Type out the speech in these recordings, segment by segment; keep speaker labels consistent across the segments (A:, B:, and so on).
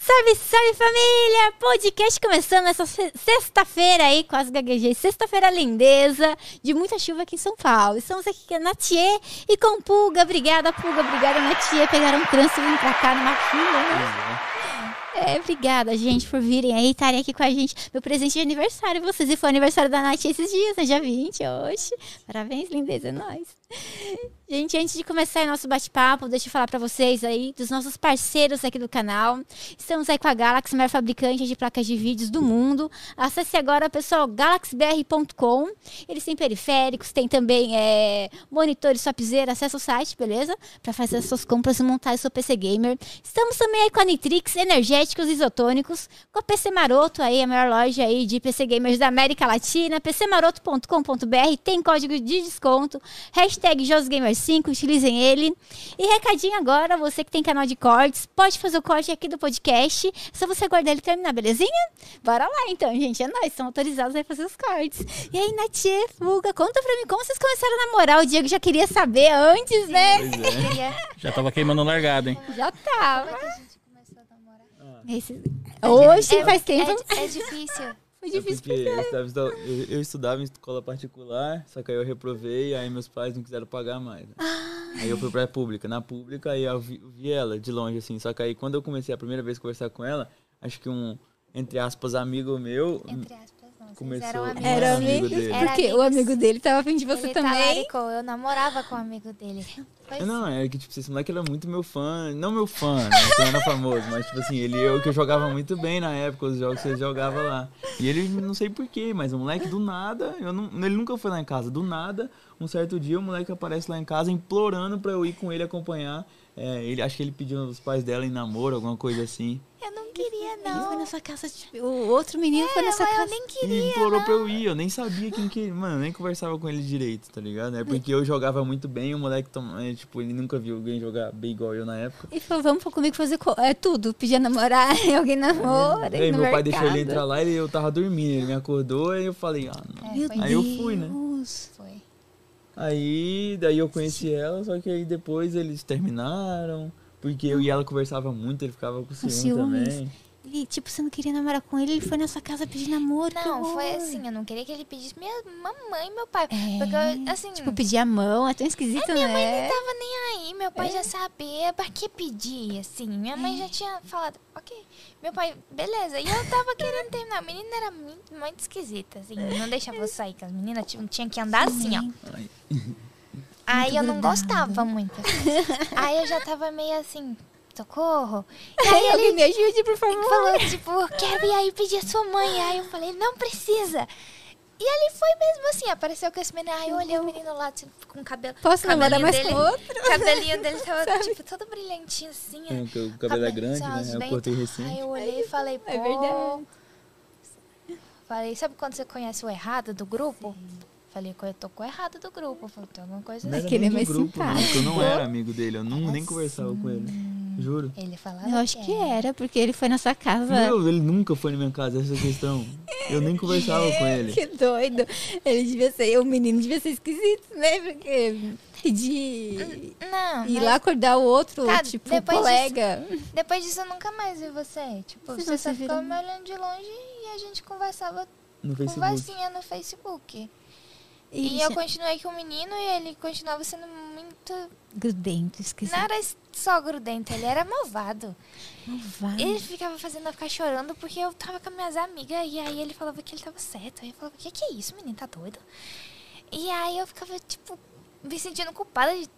A: Salve, salve família! Podcast começando essa se- sexta-feira aí, quase gaguejei. Sexta-feira lindeza, de muita chuva aqui em São Paulo. Estamos aqui com a Natie e com Pulga. Obrigada, Pulga. Obrigada, Natie. Pegaram um trânsito e vim pra cá numa fila, né? É, obrigada, gente, por virem aí, estarem aqui com a gente. Meu presente de aniversário, vocês. E foi aniversário da Nath esses dias, né? Dia 20, hoje. Parabéns, lindeza, é nóis. Gente, antes de começar o nosso bate-papo, deixa eu falar pra vocês aí dos nossos parceiros aqui do canal. Estamos aí com a Galaxy, maior fabricante de placas de vídeos do mundo. Acesse agora, pessoal, galaxybr.com. Eles têm periféricos, tem também é, monitores, swapzeira. Acesse o site, beleza? Pra fazer as suas compras e montar o seu PC Gamer. Estamos também aí com a Nitrix, energéticos isotônicos, com a PC Maroto aí, a maior loja aí de PC Gamers da América Latina, pcmaroto.com.br, tem código de desconto, hashtag JosGamer5, utilizem ele. E recadinho agora, você que tem canal de cortes, pode fazer o corte aqui do podcast, é só você aguardar ele terminar, belezinha? Bora lá então, gente, é nóis, são autorizados a fazer os cortes. E aí, Natie, Fuga, conta pra mim como vocês começaram a namorar, o Diego já queria saber antes, né?
B: Pois é.
C: E é
B: Já tava queimando largada, hein?
A: Já
C: como é
A: tava.
C: que a gente começou a namorar?
D: Ah.
A: Esse- Hoje faz tempo.
C: É, é difícil.
A: Foi
D: É
A: difícil.
D: porque eu estava estu- eu- eu estudava em escola particular, só que aí eu reprovei, aí meus pais não quiseram pagar mais. né? Aí eu fui pra pública. Na pública, aí eu vi, vi ela de longe, assim. Só que aí quando eu comecei a primeira vez a conversar com ela, acho que um, entre aspas, amigo meu.
C: Entre aspas, não. Vocês
D: Começou.
C: eram amigos.
A: Era
D: Nossa, amigo
A: amigo
D: dele.
C: Era
A: Porque o
C: amigos.
A: amigo dele tava afim de você
C: Ele
A: também.
C: talaricou, eu namorava com um amigo dele. Pois
D: Não, é que, tipo, esse moleque era muito meu fã. Não meu fã, né? Que não era famoso, mas, tipo assim, ele eu que eu jogava muito bem na época, os jogos que eu jogava lá. E ele, não sei porquê, mas o moleque do nada, eu não, ele nunca foi lá em casa. Do nada, um certo dia, o moleque aparece lá em casa implorando pra eu ir com ele acompanhar. É, ele, acho que ele pediu os pais dela em namoro, alguma coisa assim.
C: eu não queria,
A: Ele foi
C: "Ah, não.
A: na sua casa, tipo, o outro menino foi na sua
C: mas eu
A: casa.
C: nem
D: Ele
C: queria.
D: implorou pra eu ir, eu nem sabia quem que. Mano, nem conversava com ele direito, tá ligado? É porque eu jogava muito bem, o moleque, toma- é, tipo, ele nunca viu alguém jogar bem igual eu na época.
A: E falou, vamos comigo fazer co- é, tudo. Pedir namorar, alguém namora.
D: Aí
A: ir no
D: É. meu pai
A: mercado.
D: deixou ele entrar lá e eu tava dormindo. Ele me acordou e eu falei, ah, não.
C: É,
A: Meu
C: foi,
D: Aí eu fui, né?
A: Deus.
C: foi.
D: Aí, daí eu conheci ela, só que aí depois eles terminaram. Porque eu e ela conversava muito, ele ficava com ciúme
A: ciúmes.
D: também.
A: Ele, tipo, você não queria namorar com ele, ele foi na sua casa pedir namoro. que
C: Não, foi
A: horror.
C: assim, eu não queria que ele pedisse minha mamãe e meu pai.
A: É,
C: Porque, eu, assim,
A: Tipo, pedir a mão, é tão esquisito,
C: minha mãe
A: né?
C: nem tava nem aí, meu pai já sabia, pra que pedir, assim? Minha mãe já tinha falado, ok, meu pai, beleza. E eu tava querendo terminar, a menina era muito, muito esquisita, assim, não deixava eu sair com as meninas, tinha, tinha que andar assim, ó.
D: Ai.
C: Aí eu não gostava muito. assim. Aí eu já tava meio assim, socorro. E aí ele
A: alguém me ajude, por
C: ele
A: favor.
C: falou, tipo, quero ir aí pedir a sua mãe. Aí eu falei, não precisa. E ele foi mesmo assim, apareceu com esse menino. Aí eu olhei o menino lá, tipo, com o cabelo.
A: Posso
C: cabelinho
A: namorar mais
C: dele,
A: com outro?
C: O cabelinho dele tava, tipo, todo brilhantinho assim.
D: É,
C: ó.
D: porque O cabelo é grande,
C: só
D: né?
C: os
D: Eu
C: dentes.
D: cortei
C: Aí
D: recente.
C: eu olhei e falei, pô...
A: É verdade.
C: Falei, sabe quando você conhece o errado do grupo? Falei, eu tô com o errado do grupo. Falei, tem alguma coisa
D: Não
C: assim.
D: era
A: que ele é
D: nem de
A: mais
D: grupo, mano,
A: simpático.
D: porque eu não era amigo dele, eu não, nem conversava com ele. Juro.
C: assim." Ele "Ah, falava
A: Eu acho que é. era, porque ele foi na sua casa.
D: Meu, ele nunca foi na minha casa, essa é a questão. Eu nem conversava com ele.
A: Que doido. Ele devia ser, o menino devia ser esquisito, né? Porque de
C: Não,
A: ir
C: mas
A: lá acordar o outro,
C: Tá,
A: tipo,
C: depois
A: colega.
C: depois disso eu nunca mais vi você. Tipo,
A: Vocês
C: você
A: não
C: só
A: se um viram
C: ficou me olhando de longe e a gente conversava
D: No Facebook.
C: conversinha no Facebook.
A: E,
C: E eu continuei com o menino e ele continuava sendo muito.
A: grudento, esquisito.
C: Não era só grudento, ele era malvado.
A: Malvado.
C: Ele ficava fazendo eu ficar chorando porque eu tava com as minhas amigas e aí ele falava que ele tava certo. Aí eu falava, o que, que é isso, menino? Tá doido? E aí eu ficava, tipo, me sentindo culpada de,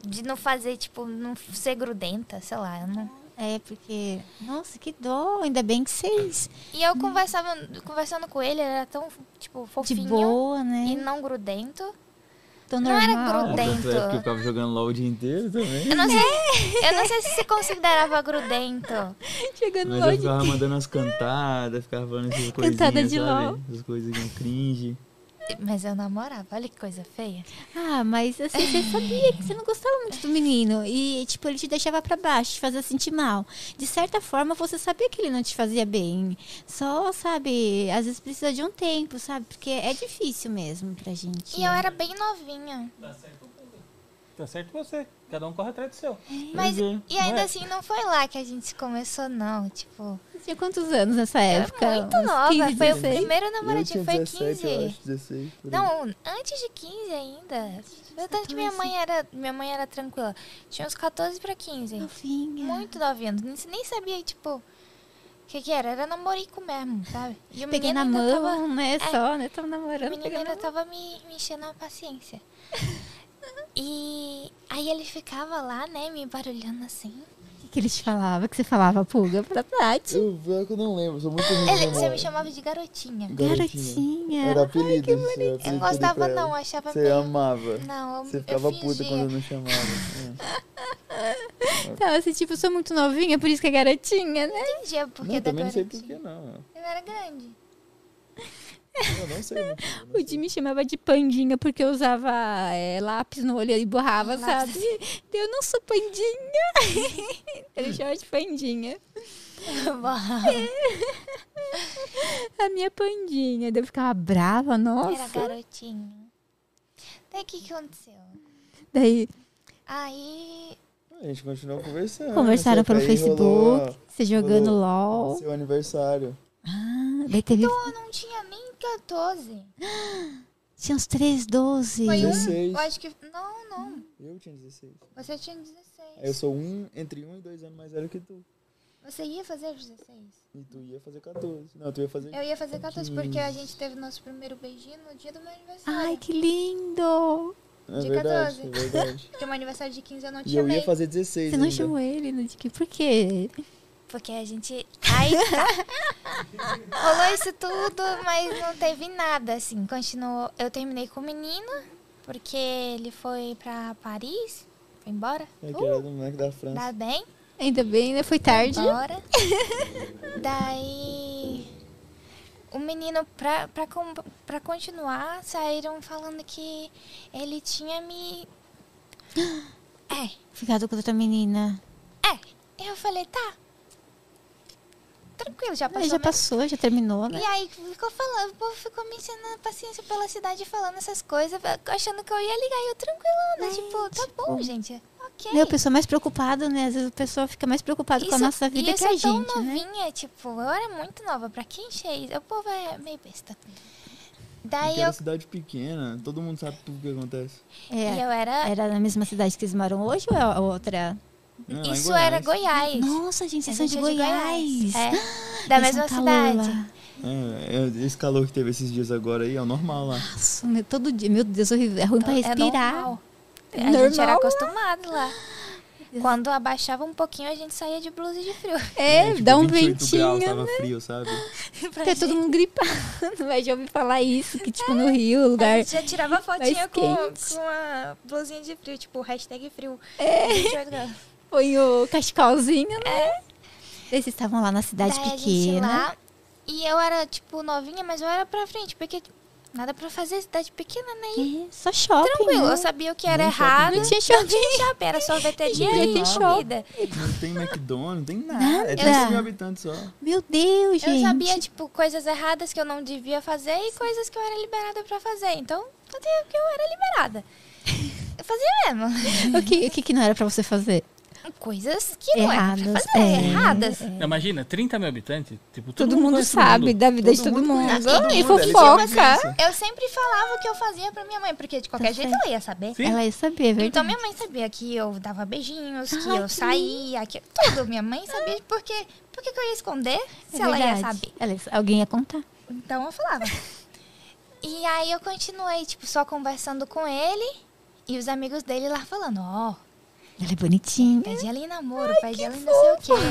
C: de não fazer, tipo, não ser grudenta, sei lá. eu não-
A: É, porque. Nossa, que dó. Ainda bem que vocês.
C: E eu conversava, conversando com ele, ele era tão, tipo,
A: Hum. De
C: fofinho
A: boa,
C: e
A: né?
C: não grudento.
A: Tão
C: não era
A: normal.
C: grudento.
D: É, tanto é porque eu ficava jogando LOL o dia inteiro também.
C: Eu
A: Uhum.
C: não sei, eu não sei se você considerava grudento.
A: Tá
C: É
A: Chegando
D: Mas eu
A: longe.
D: ficava mandando as cantadas, ficava falando essas coisinhas,
A: Cantada de
D: sabe?
A: LOL.
D: Essas coisas que cringe.
C: Mas eu namorava, olha que coisa feia.
A: Ah, mas assim, você sabia que você não gostava muito do menino. E, tipo, ele te deixava pra baixo, te fazia sentir mal. De certa forma, você sabia que ele não te fazia bem. Só, sabe, às vezes precisa de um tempo, sabe? Porque é difícil mesmo pra gente.
C: E eu era bem novinha.
E: Tá certo você. Cada um corre atrás do seu.
C: Mas,
F: Pois é.
C: e ainda
E: Não é?
C: assim, não foi lá que a gente começou, não. Tipo,
A: Você tinha quantos anos nessa
C: eu
A: época?
C: era é muito
A: É Uns
C: nova.
A: 15,
C: foi o
A: 16?
C: primeiro
D: Eu
C: namoradinho,
D: tinha
C: foi
D: 17,
C: 15.
D: eu acho, 16. por aí.
C: Não, antes de 15 ainda.
A: tá
C: Pelo tanto que minha mãe
A: assim.
C: era, minha mãe era tranquila. Tinha uns 14 pra 15.
A: Novinha.
C: Muito novinha. Nem, nem sabia, tipo, o que que era. Era namorico mesmo, sabe? E o
A: Peguei
C: menino
A: na
C: ainda
A: mão,
C: tava-
A: né?
C: É.
A: Só, né? Tamo
C: O
A: namorando.
C: menino
A: pegando
C: ainda
A: na mão.
C: tava me, me enchendo a paciência. E aí ele ficava lá, né, me barulhando assim.
A: O que, que ele te falava? Que você falava, pulga, pra Tati.
D: Eu, pior que eu não lembro, sou muito ruim de
C: Ele, você
D: memória.
C: me chamava de garotinha.
A: Garotinha.
D: Era apelido. seu apelido
C: Eu não
D: pra
C: gostava
D: ela.
C: não, eu achava
D: Você
C: meio...
D: amava.
C: Não, eu,
D: Você
C: eu
D: ficava
C: fingia.
D: puta quando eu não chamava. É.
A: Então, assim, tipo, sou muito novinha, por isso que é garotinha, né?
C: Entendia porque tá
D: Não, também
C: da
D: não sei
C: garotinha.
D: porquê, não.
C: Eu era grande.
D: Eu não sei. muito bem, não
A: O
D: sei.
A: Jimmy chamava de pandinha porque eu usava é, lápis no olho e borrava,
C: Lápis.
A: sabe? Eu não sou pandinha. Ele chama de pandinha. A minha pandinha. Daí eu ficava brava,
C: era
A: nossa.
C: garotinho. Daí o que, que aconteceu?
A: Daí
C: Aí.
D: A gente continuou conversando.
A: conversaram
D: só que
A: pelo
D: Ah, aí
A: Facebook,
D: rolou
A: você jogando
D: o
A: LOL.
D: Seu aniversário.
A: Ah, daí teve.
C: Então eu não tinha nem 14.
A: Tinha uns 3, 12.
C: Foi um.
D: 16.
C: Eu acho que. Não, não.
D: Eu tinha 16.
C: Você tinha
D: Aí Eu
C: 16.
D: sou um, entre um e dois anos mais velho que tu.
C: Você ia fazer 16.
D: E tu ia fazer 14. Não, tu ia fazer.
C: Eu ia fazer 14 porque a gente teve nosso primeiro beijinho no dia do meu aniversário.
A: Ai, que lindo!
D: É
C: de
D: verdade,
C: 14.
D: é verdade.
C: Porque o meu um aniversário de 15 eu não
D: E eu
C: chamei.
D: ia fazer 16.
A: Você não
D: ainda.
A: chamou ele, no que Por quê?
C: Porque a gente. Aí tá. Rolou isso tudo, mas não teve nada, assim. Continuou. Eu terminei com o menino, porque ele foi pra Paris. Foi embora. Uh,
D: É que era do moleque da França.
C: Tá bem?
A: Ainda bem, né? Foi tarde.
C: Embora. Daí. O menino, pra, pra, com- pra continuar, saíram falando que ele tinha me. É.
A: Ficado com outra menina.
C: Eu falei, tá. Tranquilo, já
A: Mas
C: passou. né?
A: já
C: mesmo.
A: passou, já terminou, né?
C: E aí ficou falando, o povo ficou me ensinando a paciência pela cidade falando essas coisas, achando que eu ia ligar e eu tranquilona. tipo, tá bom, gente. Ok.
A: Né, o É, pessoal mais preocupado, né? Às vezes o pessoal fica mais preocupado com a
C: Isso-
A: nossa vida
C: e
A: que
C: isso
A: a
C: eu tão
A: gente, né?
C: novinha, tipo, eu era muito nova. Pra quem cheio, o povo é meio besta. Daí
D: Porque era
C: eu.
D: cidade pequena, todo mundo sabe tudo que acontece.
C: E
A: É.
C: eu era.
A: Era na mesma cidade que eles moram hoje ou é outra?
D: Não, É, lá em
C: isso era
D: Goiás.
C: Goiás.
A: Nossa, gente, vocês
C: A
A: são de
C: gente é
A: Goiás.
C: É, da
A: Eles tá são
C: mesma
A: caola.
C: cidade.
D: É, é, esse calor que teve esses dias agora aí é o normal lá.
A: Nossa, meu, todo dia. Meu Deus, horrível. É ruim pra
C: É
A: respirar.
C: normal. A gente
A: Normal,
C: era
A: né?
C: acostumado lá. Quando abaixava um pouquinho, a gente saía de blusa e de frio.
A: É,
D: tipo,
A: dá um
D: 28 graus,
A: ventinho.
D: tava frio, sabe?
C: Pra
A: Tá todo mundo gripando. Mas já ouvi falar isso, que tipo no Rio, o lugar.
C: Já tirava fotinha
A: Mais
C: com,
A: quente.
C: com a blusinha de frio, tipo, hashtag frio.
A: Põe o cachecolzinho, né? Daí Vocês estavam lá na cidade
C: É. Daí a gente
A: pequena.
C: lá, e eu era, tipo, novinha, mas eu era pra frente, porque nada pra fazer, cidade pequena, né? E
A: É, só shopping.
C: Tranquilo,
A: né?
C: eu sabia o que era
D: Nem shopping,
C: errado.
A: Não tinha shopping.
C: shopping, era sorveteria
A: Não
C: e
A: tem shopping.
C: comida.
D: Não tem McDonald's, não tem nada. É
A: Nada.
D: 3 mil habitantes só.
A: Meu Deus, gente.
C: Eu sabia, tipo, coisas erradas que eu não devia fazer e coisas que eu era liberada pra fazer. Então, até que eu era liberada. Eu fazia mesmo.
A: O que, o que, que não era pra você fazer?
C: Coisas que não era pra
A: Erradas,
C: fazer,
A: é.
C: erradas.
E: Não, Imagina, 30 mil habitantes, tipo, todo,
A: Todo, mundo,
E: conhece todo
A: sabe
E: mundo.
A: da vida de
D: Todo
A: todo
D: mundo
A: mundo.
D: conhece todo
A: e
D: mundo, eles
A: fofoca.
C: Eu sempre falava o que eu fazia pra minha mãe, porque de qualquer jeito ela ia saber.
E: Sim.
A: Ela ia saber, é verdade.
C: Então minha mãe sabia que eu dava beijinhos, que
A: Ai,
C: eu
A: que
C: saía, que tudo. Minha mãe sabia porque por que que eu ia esconder
A: É
C: se ela ia
A: verdade.
C: saber.
A: Ela ia- alguém ia contar.
C: Então eu falava. e aí eu continuei, tipo, só conversando com ele e os amigos dele lá falando, ó,
A: Ela é bonitinha.
C: pede ela em namoro, pede ela em não sei o quê.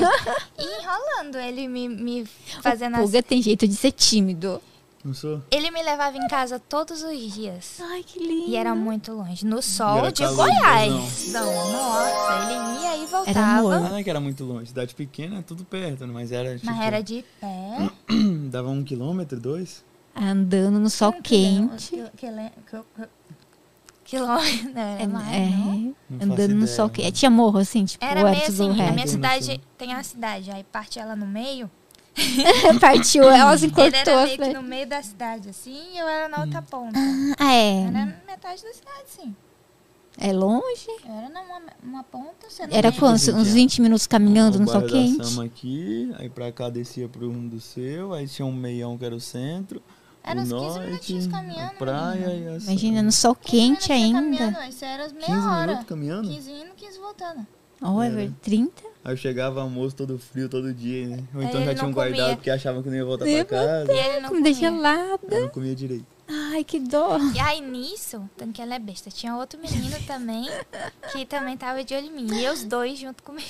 C: E enrolando ele me, me fazendo
A: o é Puga
C: assim.
A: tem jeito de ser tímido.
D: Não sou?
C: Ele me levava em casa todos os dias.
A: Ai, que lindo.
C: E era muito longe, no
D: E
C: sol
D: era
C: de
D: calor,
C: Goiás. Não, nossa, ele ia e
A: amor.
C: voltava.
D: Ah, não é que era muito longe. Cidade pequena é tudo perto, né? mas era tipo.
C: Mas era de pé.
D: Dava um quilômetro, dois.
A: Andando no sol quente.
C: Quilômetro, né?
A: É,
C: mais,
D: Não
C: não?
A: é,
D: faço
A: andando no
D: ideia.
A: sol quente. Tinha morro, assim, tipo,
C: Era meio
A: Hertz do
C: assim, a
A: Hertz.
C: minha
D: Tem
C: cidade
D: noção.
C: tem a cidade, aí parte ela no meio.
A: Partiu, elas
C: assim. Ele era
A: encortou.
C: meio que no meio da
D: Hum.
C: cidade, assim, e eu era na outra ponta.
A: Ah, é.
C: Era metade da cidade, sim.
A: É longe?
C: Era numa uma ponta, você não
A: Era
C: lembra?
A: quanto? Uns 20 minutos caminhando no
D: O
A: sol
D: bairro da
A: quente?
D: Sama aqui, aí pra cá descia pro rumo do seu, aí tinha um meião que era o centro.
C: Era
D: o
C: uns 15
D: norte,
C: minutinhos caminhando,
D: a praia e assim. a
A: Imagina, no sol quente ainda.
C: Isso era meia
D: 15
C: hora.
D: minutos caminhando?
C: 15 indo, 15 voltando.
A: Olha, 30?
D: Aí eu chegava almoço todo frio todo dia, né? Ou então
C: É, ele
D: já
C: não
D: tinham
C: comia.
D: guardado porque achavam que não ia voltar
A: Meu
D: pra casa.
C: E ele não
A: Comida
C: comia.
A: gelada.
D: Aí não comia direito.
A: Ai, que dó.
C: E aí nisso, tanto que ela é besta, tinha outro menino também, que também tava de olho em mim. E os dois junto comigo.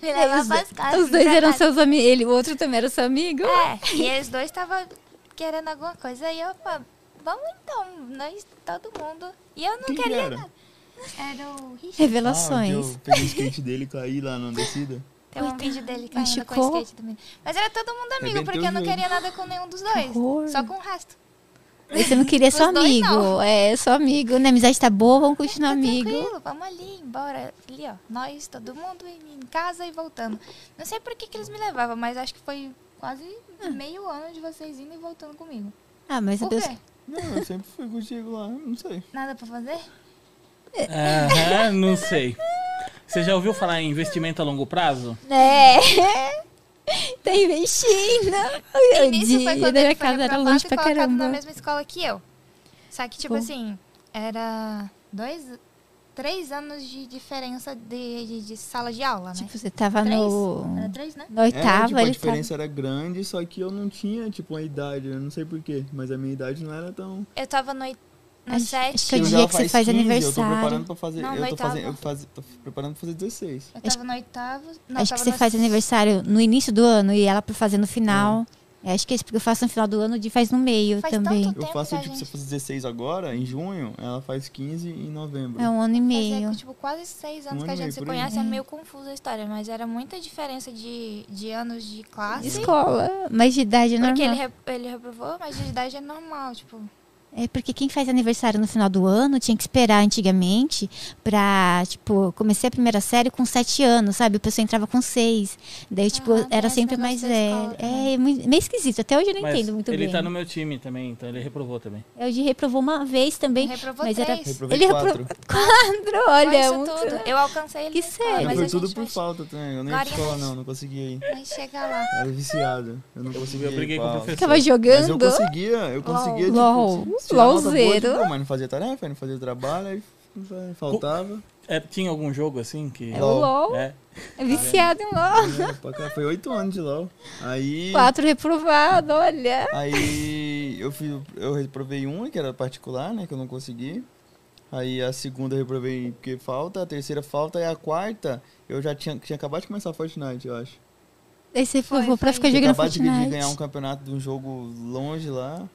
C: Me
A: É, Os
C: levava
A: dois-
C: as casas.
A: Os dois eram seus amigos. Ele, o outro também era seu amigo.
C: tá É, e eles dois estavam querendo alguma coisa. E eu, pô, vamos então, nós, todo mundo. E eu não
D: Quem que
C: queria
D: era?
C: nada. Era o Richard.
D: Ah, o
A: Revelações.
D: que eu peguei o skate dele e caí lá na descida.
C: Tem um vídeo dele caindo com
A: machucou?
C: o skate também. Mas era todo
D: É
C: mundo amigo,
F: Arrebentei
C: porque
F: os
C: eu não
F: dois.
C: queria nada com nenhum dos dois.
A: horror.
C: Só com o resto.
A: Aí Você não queria
C: Os
A: só
C: dois,
A: amigo.
C: não.
A: É, só amigo. Né? Amizade tá boa, vamos continuar
C: Tá
A: amigo.
C: Tranquilo, vamos ali, embora. Ali, ó. Nós, todo mundo em em casa e voltando. Não sei por que, que eles me levavam, mas acho que foi quase meio ano de vocês indo e voltando comigo.
A: Ah, mas
C: Por
A: Ah. Deus.
C: quê?
D: Não, eu sempre fui contigo lá, não sei.
C: Nada pra fazer?
A: né?
E: Aham, não sei. Você já ouviu falar em investimento a longo prazo?
A: É. Tá investindo.
C: E
A: Eu
C: nisso foi
A: disse,
C: quando
A: da minha
C: ele foi
A: casa era
C: reprovado
A: longe
C: e
A: pra
C: colocado
A: caramba.
C: na mesma escola que eu. Só que, tipo
A: Pô.
C: assim, era dois, três anos de diferença de, de, de sala de aula, né?
A: Tipo, você tava
C: três?
A: no.
C: Era três, né?
A: No oitavo, tá
D: é, tipo, a
A: ele tava.
D: diferença era grande, só que eu não tinha, tipo, uma idade, eu não sei porquê, mas a minha idade não era tão...
C: Eu tava no, oit- no
A: Acho-
C: sete.
A: acho que eu
D: O
A: dia
D: Joel
A: que você faz
D: Eu
A: aniversário.
D: tô preparando pra fazer,
C: Não, tá,
D: eu tô,
C: oitava.
D: fazendo, eu faz, tô preparando pra fazer 16.
C: Eu tava no oitavo. Não,
A: acho que
C: tava
A: você
C: no-
A: faz aniversário no início do ano e ela pra fazer no final. Eu acho que é isso, porque eu faço no final do ano e faz no meio
C: Faz
A: também.
C: tanto-
D: Eu
C: tempo
D: faço,
C: da
D: tipo, se eu
C: gente.
D: fazer 16 agora, em junho, ela faz 15 em novembro.
A: É um ano e meio.
C: Fazia, tipo, quase seis anos
D: Um
C: que
D: ano
C: a
D: e
C: gente
D: meio,
C: se
D: por aí.
C: conhece. É meio confusa a história, mas era muita diferença de, de anos de
A: De
C: classe.
A: escola, mas de idade é normal.
C: Assim? Porque ele, re- ele reprovou, mas de idade é normal, tipo...
A: É porque quem faz aniversário no final do ano tinha que esperar antigamente pra, tipo, eu comecei a primeira série com sete anos, sabe? O pessoal entrava com seis. Daí, tipo,
C: Aham, tem
A: era
C: Ah, esse
A: sempre
C: negócio
A: mais
C: da
A: velho.
C: escola
A: É,
C: também.
A: é mui- meio esquisito. Até hoje eu não
E: Mas
A: entendo muito
E: ele
A: bem.
E: tá no meu time também, então ele reprovou também.
A: Eu de reprovou uma vez também.
C: Reprovou
A: mas era-
C: três.
D: Reprovei
A: ele
D: quatro.
A: Quadro, olha.
C: Olha, isso
A: muito-
C: tudo. Eu alcancei ele
A: Que
C: na escola,
A: sério?
D: Eu
C: mas
D: fui
C: a
D: tudo
C: gente
D: por
C: vai-
D: falta também, eu nem ia
C: Agora
D: pra escola
C: eu-
D: não, não conseguia ir.
C: vai chegar lá.
D: Era viciado, eu não conseguia
E: Eu
D: ir
E: briguei
D: pra
E: com o
D: aula.
E: professor.
A: Ficava
D: Mas eu
A: jogando.
D: conseguia, eu conseguia, tipo,
A: Lol.
D: se tirava nota boa,
A: Lolzeiro.
D: tipo, mas não fazia tarefa, não fazia trabalho, aí f- faltava.
E: É, tinha algum jogo assim que.
A: É o LOL.
E: É.
A: É viciado em LOL.
D: Era né, pra cá, Foi oito anos de LOL. Aí.
A: Quatro reprovado, olha.
D: Aí eu fiz. Eu reprovei uma, que era particular, né? Que eu não consegui. Aí a segunda eu reprovei porque falta, a terceira falta, e a quarta eu já tinha, tinha acabado de começar a Fortnite, eu acho.
A: Daí você
C: Foi,
A: reprovou pra
C: foi.
A: ficar
D: Tinha
A: jogando
D: acabado de- de
A: Fortnite.
D: ganhar um campeonato de um jogo longe lá.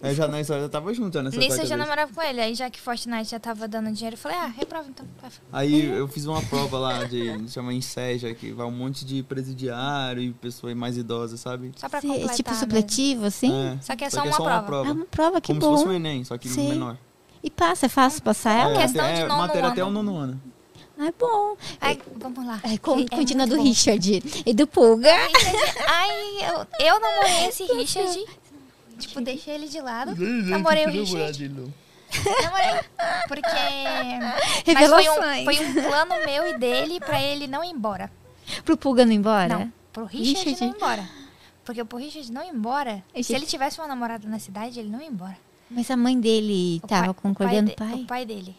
D: Aí já nós já tava junto já nessa
C: Nisso
D: quarta
C: eu já é
D: vez.
C: namorava com ele. Aí já que Fortnite já tava dando dinheiro, eu falei, ah, reprova então. Vai, vai.
D: Aí eu fiz uma prova lá de chama Inseja, que vai um monte de presidiário e pessoa mais idosa, sabe?
C: Só pra
A: Cê-
C: completar. né?
A: tipo
C: mesmo.
A: supletivo, assim?
D: É,
C: Só que é só uma prova.
A: Ah, uma prova, que
D: Como se
A: bom.
D: fosse um Enem, só que
A: Sim.
D: menor.
A: E passa, é fácil passar ela?
C: É, questão
D: até-
C: de
D: é,
C: nono
D: matéria até o
C: ano.
D: nono ano.
A: Ah, é bom.
C: Ai, vamos lá.
A: Ai, con-
C: É
A: continua
C: muito
A: do
C: bom.
A: Richard e do Pulga.
C: Richard- Ai, eu, eu namorei esse Richard. Tipo, deixei ele de lado. Namorei o Richard. Namorei. Porque. Mas foi um,
A: Revelações.
C: foi um plano meu e dele pra ele não ir embora.
A: Pro Pulga não ir embora?
C: um- Não, pro Richard,
A: Richard.
C: não ir embora. Porque pro Richard não ir embora,
A: Ele
C: se
A: tinha-
C: ele tivesse uma namorada na cidade, ele não ia embora.
A: Mas a mãe dele
C: O
A: tava
C: pai-
A: concordando,
C: o pai, de- O pai dele.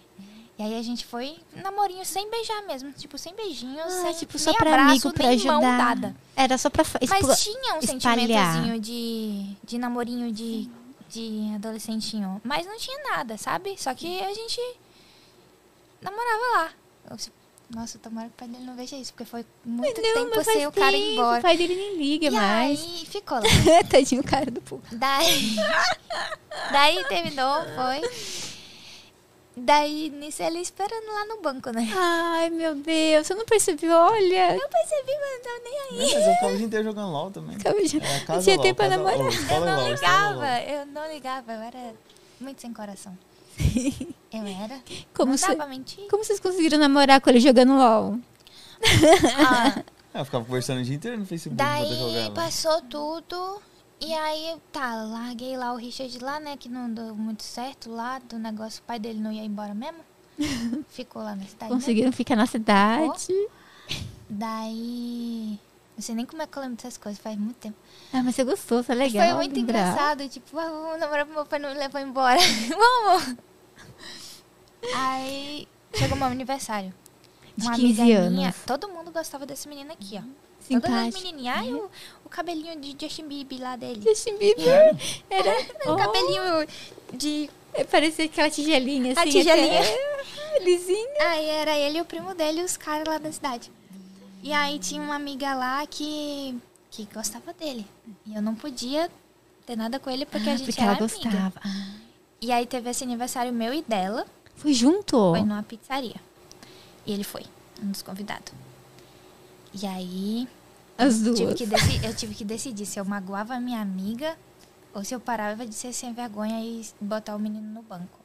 C: E aí a gente foi namorinho sem beijar mesmo. Tipo, sem beijinho,
A: Ah,
C: sem
A: tipo,
C: nem
A: só pra
C: abraço,
A: amigo, pra
C: nem mão
A: ajudar.
C: dada.
A: Era só pra... fa-
C: Mas
A: explo-
C: tinha um
A: espalhar.
C: sentimentozinho de, de namorinho de, de adolescentinho. Mas não tinha nada, sabe? Só que a gente namorava lá. Eu- Nossa, tomara que o pai dele não veja isso, porque foi muito
A: Não,
C: tempo
A: mas faz
C: sem o cara ir
A: tempo,
C: embora.
A: O pai dele nem liga
C: E
A: mais.
C: aí ficou lá.
A: Tadinho o cara do Pulga.
C: Daí. Daí terminou, foi. Daí nisso ele esperando lá no banco, né?
A: Ai, meu Deus, você não percebeu? Olha,
C: Eu percebi, mas não tava nem aí.
D: Mas eu ficava o dia inteiro jogando LOL também.
A: acabei de-
D: Era
A: não
D: É, casa
A: tinha
D: LOL,
A: tempo pra
D: casa-
A: namorar.
D: oh,
C: Eu
D: escola LOL,
C: não
D: escola LOL.
C: ligava, eu não ligava, eu era muito sem coração. Eu era.
A: Como,
C: não
A: cê-
C: dá pra mentir.
A: como vocês conseguiram namorar com ele jogando LOL?
C: Ah,
D: É, Eu ficava conversando o dia inteiro no Facebook enquanto eu
C: daí
A: né?
D: jogava.
C: passou tudo. E aí, tá, larguei lá o Richard lá, né? Que não deu muito certo lá do negócio. O pai dele não ia embora mesmo. Ficou lá na cidade. né?
A: Conseguiram ficar na cidade.
C: Daí. Não sei nem como é que eu lembro dessas coisas, faz muito tempo.
A: Ah, mas você gostou, foi
C: Mas
A: legal.
C: Foi muito
A: lembrar.
C: engraçado, tipo, ah, vamos namorar pro meu pai não me levar embora. vamos! Aí chegou meu aniversário.
A: De
C: uma
A: 15
C: amiga minha,
A: anos.
C: todo mundo gostava desse menino aqui, ó. Todas as
A: Simpático.
C: menininhas. Ai, o, o cabelinho de Justin Bieber lá dele.
A: Justin Bieber. Era
C: O
A: Oh,
C: cabelinho de.
A: É, Parecia aquela tigelinha assim.
C: a tigelinha.
A: até- Lisinha.
C: Aí era ele e o primo dele e os caras lá da cidade. E aí tinha uma amiga lá que, que gostava dele. E eu não podia ter nada com ele porque a
A: Ah,
C: gente
A: porque
C: era
A: ela
C: amiga.
A: gostava. Ah,
C: E aí teve esse aniversário meu e dela.
A: Foi junto.
C: Foi numa pizzaria. E ele foi, um dos convidados. E aí
A: As duas.
C: tive que deci- eu tive que decidir se eu magoava a minha amiga ou se eu parava de ser sem vergonha e botar o menino no banco.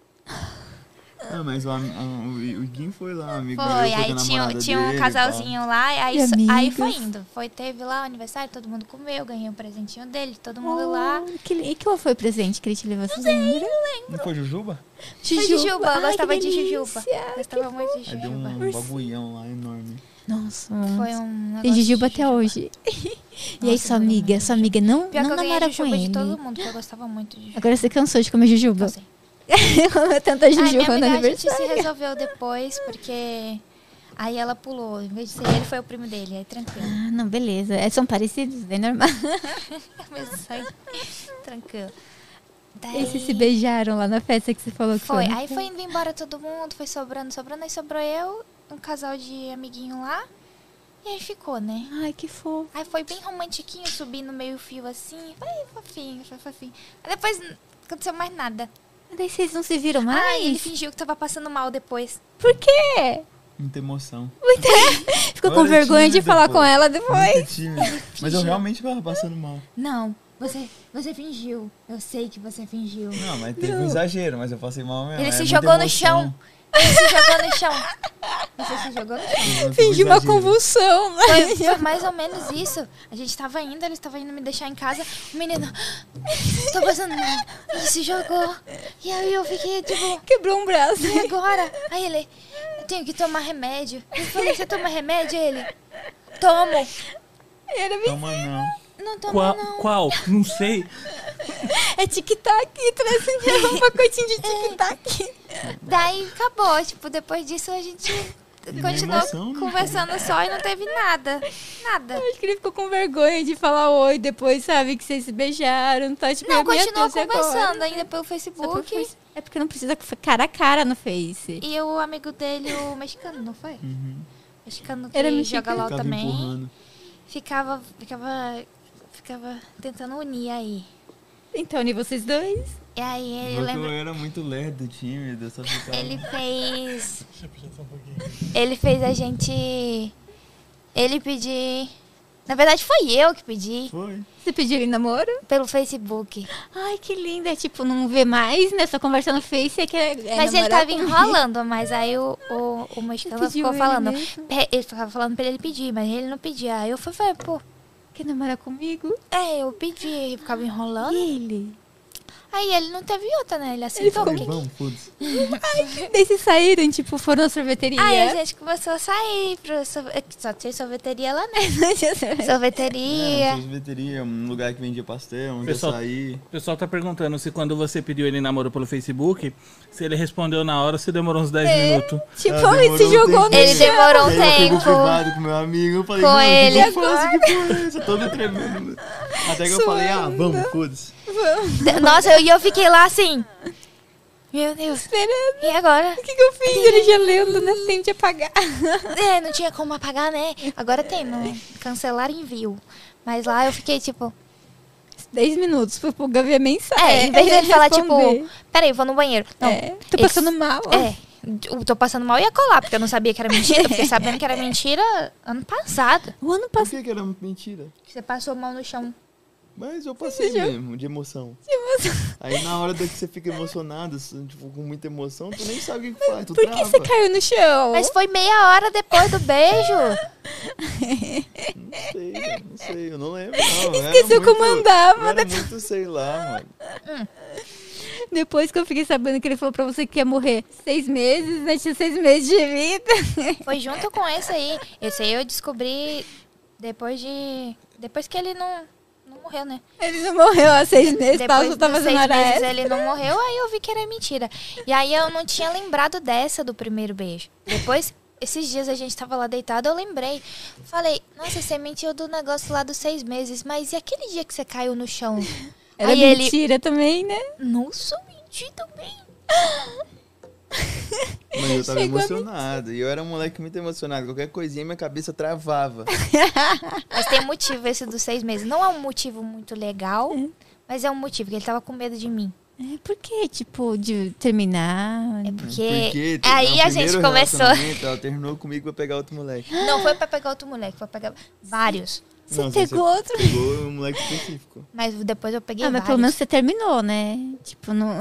D: Ah, mas o, am- a- o, o Guim foi lá, amigo. meu,
C: Foi,
D: foi
C: aí
D: com a
C: tinha,
D: namorada
C: tinha um
D: dele e tal.
C: casalzinho lá, e aí,
A: E
C: só- aí
A: amigas.
C: foi indo. Foi, teve lá o aniversário, todo mundo comeu, ganhei um presentinho dele, todo mundo lá.
A: Oh, que, e qual foi o presente que ele te levou? Não sei,
D: Não foi Jujuba?
C: Foi Jujuba, eu gostava de Jujuba.
A: Gostava
C: Gostava muito de
D: Aí deu
C: Jujuba.
D: um bagulhão lá enorme.
A: Nossa,
C: Foi um.
A: Tem
C: negócio de
A: Jujuba até hoje. e aí,
C: Nossa,
A: sua
C: eu ganhei
A: amiga,
C: muito
A: sua amiga não,
C: Pior
A: não
C: que eu ganhei
A: namora com
C: Jujuba
A: ele.
C: de todo mundo, porque eu gostava muito de assim. Jujuba.
A: Agora você cansou de comer jujuba.
C: Não sei.
A: Ela tanta
C: Ai, minha
A: jujuba no
C: amiga, a gente se
A: aniversário.
C: resolveu depois, porque aí ela pulou. Em vez de ser ele, foi o primo dele. Aí tranquilo.
A: Ah, não, beleza. É, são parecidos, é normal.
C: Mas isso aí, tranquilo. Daí
A: Eles se beijaram lá na festa que você falou que
C: foi.
A: foi. né?
C: Aí foi indo embora todo mundo, foi sobrando, sobrando. Aí sobrou eu, um casal de amiguinho lá. E aí ficou, né?
A: Ai, que fofo.
C: Aí foi bem romantiquinho, subi no meio fio assim. Foi fofinho, foi fofinho. Aí depois não aconteceu mais nada.
A: Mas Daí vocês não se viram mais?
C: Ai, ele fingiu que tava passando mal depois.
A: Por quê?
D: Muita emoção.
A: Ficou
D: Eu
A: com
D: era
A: vergonha de
D: tímido,
A: falar
D: pô.
A: com ela
D: Muito
A: depois.
D: tímido. Mas eu realmente tava passando mal.
C: Não, você, você fingiu. Eu sei que você fingiu.
D: Não, mas teve um exagero, mas eu passei mal mesmo.
C: Ele
D: é
C: se
D: muita
C: jogou no
D: emoção.
C: chão. Ele se jogou no chão. Você se jogou no chão.
D: Teve um
A: Fingiu uma
D: exagero.
A: convulsão.
C: Foi, foi mais ou menos isso. A gente tava indo, ele estava indo me deixar em casa. O menino, tô passando mal. Ele se jogou. E aí eu fiquei tipo,
A: Quebrou um braço.
C: e agora? Aí ele, eu tenho que tomar remédio. Eu falei, você toma remédio? Ele, tomo.
A: Era bem...
D: Calma, não.
C: Não tomo
E: Qua-
C: não.
E: Qual? Não sei.
A: É tic-tac. Traz um pacotinho de tic-tac.
C: Daí acabou. Tipo, depois disso a gente continuou
D: emoção, né?
C: conversando só e não teve nada. Nada.
A: Acho que ele ficou com vergonha de falar oi depois, sabe? Que vocês se beijaram. Tá tipo,
C: Não,
A: minha
C: continuou
A: Deus, e agora?
C: conversando ainda pelo
A: Só por
C: Facebook.
A: face- É porque não precisa cara a cara no Face.
C: E o amigo dele, o mexicano, não foi? Mexicano que
A: Era
C: joga
A: mexicano.
C: LOL
D: Uhum. Ficava
C: também.
D: empurrando.
C: Ficava. Ficava. Ficava tentando unir aí.
A: Então, e vocês dois?
C: E aí ele- eu
D: Porque eu
C: lembro.
D: era muito lerdo, tímido, eu só ficava...
C: Ele fez.
D: um
C: Ele fez a gente. Ele pedir. Na verdade foi eu que pedi
D: Foi.
A: Você pediu ele em namoro?
C: pelo Facebook.
A: Ai, que linda. É tipo, não vê mais, né? Só conversa no Face. É que é, é
C: mas
A: namorar
C: ele tava
A: com-
C: enrolando, mas aí o, o, o mexicano
A: Pediu
C: ficou
A: ele
C: falando.
A: mesmo.
C: Pe- Ele ficava falando pra ele pedir, mas ele não pedia. Aí eu fui falei, pô,
A: Quer namorar comigo?
C: é, eu pedi, ele ficava enrolando.
A: E ele?
C: Aí ele não teve outra, né? Ele aceitou.
D: Falei,
C: porque-
D: vamos, foda-se.
A: Daí vocês saíram, tipo, foram na sorveteria.
C: Aí a gente começou a sair pro sorve- Só tinha sorveteria lá, né?
D: É, uma
C: Sorveteria.
D: sorveteria, um lugar que vendia pastel, um
E: Pessoal-
D: açaí.
E: O pessoal tá perguntando se quando você pediu ele em namoro pelo Facebook, se ele respondeu na hora ou se demorou uns 10 minutos.
A: Tipo,
D: Ah,
A: ele se
D: demorou um
A: jogou no
D: tempinho.
C: Ele
A: chão.
C: demorou um
D: Daí eu peguei o
C: tempo.
D: privado com meu amigo, eu falei,
C: Com
D: mano,
C: ele
D: que porra é essa? que porra é essa? Todo tremendo. Até que eu falei, ah,
A: Suando.
D: vamos, foda-se.
C: De- Nossa, eu- e eu, fiquei lá assim. Meu Deus.
A: Esperando.
C: E agora?
A: O que, que eu fiz? Ele já lendo, né? Tente apagar.
C: É, não tinha como apagar, né? Agora tem, não. Cancelar envio. Mas lá eu fiquei tipo.
A: 10 minutos pro Puga ver a mensagem.
C: É, em vez de ele falar, tipo,
A: responder.
C: peraí, vou no banheiro. Não.
A: É, tô
C: esse-
A: passando mal.
C: É. Eu tô passando mal e ia colar, porque eu não sabia que era mentira. Eu Fiquei sabendo que era mentira ano passado.
A: O ano
D: Por
A: passado.
D: que que era mentira?
C: que Você passou mal no chão.
D: Mas eu passei
A: já-
D: mesmo, de emoção. Aí na hora da que você fica emocionado, assim, tipo, com muita emoção, tu nem sabe o que que faz, tu
A: Por que
D: trava.
A: você caiu no chão?
C: Mas foi meia hora depois do beijo.
D: Não sei, mano, não sei, eu não lembro. Não. Eu era
A: Esqueceu como
D: muito-
A: andava,
D: Eu era muito, sei lá, mano.
A: Depois que eu fiquei sabendo que ele falou pra você que ia morrer seis meses, né? Tinha seis meses de vida.
C: Foi junto com esse aí. Esse aí eu descobri depois de. Depois que ele não, não morreu, né?
A: Ele não morreu há seis meses, tava,
C: Depois
A: só tava
C: dos
A: tá fazendo
C: seis
A: hora
C: meses é.
A: extra.
C: ele não morreu, aí eu vi que era mentira. E aí eu não tinha lembrado dessa do primeiro beijo. Depois, esses dias a gente tava lá deitado, eu lembrei. Falei, nossa, você mentiu do negócio lá dos seis meses, mas e aquele dia que você caiu no chão?
A: Era
C: aí ele-
A: mentira também, né?
C: Nossa, eu menti também.
D: Mas eu tava
A: Chegou a
D: emocionado. E eu era um moleque muito emocionado. Qualquer coisinha minha cabeça travava.
C: Mas tem motivo esse dos seis meses. Não é um motivo muito legal, mas é um motivo, que ele tava com medo de mim.
A: É, Por que, tipo, de terminar?
C: É porque,
D: Porque tipo,
C: aí
D: no
C: a gente
D: primeiro
C: começou.
D: relacionamento, Ela terminou comigo pra pegar outro moleque.
C: Não foi pra pegar outro moleque, foi pra pegar vários.
A: Você
D: Não, você-
A: pegou outro.
D: Pegou um moleque específico.
C: Ah, Mas depois eu peguei
A: Ah, mas
C: vários.
A: pelo menos você terminou, né? Tipo, não.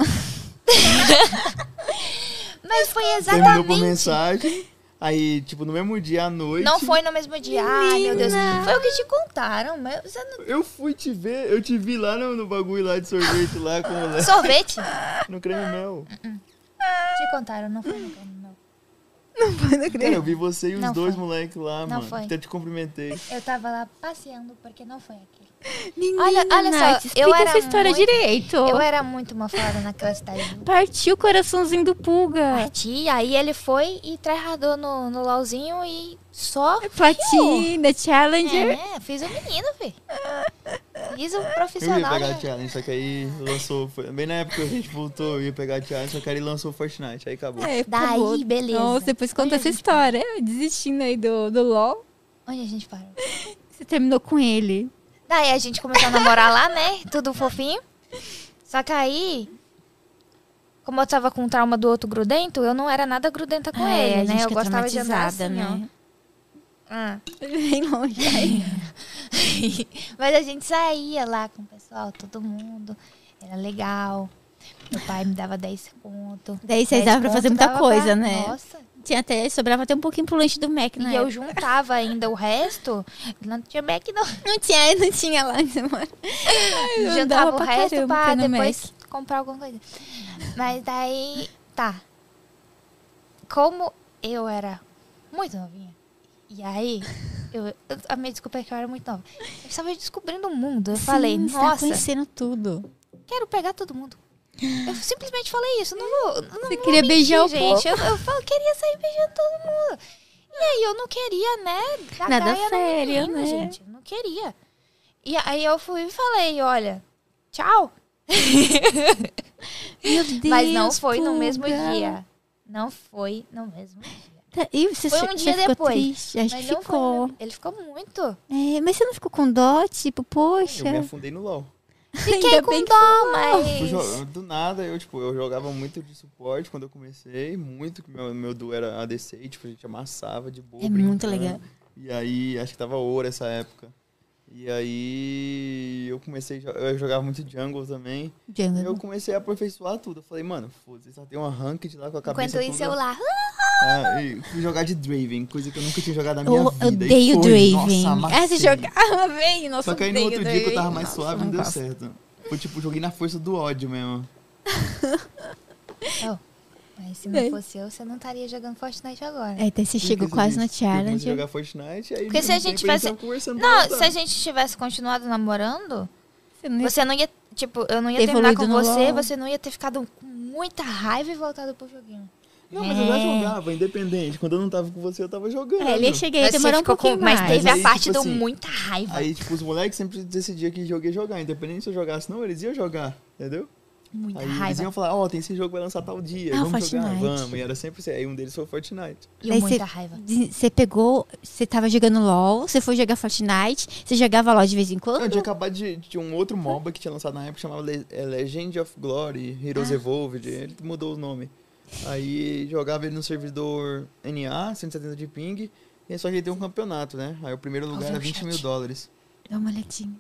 C: Mas foi
D: Terminou por
C: exatamente
D: mensagem. Aí, tipo, no mesmo dia à noite.
C: Não foi no mesmo dia. Ai, meu Deus.
A: Menina.
C: Foi o que te contaram. Mas você não...
D: Eu fui te ver, eu te vi lá no, no bagulho lá de sorvete lá com o moleque.
C: Sorvete? te
D: No creme mel.
C: contaram, não foi no creme, não.
D: Cara, É, eu vi você e os
C: Não
D: dois
C: foi.
D: moleques lá,
C: Não
D: mano.
C: foi.
D: Até te cumprimentei.
C: Eu tava lá passeando porque não foi aquele.
A: Menina,
C: Olha- olha só,
A: Nath,
C: eu
A: explica
C: era
A: essa história
C: muito-
A: direito.
C: Eu era muito malfada naquela cidade.
A: Partiu o coraçãozinho do Pulga.
C: Parti, aí ele foi e tryhardou no, no LOLzinho e só.
A: É Platina, Challenger.
C: É, fiz o menino, filho. Fiz o
D: Eu ia
C: profissional.
D: pegar a
C: né?
D: challenge, só que aí lançou. foi- Bem na época que a gente voltou, eu ia pegar a challenge, só que aí lançou o Fortnite, aí acabou.
A: É,
C: né? Daí,
A: acabou.
C: beleza.
A: Nossa, depois conta essa história. Eu Desistindo aí do, do LOL.
C: Onde a gente parou?
A: Você terminou com ele.
C: Daí a gente começou a namorar lá, né? Tudo fofinho. Só que aí, como eu tava com trauma do outro grudento, eu não era nada grudenta com
A: Ah, é,
C: ele,
A: a gente
C: né? Eu
A: fica
C: gostava de andar assim,
A: traumatizada,
C: né? Ah.
A: Bem longe.
C: Mas a gente saía lá com o pessoal, todo mundo. Era legal. Meu pai me dava 10 conto.
A: Daí vocês
C: 10
A: davam pra
C: conto
A: fazer muita
C: dava
A: coisa,
C: pra-
A: né?
C: Nossa.
A: Tinha até, sobrava até um pouquinho pro lanche do Mac, né?
C: E eu juntava ainda o resto. Não tinha Mac, não.
A: não tinha, não tinha lá. né, Ai, eu andava
C: jantava o resto
A: caramba
C: pra
A: no Mac.
C: depois comprar alguma coisa. Mas daí, tá. Como eu era muito novinha, e aí, eu, eu- a minha desculpa é que eu era muito nova. Eu estava descobrindo o mundo. Eu
A: Sim,
C: falei,
A: você tá
C: nossa,
A: conhecendo tudo.
C: quero pegar todo mundo. Eu simplesmente falei isso. Não vou. Não,
A: Você
C: vou
A: queria
C: mentir,
A: beijar um o
C: gente. Eu, eu falo, queria sair beijando todo mundo. E aí eu não queria, né? dar
A: Nada
C: gaia no
A: sério,
C: menino,
A: né?
C: Gente, eu não queria. E aí eu fui e falei, olha, tchau.
A: Meu Deus,
C: Mas não foi no mesmo
A: Pulga.
C: dia. Não foi no mesmo dia.
A: Tá, E você,
C: Foi um
A: você
C: dia
A: ficou
C: depois,
A: triste? Acho
C: Mas
A: que
C: não foi no
A: ficou.
C: mesmo- Ele ficou muito.
A: É, mas você não ficou com dó? Tipo, poxa.
D: Eu me afundei no LOL.
C: Fiquei
A: ainda
C: com
A: bem que
C: dó,
D: Fui jo-
C: mas.
D: do nada, eu, tipo, eu jogava muito de suporte quando eu comecei, muito, que meu, meu duo era ADC, e, tipo, a gente amassava de boa.
A: É muito
D: brincando.
A: legal.
D: E aí, acho que tava ouro essa época. E aí, eu comecei, jo- eu jogava muito jungle também.
A: Django.
D: Eu comecei a aperfeiçoar tudo. Eu falei, mano, foda-se, só tem uma ranked lá com a cabeça
C: Enquanto isso, eu
D: toda...
C: lá.
D: Ah, e fui jogar de Draven, coisa que eu nunca tinha jogado na minha
A: Eu
D: vida. e
A: odeio
D: foi,
A: Draven.
D: Nossa,
A: ah, você
D: amassei.
A: jogava bem? Nossa,
D: Só que aí no
A: odeio
D: outro dia que eu tava mais
A: Draven.
D: suave,
A: Nossa,
D: não deu
A: gosto.
D: certo. Foi tipo, joguei na força do ódio mesmo.
C: Mas se não
A: É.
C: fosse eu, você não estaria jogando Fortnite agora.
A: Aí daí É, você chegou quase na né?
D: challenge.
A: challenge.
D: jogar Fortnite, aí
C: Porque se a gente tivesse- Não, se a gente tivesse continuado namorando,
A: Você não ia-
C: você não ia. Tipo, eu não ia
A: Ter
C: terminar com
A: evoluído no
C: você,
A: LOL.
C: você não ia ter ficado com muita raiva e voltado pro joguinho.
D: Não, mas eu já
A: É.
D: jogava, independente. Quando eu não tava com você, eu tava jogando.
A: É, ele ia chegar
C: Mas
A: ia
C: você
A: demorar um
C: ficou com-
A: pouquinho mais.
C: Mas teve
D: Aí,
C: a parte
D: tipo
C: do
D: assim,
C: muita raiva.
D: Aí, tipo, os moleques sempre decidiam que jogo ia jogar. Independente se eu jogasse, não, eles iam jogar, entendeu?
C: muita
D: Aí eles
C: raiva.
D: iam falar, ó, tem esse jogo, vai lançar tal dia,
A: Ah,
D: vamos jogar,
A: Fortnite.
D: vamos. E era sempre assim. Aí um deles foi o Fortnite.
C: E
A: Daí
C: muita
A: você-
C: raiva.
A: de- Você pegou, você tava jogando LOL, você foi jogar Fortnite, você jogava LOL de vez em
D: Não, eu
A: quando?
D: tinha acabado de, de um outro MOBA que tinha lançado na época, que chamava Le- é, Legend of Glory, Heroes
A: Ah.
D: Evolved, ele mudou o nome. Aí jogava ele no servidor NA, 170 de ping, e só que ele tem um campeonato, né? Aí o primeiro lugar
C: vi
A: é
D: era
C: um
D: 20 mil
C: chat.
D: dólares.
A: Dá uma olhadinha.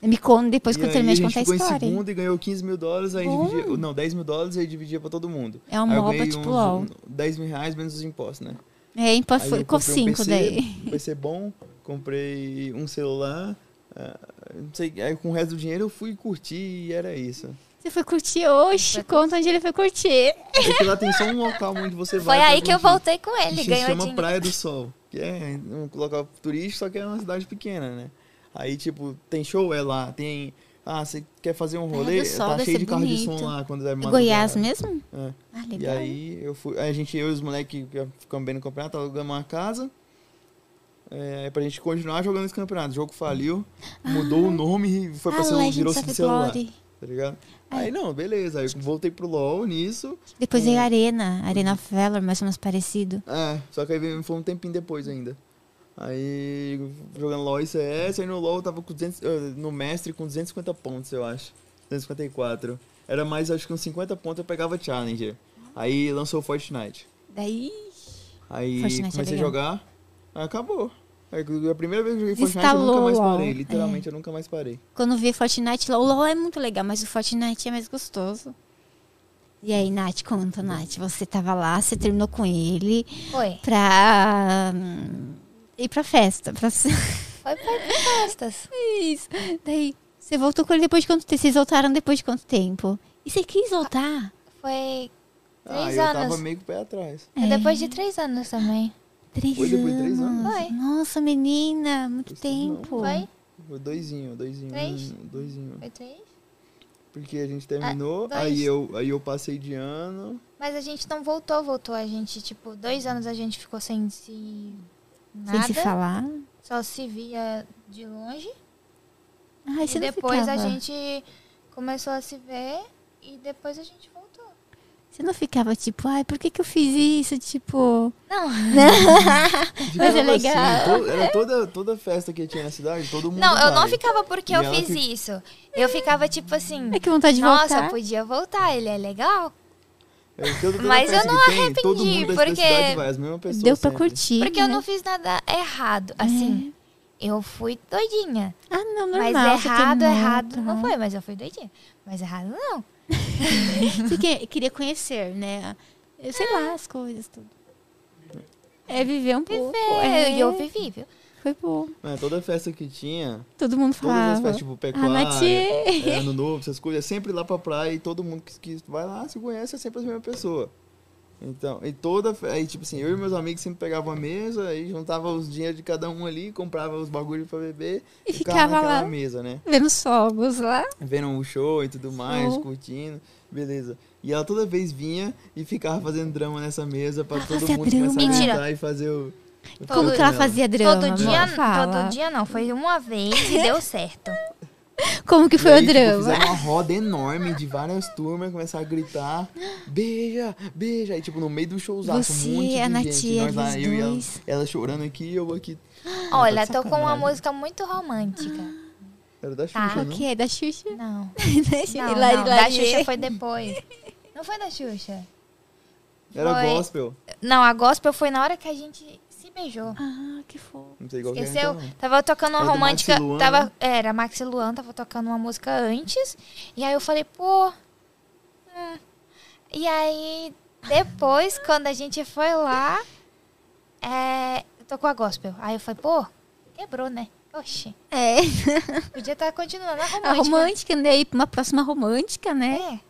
A: Me conta depois
D: e
A: que eu
D: aí
A: terminar de
D: a gente
A: contar a
D: ficou
A: história.
D: em segundo e ganhou 15 mil dólares, aí
A: Bom.
D: dividia, não, 10 mil dólares, aí dividia pra todo mundo.
A: É um
D: aí eu
A: MOBA
D: ganhei
A: tipo
D: uns-
A: LOL.
D: 10 mil reais menos os impostos, né?
A: É, empa-
D: Aí
A: foi-
D: eu
A: ficou
D: comprei
A: 5
D: um PC,
A: daí.
D: Um PC bom, comprei um celular, ah, não sei, aí com o resto do dinheiro eu fui curtir e era isso.
A: Você ele foi curtir? Oxe, conta onde ele foi curtir.
D: É que lá tem só um local onde você
C: Foi
D: vai. pra
C: aí que eu
D: curtir,
C: voltei com ele,
D: que se
C: ganhou
D: chama
C: dinheiro.
D: Praia do Sol. Que é um local turístico, só que é uma cidade pequena, né? Aí, tipo, tem show, é lá. Tem. Ah, você quer fazer um
A: Praia
D: rolê?
A: do Sol,
D: tá
A: deve
D: cheio
A: ser
D: de carro de
A: bonito. É
D: som lá quando der
A: Goiás
D: madrugada.
A: mesmo?
D: É.
A: Ah,
D: E
A: legal.
D: aí eu fui. aí a gente, eu e os moleques que ficamos bem no campeonato, alugamos uma casa. É, pra gente continuar jogando esse campeonato. O jogo faliu, mudou o nome e foi pra
A: ah,
D: ser um virou
A: Legends
D: de
A: of
D: celular.
A: Glory.
D: Tá ligado? Aí não, beleza. Aí eu voltei pro LOL nisso.
A: Depois veio Arena, Arena
D: Uhum.
A: of Valor, mais ou menos parecido.
D: É, só que aí veio- foi um tempinho depois ainda. Aí jogando LOL e CS, aí no LOL eu tava com 200, eh, no mestre com 250 pontos, eu acho. 254. Era mais, acho que uns 50 pontos eu pegava Challenger. Aí lançou o Fortnite.
A: Daí.
D: Aí
A: Fortnite é
D: comecei a
A: legal.
D: jogar, aí acabou. Aí, a primeira vez que eu joguei Fortnite eu nunca
A: Desinstalou
D: mais
A: o LOL. é.
D: parei. Literalmente eu nunca mais parei.
A: Quando vê Fortnite, o LoL é muito legal, mas o Fortnite é mais gostoso. E aí, Nath, conta, Nath. Você tava lá, você terminou com ele
C: Foi.
A: pra hum, ir pra festa. Pra...
C: Foi pra festas.
A: Isso. Daí, você voltou com ele depois de quanto tempo? Vocês voltaram depois de quanto tempo? E você quis voltar?
C: Foi
D: Ah,
C: Três
D: eu tava
C: anos.
D: meio com o pé atrás.
A: É.
C: depois de três anos também.
A: Três
D: Foi depois de três anos?
C: Foi.
A: Nossa, menina, muito
D: Três anos não.
A: tempo.
C: Foi?
D: Foi doisinho, doisinho.
C: Três?
D: um, Doisinho.
C: Foi três?
D: Porque a gente terminou,
A: Ah,
C: dois.
D: aí, eu, aí eu passei de ano.
C: Mas a gente não voltou, voltou. A gente, tipo, dois anos a gente ficou sem se.
A: Sem
C: Nada.
A: se falar.
C: Só se via de longe.
A: Ai, você
C: e
A: não
C: depois
A: ficava.
C: a gente começou a se ver e depois a gente voltou.
A: Você não ficava tipo, ai, por que, que eu fiz isso? Tipo.
C: Não.
A: Mas é legal.
D: Ficava Assim, to- era toda, toda festa que tinha na cidade, todo mundo.
C: Não, eu não
D: vai.
C: ficava porque
D: E
C: eu
D: ela
C: fiz
D: fica-
C: isso. Eu ficava tipo assim.
A: Ai, "É que vontade de
C: Nossa,
A: voltar.
C: podia voltar, ele é legal.
D: É, toda- toda
C: Mas eu
D: festa
C: não
D: que tem, todo
C: arrependi,
D: mundo da- da
C: porque
D: cidade vai, as mesmas pessoas
A: Deu pra
D: sempre.
A: curtir.
C: Porque eu
A: né?
C: não fiz nada errado.
A: É.
C: Assim, eu fui doidinha.
A: Ah, não,
C: Mas
A: normal. você
C: errado, é
A: terminou,
C: errado
A: tá.
C: não foi, mas eu fui doidinha. Mas errado não.
A: Você que- queria conhecer, né? Eu sei lá, as coisas, tudo. É viver um pouco.
C: É,
A: é,
C: eu vivi, viu?
A: Foi bom.
D: É, toda festa que tinha,
A: Todo mundo
D: todas as
A: falava.
D: festas, tipo,
A: Ah, Nath.
D: pecuária, é, ano novo, essas coisas, é sempre lá pra praia e todo mundo que, que vai lá se conhece é sempre a mesma pessoa. Então, e toda. fe- Aí, tipo assim, eu e meus amigos sempre pegavam a mesa, aí juntava os dinheiros de cada um ali, comprava os bagulhos pra beber
A: E ficava lá.
D: naquela mesa, né?
A: Vendo fogos lá.
D: vendo o show e tudo mais,
A: Show.
D: curtindo, beleza. E ela toda vez vinha e ficava fazendo drama nessa mesa pra
A: Ah,
D: todo
A: fazia
D: mundo começar
A: drama.
D: a
C: Mentira.
D: cantar e fazer o.
A: Como
C: Todo-
A: que ela
D: Não.
A: fazia drama?
C: todo
A: Bora,
C: dia,
A: fala.
C: todo dia não, foi uma vez e deu certo.
A: Como que
D: E
A: foi
D: aí,
A: o
D: tipo,
A: drama?
D: fizeram uma roda enorme de várias turmas, começar a gritar, beija, beija. Aí, tipo, no meio do showzaço,
A: Você, é
D: um monte de
A: a Nath,
D: gente. Nós lá,
A: eles
D: eu e ela,
A: dois.
D: ela chorando aqui e eu aqui.
C: Olha,
D: de
C: tô com uma
D: sacanagem.
C: música muito romântica.
D: Era da Xuxa,
C: Tá.
D: né?
A: O que? Da Xuxa?
C: Não.
A: Deixa
C: Não,
A: eu ir lá,
C: não,
A: ir lá,
C: da
A: ir.
C: Xuxa foi depois. Não foi da Xuxa?
D: Era
C: Foi.
D: gospel.
C: Não, a gospel foi na hora que a gente se beijou.
A: Ah, que fofo.
D: Não sei qual que era.
C: Esqueceu?
D: então.
C: Tava tocando uma
D: Era do
C: romântica.
D: Maxi Luan,
C: tava,
D: né?
C: Era Maxi Luan, tava tocando uma música antes. E aí eu falei, pô. hum. E aí, depois, quando a gente foi lá, é, tocou a gospel. Aí eu falei, pô, quebrou, né? Oxi,
A: É,
C: podia estar continuando a romântica.
A: a romântica, né? E uma próxima romântica, né?
C: É.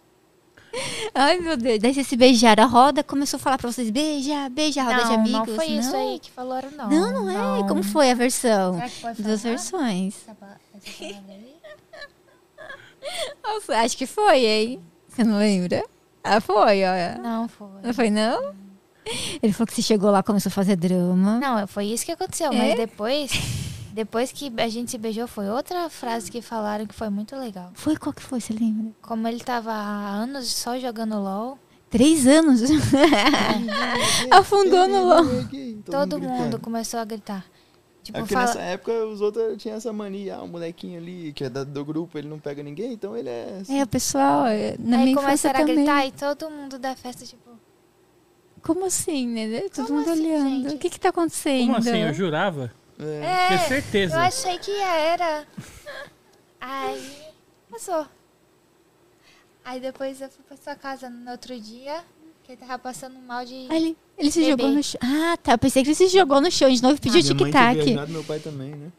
A: Ai, meu Deus. Daí vocês se beijaram. A roda começou a falar pra vocês: beija, beija, a roda de
C: Não,
A: amigos.
C: não foi isso aí que falaram, não. né?
A: Não, não é. Como foi a versão?
C: Será que pode
A: Duas
C: falar?
A: versões.
C: Essa pa- essa palavra aí?
A: Nossa, acho que foi, hein? Você não lembra? Ah, foi, ó.
C: Não foi.
A: Não foi, não? Ele falou que você chegou lá, começou a fazer drama.
C: Não, foi isso que aconteceu,
A: É?
C: mas depois, depois que a gente se beijou, foi outra frase que falaram que foi muito legal.
A: Foi qual que foi, você lembra?
C: Como ele tava há anos só jogando LOL,
A: Três anos. Afundou É no lombo.
D: Ei, ei, ei,
C: todo, mundo,
D: gritando.
C: começou a gritar.
D: É
C: Tipo,
D: porque
C: fala,
D: nessa época os outros tinham essa mania, ah, o molequinho ali, que é da- do grupo, ele não pega ninguém, então ele é.
A: É, o pessoal, é, na
C: aí
A: minha infância
C: começaram a
A: também.
C: gritar e todo mundo da festa, tipo,
A: Como assim, né? Todo
C: Como
A: mundo
C: assim,
A: olhando.
C: gente?
A: O que que tá acontecendo?
E: Como assim? Eu jurava?
D: é,
C: é,
E: Tinha certeza.
C: eu achei que era. Aí, passou. Aí depois eu fui pra sua casa no outro dia, que ele tava passando mal de...
A: Ah, Ele, ele se
C: Bebê.
A: jogou no chão. Ah, tá. Eu pensei que ele se jogou no chão de novo e pediu
D: Ah, minha mãe tinha
A: tic-tac.
D: viajado, meu pai também, né?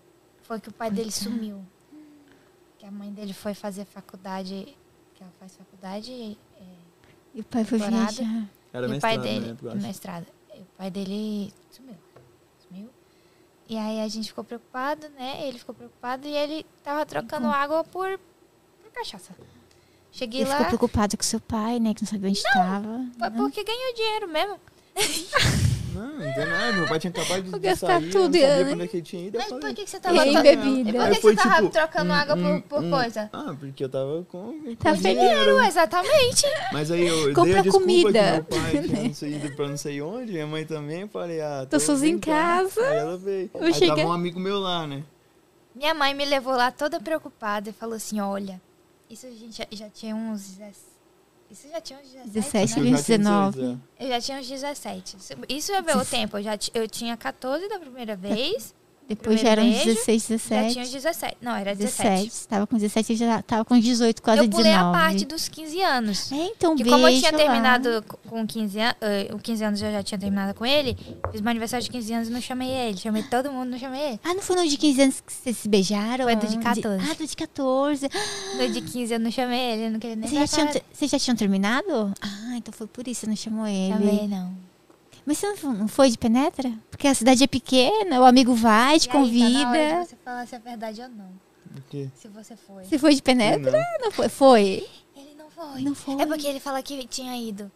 C: Foi que o pai dele sumiu. Que a mãe dele foi fazer faculdade, que ela faz faculdade
A: E o pai foi
C: Dourado.
A: viajar.
F: Era
C: e o pai
F: mestrado
D: né,
F: na
C: dele,
F: época, eu acho.
A: né?
C: mestrado. E O pai dele sumiu. Sumiu. E aí a gente ficou preocupado, né? Ele ficou preocupado e ele tava trocando água por, por cachaça. Cheguei
A: Ele
C: lá,
A: ficou preocupado com seu pai, né? Que não sabia onde estava.
C: foi porque ganhou dinheiro mesmo.
D: Não, não tem nada. Meu pai tinha acabado de
A: Vou
D: de
A: gastar
D: sair, eu
A: tá tudo, né?
D: não sabia
A: Ana.
D: pra onde é que ele tinha ido. Eu
C: Mas por
D: falei,
C: que, que você
A: E
C: tava,
A: aí,
C: tro-
A: bebida?
C: por
D: Aí
C: que que
D: foi
C: você tava
D: tipo,
C: trocando água por, por
D: hum,
C: coisa?
D: Ah, porque eu tava com...
A: Tá
D: com
A: feliz?
D: dinheiro.
C: exatamente.
D: Mas aí eu dei
A: Compra
D: a desculpa que
A: comida.
D: meu pai tinha não sei, ido pra não sei onde. Minha mãe também. eu Falei, ah...
A: Tô sozinha em casa.
D: Aí ela veio.
A: Eu
D: Aí
A: cheguei-
D: tava um amigo meu lá, né?
C: Minha mãe me levou lá toda preocupada e falou assim: olha, isso a gente já, já tinha uns. dezess- Isso já tinha uns
A: 17,
C: 17. né?
D: Eu já tinha
A: 19.
D: 18,
C: Eu já tinha uns 17. Isso- Isso é meu tempo. Eu, já, ti- eu tinha 14 da
A: É,
C: primeira vez.
A: Depois já eram
C: Primeiro beijo,
A: 16,
C: Já tinha uns
A: 17.
C: 17. Não, era 17.
A: 17. Tava com 17 e já tava com 18, quase
C: eu pulei
A: 19.
C: a parte dos 15 anos.
A: É, então,
C: Porque
A: beijo
C: como eu tinha
A: lá.
C: terminado co- com 15 anos, os 15 anos eu já tinha terminado com ele, fiz meu aniversário de 15 anos e não chamei ele. Chamei todo mundo, não chamei ele.
A: Ah, não foi no de 15 anos que vocês se beijaram?
C: Foi do de
A: Ah,
C: 14.
A: Ah, do de 14.
C: No de 15 eu não chamei ele, eu não queria nem
A: Vocês já, tinham,
C: falar.
A: ter- vocês já tinham terminado? Ah, então foi por isso, você não chamou ele.
C: Chamei, não.
A: Mas você não f- não foi de penetra? Porque a cidade é pequena, o amigo vai, te
C: E aí, Tá na hora
A: convida.
C: de você falar se é verdade ou não.
D: Por quê?
C: Se você foi.
A: Você foi de penetra? Não, foi? Foi.
C: Ele não foi.
A: Não foi.
C: É porque ele fala que tinha ido.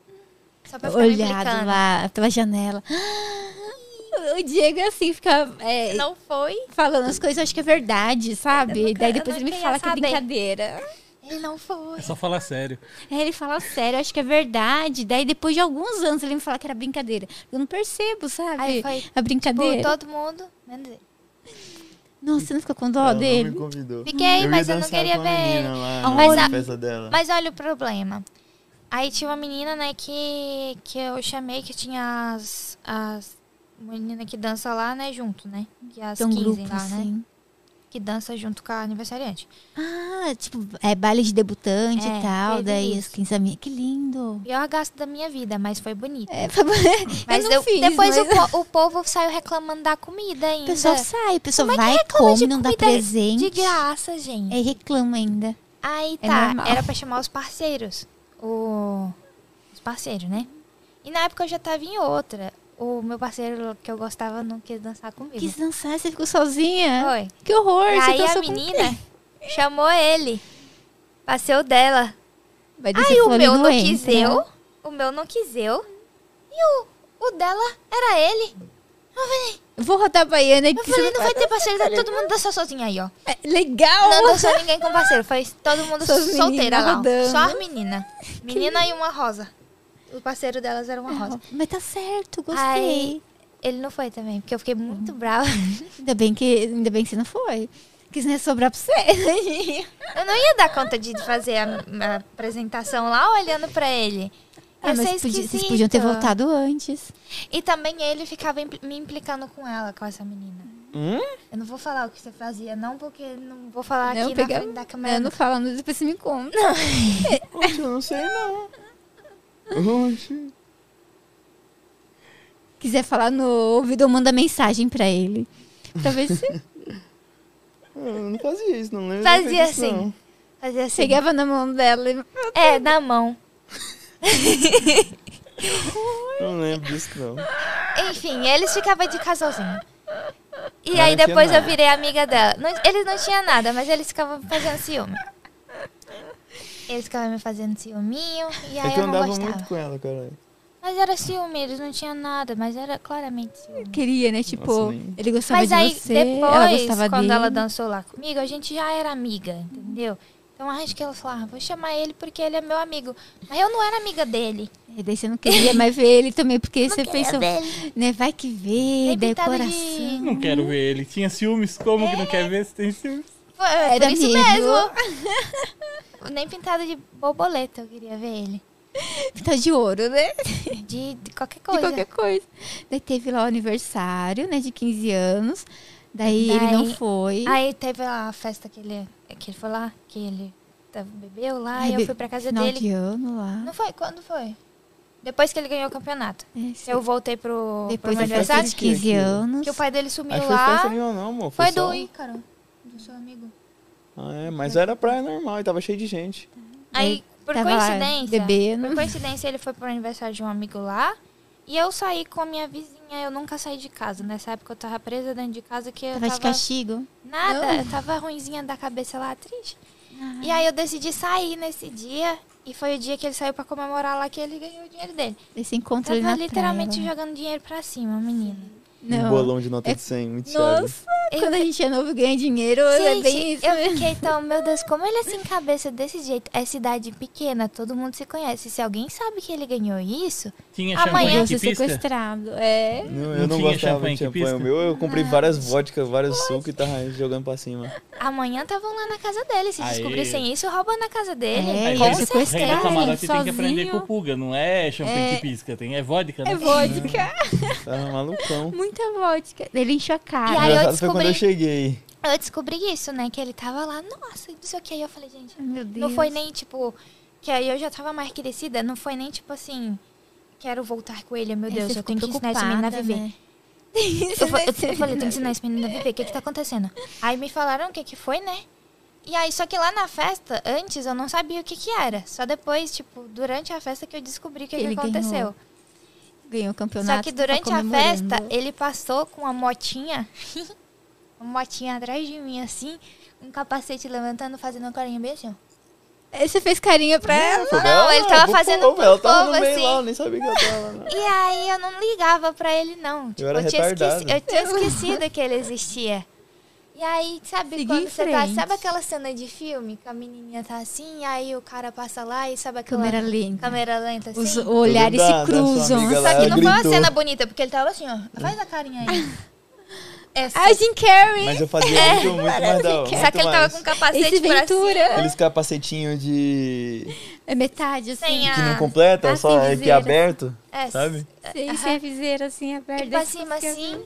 C: Só pra ficar me
A: Olhado
C: implicando.
A: lá pela janela. O Diego, assim, fica é,
C: Não foi.
A: falando as coisas, eu acho que é verdade, sabe?
C: Eu nunca-
A: Daí depois
C: eu
A: ele me
C: nunca ia
A: fala que é
C: saber.
A: brincadeira.
C: Ele não foi.
E: É só falar sério.
A: Aí ele fala sério, eu acho que é verdade. Daí depois de alguns anos ele me fala que era brincadeira. Eu não percebo, sabe?
C: Aí tipo, foi,
A: a
C: Pô,
A: brincadeira.
C: todo mundo, menos ele.
A: Nossa, você não ficou com dó
D: Ela não
A: dele?
D: me convidou.
C: Fiquei,
D: ia
C: mas eu não
D: dançar
C: queria
D: com a
C: ver ele.
D: menina lá
A: Mas
D: na
A: a-
D: festa dela.
C: Mas olha o problema. Aí tinha uma menina, né, que, que eu chamei, que tinha as, as menina que dança lá, né, junto, né? Que é as
A: Tem um
C: 15
A: grupo,
C: lá, né?
A: assim.
C: Que dança junto com a aniversariante.
A: Ah, tipo, é baile de debutante
C: É,
A: e tal.
C: teve
A: Daí as
C: isso.
A: 15 amigas. Que lindo.
C: Pior gasto da minha vida, mas foi bonito.
A: É, pra-
C: Mas
A: eu não
C: eu-
A: fiz, mas-
C: depois o, po- o povo saiu reclamando da comida
A: o
C: ainda.
A: pessoal sai, o pessoal
C: Como é que
A: vai,
C: reclama
A: come,
C: de
A: não dá
C: comida
A: presente.
C: de graça, gente.
A: Aí reclama ainda.
C: Aí
A: É
C: tá,
A: normal.
C: era pra chamar os parceiros. O... Os parceiros, né? E na época eu já tava em outra. O meu parceiro que eu gostava não quis dançar comigo.
A: Quis dançar, você ficou sozinha?
C: Foi.
A: Que horror,
C: E
A: você
C: aí a
A: dançou com
C: menina
A: quem?
C: chamou ele. Passei o dela.
A: Vai daí você
C: Aí o
A: falou, ele
C: meu não
A: entra. né?
C: quis eu. O meu não quis eu. E o, o dela era ele.
A: Vou rodar a baiana aqui.
C: Eu
A: você é
C: falei, não vai ter
A: dançar,
C: parceiro, tá
A: olha,
C: todo mundo dançou sozinho aí, ó.
A: é Legal!
C: Não dançou ninguém com parceiro, foi todo mundo
A: Só as meninas
C: solteira lá. ó.
A: rodando.
C: Só as meninas. Menina e uma rosa. O parceiro delas era uma rosa.
A: Mas tá certo, gostei.
C: Aí- Ele não foi também, porque eu fiquei muito brava.
A: Ainda bem que, ainda bem que você não foi. Que isso não ia sobrar pra você.
C: Eu não ia dar conta de fazer a, a apresentação lá olhando pra ele.
A: Ah,
C: Ia
A: mas
C: ser
A: podia- vocês
C: esquisito.
A: podiam ter voltado antes.
C: E também ele ficava impl- me implicando com ela, com essa menina.
D: Hum?
C: Eu não vou falar o que você fazia, não, porque não vou falar
A: Não,
C: aqui
A: pega-
C: na frente da câmera.
A: Eu não falo, mas depois você me conta.
D: Oxe, eu não sei não. Oxe.
A: Quiser falar no ouvido, manda mensagem pra ele. Talvez você
D: Eu não fazia isso, não lembro.
C: Fazia
D: de ter feito isso,
C: assim.
D: não.
C: Fazia assim.
A: chegava na mão dela e...
C: É, na mão.
D: Não lembro disso, não.
C: Enfim, eles ficavam de casalzinho. E
D: Mas
C: aí
D: não tinha
C: depois eu
D: nada.
C: virei amiga dela. Não- eles não tinham nada, mas eles ficavam fazendo ciúme. Eles ficavam me fazendo ciúminho e
D: É
C: aí
D: que eu
C: eu não
D: andava
C: gostava.
D: muito com ela, caralho.
C: Mas era ciúme, eles não tinham nada, mas era claramente ciúme.
A: Queria, né? Tipo,
D: Nossa, nem-
A: ele gostava
C: Mas
A: de
C: aí
A: você, ela
C: depois,
A: gostava
C: quando
A: dele.
C: ela dançou lá comigo, a gente já era amiga, entendeu? Então acho que ela falou, ah, vou chamar ele porque ele é meu amigo. Mas eu não era amiga dele.
A: E É, daí você não queria mais ver ele também, porque
C: Não
A: você
C: queria
A: pensou,
C: dele.
A: né? Vai que vê,
C: Nem
A: daí o
C: pintado de-
A: coração.
E: Não quero ver ele. Tinha ciúmes? Como
A: É.
E: que não quer ver se tem ciúmes?
C: Foi, é
A: Era
C: por isso
A: amigo.
C: mesmo. Nem pintado de borboleta eu queria ver ele.
A: Tá de ouro, né?
C: De, de qualquer
A: de
C: coisa.
A: qualquer coisa. Daí teve lá o aniversário, né, de 15 anos. Daí, ele
C: Daí-
A: não foi.
C: Aí teve lá a festa que ele, que ele foi lá, que ele tá- bebeu lá,
A: Aí
C: e
A: be-
C: eu fui pra casa
A: final
C: dele.
A: de ano lá.
C: Não foi? Quando foi? Depois que ele ganhou o campeonato.
A: É, sim.
C: Eu voltei pro, pro
A: Depois
C: meu
A: da festa
D: festa
C: um aniversário,
A: de 15
D: aquilo.
A: anos.
C: que o pai dele sumiu
D: Aí foi
C: lá.
D: festa nenhuma, não, amor.
C: Foi
D: só-
C: do Ícaro, do seu amigo.
D: Ah, é, mas era praia normal e tava cheio de gente.
C: Aí Por
A: Tava lá
C: coincidência.
A: bebendo.
C: Por coincidência, ele foi pro aniversário de um amigo lá. E eu saí com a minha vizinha. Eu nunca saí de casa. Nessa época eu tava presa dentro de casa que eu
A: Tava de
C: tava.
A: castigo.
C: Nada.
A: Não. Ah.
C: Eu tava ruimzinha da cabeça lá, triste. E aí eu decidi sair nesse dia. E foi o dia que ele saiu pra comemorar lá que ele ganhou o dinheiro dele.
A: Esse encontro
C: Tava
A: ali na
C: literalmente
A: praia.
C: jogando dinheiro pra cima, menino.
A: Não.
D: Um bolão de nota
A: É-
D: de 100, muito sério.
A: Nossa, quando a gente é novo e ganha dinheiro, é bem
C: Gente,
A: isso.
C: eu
A: mesmo.
C: fiquei então, meu Deus, como ele é sem cabeça desse jeito? É cidade pequena, todo mundo se conhece. Se alguém sabe que ele ganhou isso,
E: Tinha
C: Amanhã
E: champanhe
A: Eu
E: que
A: ser
D: né?
E: pisca?
A: sequestrado. É.
D: Não,
E: Não
D: eu não
E: tinha
D: gostava
E: champanhe
D: de
E: que
D: champanhe. O
E: pisca?
D: meu eu comprei várias vodkas, vários sucos e tava jogando pra cima.
C: amanhã estavam lá na casa dele. Se
E: Aê.
C: descobrissem isso, roubam na casa dele.
A: É,
E: Aí
A: Com
E: vem-
A: sequestrado,
E: vem do camarote tem que
A: sozinho.
E: aprender com o Puga, não é champanhe
A: É.
E: que pisca, tem, é vodka, né?
A: É vodka.
D: Tava malucão.
A: Muita vodka. Ele encheu a
C: E
A: cara.
C: aí eu
D: Engraçado foi quando eu
C: descobri-
D: cheguei.
C: Eu descobri isso, né? Que ele tava lá, nossa, não sei o que. Aí eu falei, gente,
A: Meu Deus.
C: não foi nem tipo. Que aí eu já tava mais crescida, não foi nem tipo assim. Quero voltar com ele, meu
A: É,
C: Deus,
A: você
C: eu
A: ficou
C: tenho que ensinar esse menino a
A: preocupada,
C: viver.
A: né?
C: Eu, fa- eu, eu falei, tem que ensinar esse menino a viver, o que que tá acontecendo? Aí me falaram o que que foi, né? E aí, só que lá na festa, antes eu não sabia o que que era. Só depois, tipo, durante a festa que eu descobri o que, que
A: Ele ganhou
C: aconteceu.
A: Ganhou o campeonato.
C: Só que
A: tá
C: durante a
A: comemorando.
C: festa, ele passou com uma motinha, uma motinha atrás de mim, assim, um capacete levantando, fazendo uma carinha bem assim. ó.
A: Aí Você fez carinha pra ela.
D: Foi
C: Não,
D: dela,
C: ele tava
D: do
C: fazendo
D: povo, Ela tava no
C: povo,
D: meio
C: assim.
D: lá, eu nem sabia que ela tava lá. não.
C: E aí eu não ligava pra ele, não. Tipo,
D: era
C: tinha esqueci-
D: retardado.
C: eu tinha esquecido que ele existia. E aí, sabe
A: Segui em
C: quando você tá.
A: frente.
C: Sabe aquela cena de filme que a menininha tá assim, e aí o cara passa lá e sabe aquela
A: Câmera lenta.
C: câmera lenta assim?
A: Os olhares se
D: Eu lembro da- da sua
A: cruzam.
D: amiga é
C: Só que não foi uma
D: gritou.
C: cena bonita, porque ele tava assim, ó. Faz a carinha aí. Essa.
A: Ah, Jim Carrey.
D: Mas eu fazia muito, muito mais da Ah, muito
C: Só que ele tava
D: mais.
C: com um capacete
A: Esse
C: pra
A: Ventura.
C: cima.
D: Aqueles capacetinhos de.
A: É metade, assim.
C: Sem
D: que não
C: a.
D: completa,
A: Ah,
D: só
A: sem
D: é que é
A: viseiras.
D: aberto,
C: É,
D: sabe?
A: Sem, sem a viseira, assim, aberta.
C: E pra cima assim.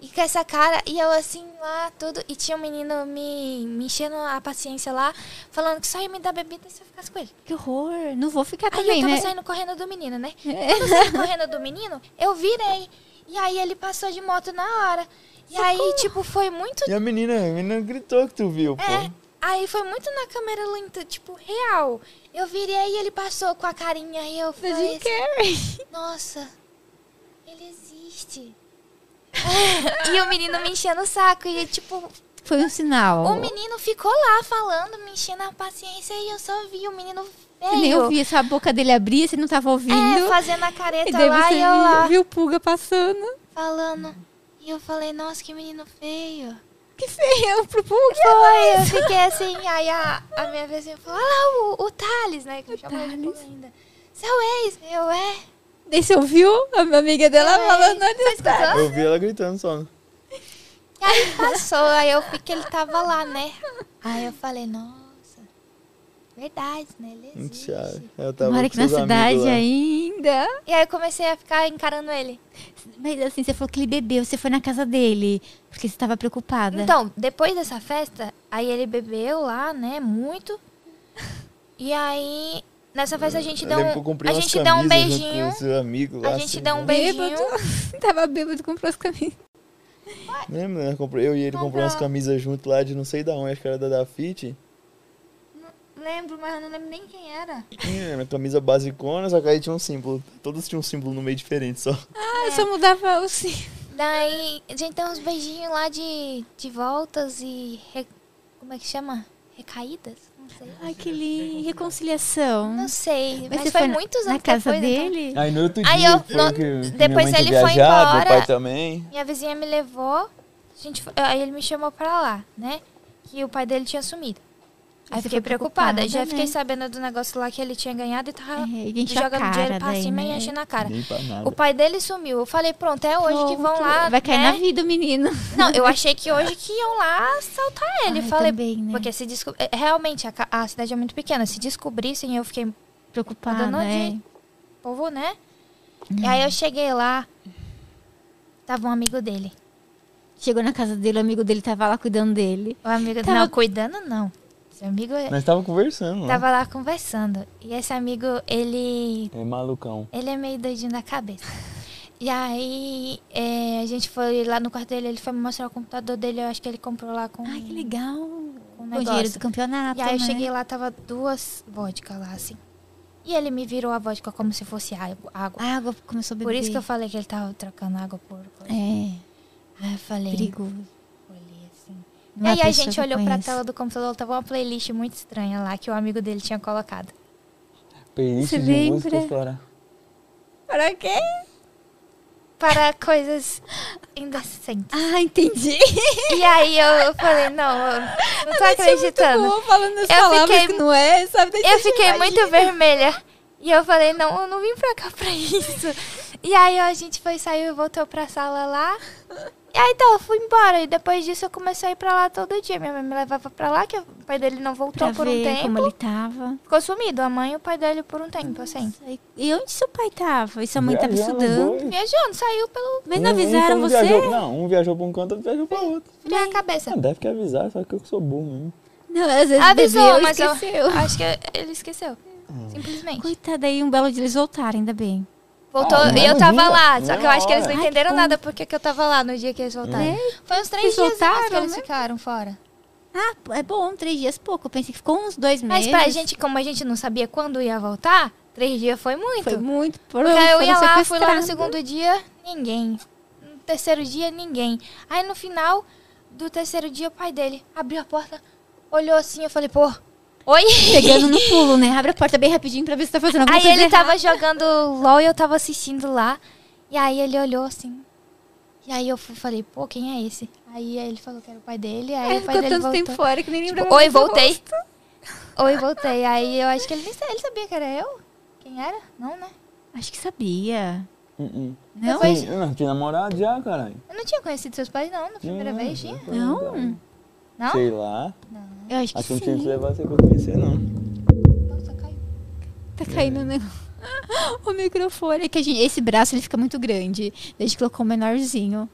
C: E com essa cara, e eu assim lá, tudo. E tinha um menino me, me enchendo a paciência lá, falando que só ia me dar bebida se eu ficasse com ele.
A: Que horror. Não vou ficar
C: Aí
A: também,
C: eu tava
A: né? É.
C: saindo correndo do menino, né? Quando eu saí correndo do menino, eu virei. E aí ele passou de moto na hora. E aí, tipo, foi muito.
D: E a menina, a menina gritou que tu viu, pô.
C: É. Aí foi muito na câmera lenta, tipo, real. Eu virei e ele passou com a carinha e eu
A: Do
C: falei
A: Jim
C: assim,
A: Carrey.
C: nossa, ele existe. e o menino me enchendo o saco. E tipo,
A: Foi um sinal.
C: O menino ficou lá falando, me enchendo a paciência e eu só vi o menino
A: Eu nem
C: feio.
A: ouvi essa boca dele abrir, você não tava ouvindo.
C: É, fazendo a
A: e
C: careta
A: daí
C: lá
A: você
C: e eu lá
A: viu o Puga passando.
C: falando. E eu falei, nossa, que menino feio.
A: Que feio pro Puga.
C: Foi, eu fiquei assim, aí a, a minha vizinha falou, olha lá o, o Thales, né? Que eu chamo ele de Paulo ainda. Seu ex, eu é.
A: Daí você ouviu a minha amiga dela
C: Ai,
A: falando onde está.
D: Eu vi ela gritando só.
C: E aí passou, aí eu vi que ele tava lá, né? Aí eu falei, nossa, verdade, né? Ele
D: Muito
C: existe.
D: chave. Ela tava
A: Mora
D: com
A: aqui na
D: seus
A: cidade
D: amigos lá.
A: ainda.
C: E aí eu comecei a ficar encarando ele.
A: Mas assim, você falou que ele bebeu, você foi na casa dele. Porque você tava preocupada.
C: Então, depois dessa festa, aí ele bebeu lá, né, muito. E aí, nessa festa a gente
D: Eu
C: deu
D: lembro que eu
C: um,
D: comprei
C: a
D: umas
C: gente deu um
D: camisas junto
C: beijinho.
D: Com seu amigo lá,
C: A gente
D: assim,
C: deu
D: né?
C: um beijinho.
A: Bêbado. tava bêbado, comprou os caminhos.
D: Lembra, né? Comprei- Eu e ele comprou umas
C: Comprou.
D: camisas junto lá de não sei da onde, acho que era da Dafit.
C: Lembro, mas eu não lembro nem quem era.
D: Tinha uma camisa basicona, só que aí tinha um símbolo. Todos tinham um símbolo no meio diferente só.
A: Ah, só mudava o sim.
C: Daí, a gente deu uns beijinhos lá de, de voltas e. re- como é que chama? Recaídas? Não sei.
A: Ai, que lindo. Reconciliação.
C: Não sei, mas,
A: você
C: foi,
A: na-
C: muitos anos
A: Na casa
C: depois, então.
A: dele?
D: Aí no outro
C: Aí
D: dia
C: eu-
D: foi
C: no-
D: que minha
C: depois
D: mãe tinha
C: ele foi
D: viajado, meu
C: embora.
D: pai também.
C: Minha vizinha me levou, a gente, foi- aí ele me chamou pra lá, né? Que o pai dele tinha sumido. Aí
A: Você
C: fiquei
A: ficou
C: preocupada.
A: preocupada,
C: Já
A: né?
C: fiquei sabendo do negócio lá que ele tinha ganhado e tava
A: É, e encheu a
C: jogando
A: cara
C: dinheiro pra
A: daí,
C: cima e
A: né?
C: enchendo a cara.
D: Nem pra nada.
C: O pai dele sumiu. Eu falei, pronto, é hoje que vão
A: Pronto,
C: lá.
A: Vai cair
C: né?
A: na vida o menino.
C: Não, eu achei que hoje que iam lá assaltar ele.
A: Ai,
C: falei,
A: também, né?
C: porque se desco- é, Realmente, a, ca- a cidade é muito pequena. Se descobrissem, eu fiquei
A: Preocupada,
C: dando
A: é.
C: de povo, né? E
A: Hum.
C: aí eu cheguei lá, tava um amigo dele.
A: Chegou na casa dele, o amigo dele tava lá cuidando dele.
C: O amigo
A: Tava-
C: não cuidando não. Esse amigo
D: Nós tava conversando né? lá.
C: tava lá conversando e esse amigo ele
D: É malucão.
C: ele é meio doidinho da cabeça. E aí é, a gente foi lá no quarto dele, ele foi me mostrar o computador dele, eu acho que ele comprou lá com
A: Ai, que legal.
C: com
A: o
C: um
A: dinheiro
C: negócio.
A: do campeonato.
C: E aí eu
A: né?
C: cheguei lá, tava duas vodka lá assim. E ele me virou a vodka como se fosse água. água.
A: A água começou a beber.
C: Por isso que eu falei que ele tava trocando água por. por...
A: É,
C: Aí eu falei.
A: perigoso.
C: olhei assim.
A: Não é
C: Aí a
A: pessoa
C: gente
A: que eu
C: olhou pra
A: conheço.
C: tela do computador, tava uma playlist muito estranha lá que o amigo dele tinha colocado.
D: Playlist
A: Você
D: de músicas
A: lembra?
D: para...
A: Para quê?
C: Para coisas indecentes.
A: Ah, entendi.
C: E aí eu falei, não, eu não tô
A: A Nath é muito
C: acreditando.
A: boa falando as
C: Eu
A: palavras
C: fiquei-
A: que não é, sabe? Daí
C: Eu
A: você
C: fiquei
A: imagina.
C: muito vermelha. E eu falei, não, eu não vim pra cá pra isso. E aí a gente foi, saiu e voltou pra sala lá. E aí então, eu fui embora. E depois disso eu comecei a ir pra lá todo dia. Minha mãe me levava pra lá, que o pai dele não voltou
A: pra
C: por
A: ver
C: um tempo.
A: como é. ele tava.
C: Ficou sumido, a mãe e o pai dele por um tempo, assim.
A: E onde seu pai tava? E sua mãe tava
D: Viajando,
A: estudando?
D: dois.
C: Viajando, saiu pelo
A: Mas não
D: Um- um
A: avisaram
D: foi- um
A: você?
D: Viajou, não, um viajou pra um canto, outro viajou pra outro.
C: minha cabeça.
A: Hum.
D: Ah, deve que avisar, só que eu que sou burro mesmo.
A: Não, às vezes
C: Avisou,
A: bebeu e
C: mas eu-
A: esqueceu.
C: Acho que ele esqueceu.
A: Hum.
C: Simplesmente.
A: Coitada, aí um belo dia eles voltaram, ainda bem.
C: Voltou,
D: Ah,
C: e eu tava
D: imagina,
C: lá, só que eu acho que eles
D: hora.
C: não
A: Ai, que
C: entenderam
A: bom.
C: nada porque que eu tava lá no dia que eles voltaram. Foi uns três
A: Eles
C: dias voltaram, que
A: voltaram,
C: eles
A: né?
C: ficaram fora.
A: Ah, é bom, três dias pouco. Eu pensei que ficou uns dois
C: Mas
A: meses.
C: pra gente, como a gente não sabia quando ia voltar, três dias foi é muito.
A: Foi muito.
C: porque
A: Foram,
C: eu
A: foram
C: ia lá, fui lá no
A: sequestrados.
C: segundo dia, ninguém. No terceiro dia, ninguém. Aí no final do terceiro dia, o pai dele abriu a porta, olhou assim, eu falei, pô, oi?
A: Pegando no pulo, né? Abre a porta bem rapidinho pra ver se tá fazendo alguma
C: Aí
A: coisa
C: ele
A: errada.
C: tava jogando LOL e eu tava assistindo lá. E aí ele olhou assim. E aí eu fui- falei, pô, quem é esse? Aí ele falou que era o pai dele. Aí
A: Ai,
C: o pai
A: ficou
C: dele
A: tanto
C: voltou. Tipo,
A: tempo fora que nem lembrava.
C: Oi,
A: mais do
C: voltei.
A: rosto.
C: Oi, voltei. Aí eu acho que ele nem sa- ele sabia que era eu. Quem era? Não, né?
A: Acho que sabia.
D: Uh -uh.
A: Não?
D: Sim, ah, tinha namorado já, caralho.
C: Eu não tinha conhecido seus pais, não, na primeira
D: Não,
C: vez,
D: já
C: tinha?
D: foi,
A: Não?
D: cara.
C: Não?
D: Sei lá.
A: Eu acho que
D: Acho que não tinha que
A: sim.
D: levar você pra conhecer, não.
C: Nossa, caiu.
A: Tá caindo o negócio. O microfone. É que a gente, esse braço ele fica muito grande. A gente colocou o menorzinho.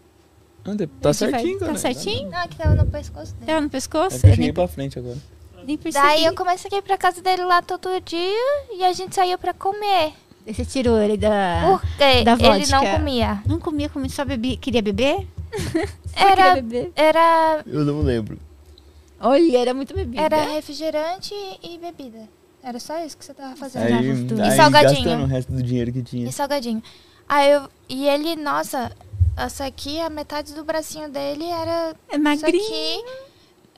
D: Tá
A: A gente vai-
D: certinho, cara.
A: Tá certinho?
C: Não, é que tava no pescoço dele.
A: Tava no pescoço?
D: É que eu
A: Eu
D: cheguei
A: nem,
D: pra frente agora.
A: nem percebi.
C: Daí eu comecei a ir pra casa dele lá todo dia e a gente saiu pra comer.
A: Daí Você tirou ele da...
C: porque
A: da
C: ele não
A: vodka.
C: comia.
A: Não comia, comia só bebia. Queria beber? Só
C: Era-
A: queria beber?
C: Era
G: Eu não lembro.
A: Olha, era muito bebida.
C: Era refrigerante e bebida. Era só isso que você tava fazendo.
D: Aí,
A: os dois.
D: aí
C: E salgadinho.
D: gastando o resto do dinheiro que tinha.
C: E salgadinho. Aí eu, e ele, nossa, essa aqui, a metade do bracinho dele era
A: É
C: isso
A: magrinho.
C: aqui.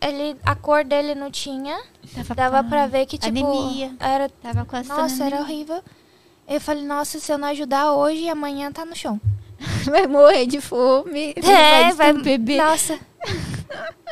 C: Ele, a cor dele não tinha.
A: Tava,
C: Dava pra ver que, tipo,
A: Tá Anemia.
C: era.
A: Tava quase
C: Nossa, era horrível. Eu falei, nossa, se eu não ajudar hoje, amanhã tá no chão.
A: Vai morrer de fome.
C: É, vai
A: beber.
C: Nossa.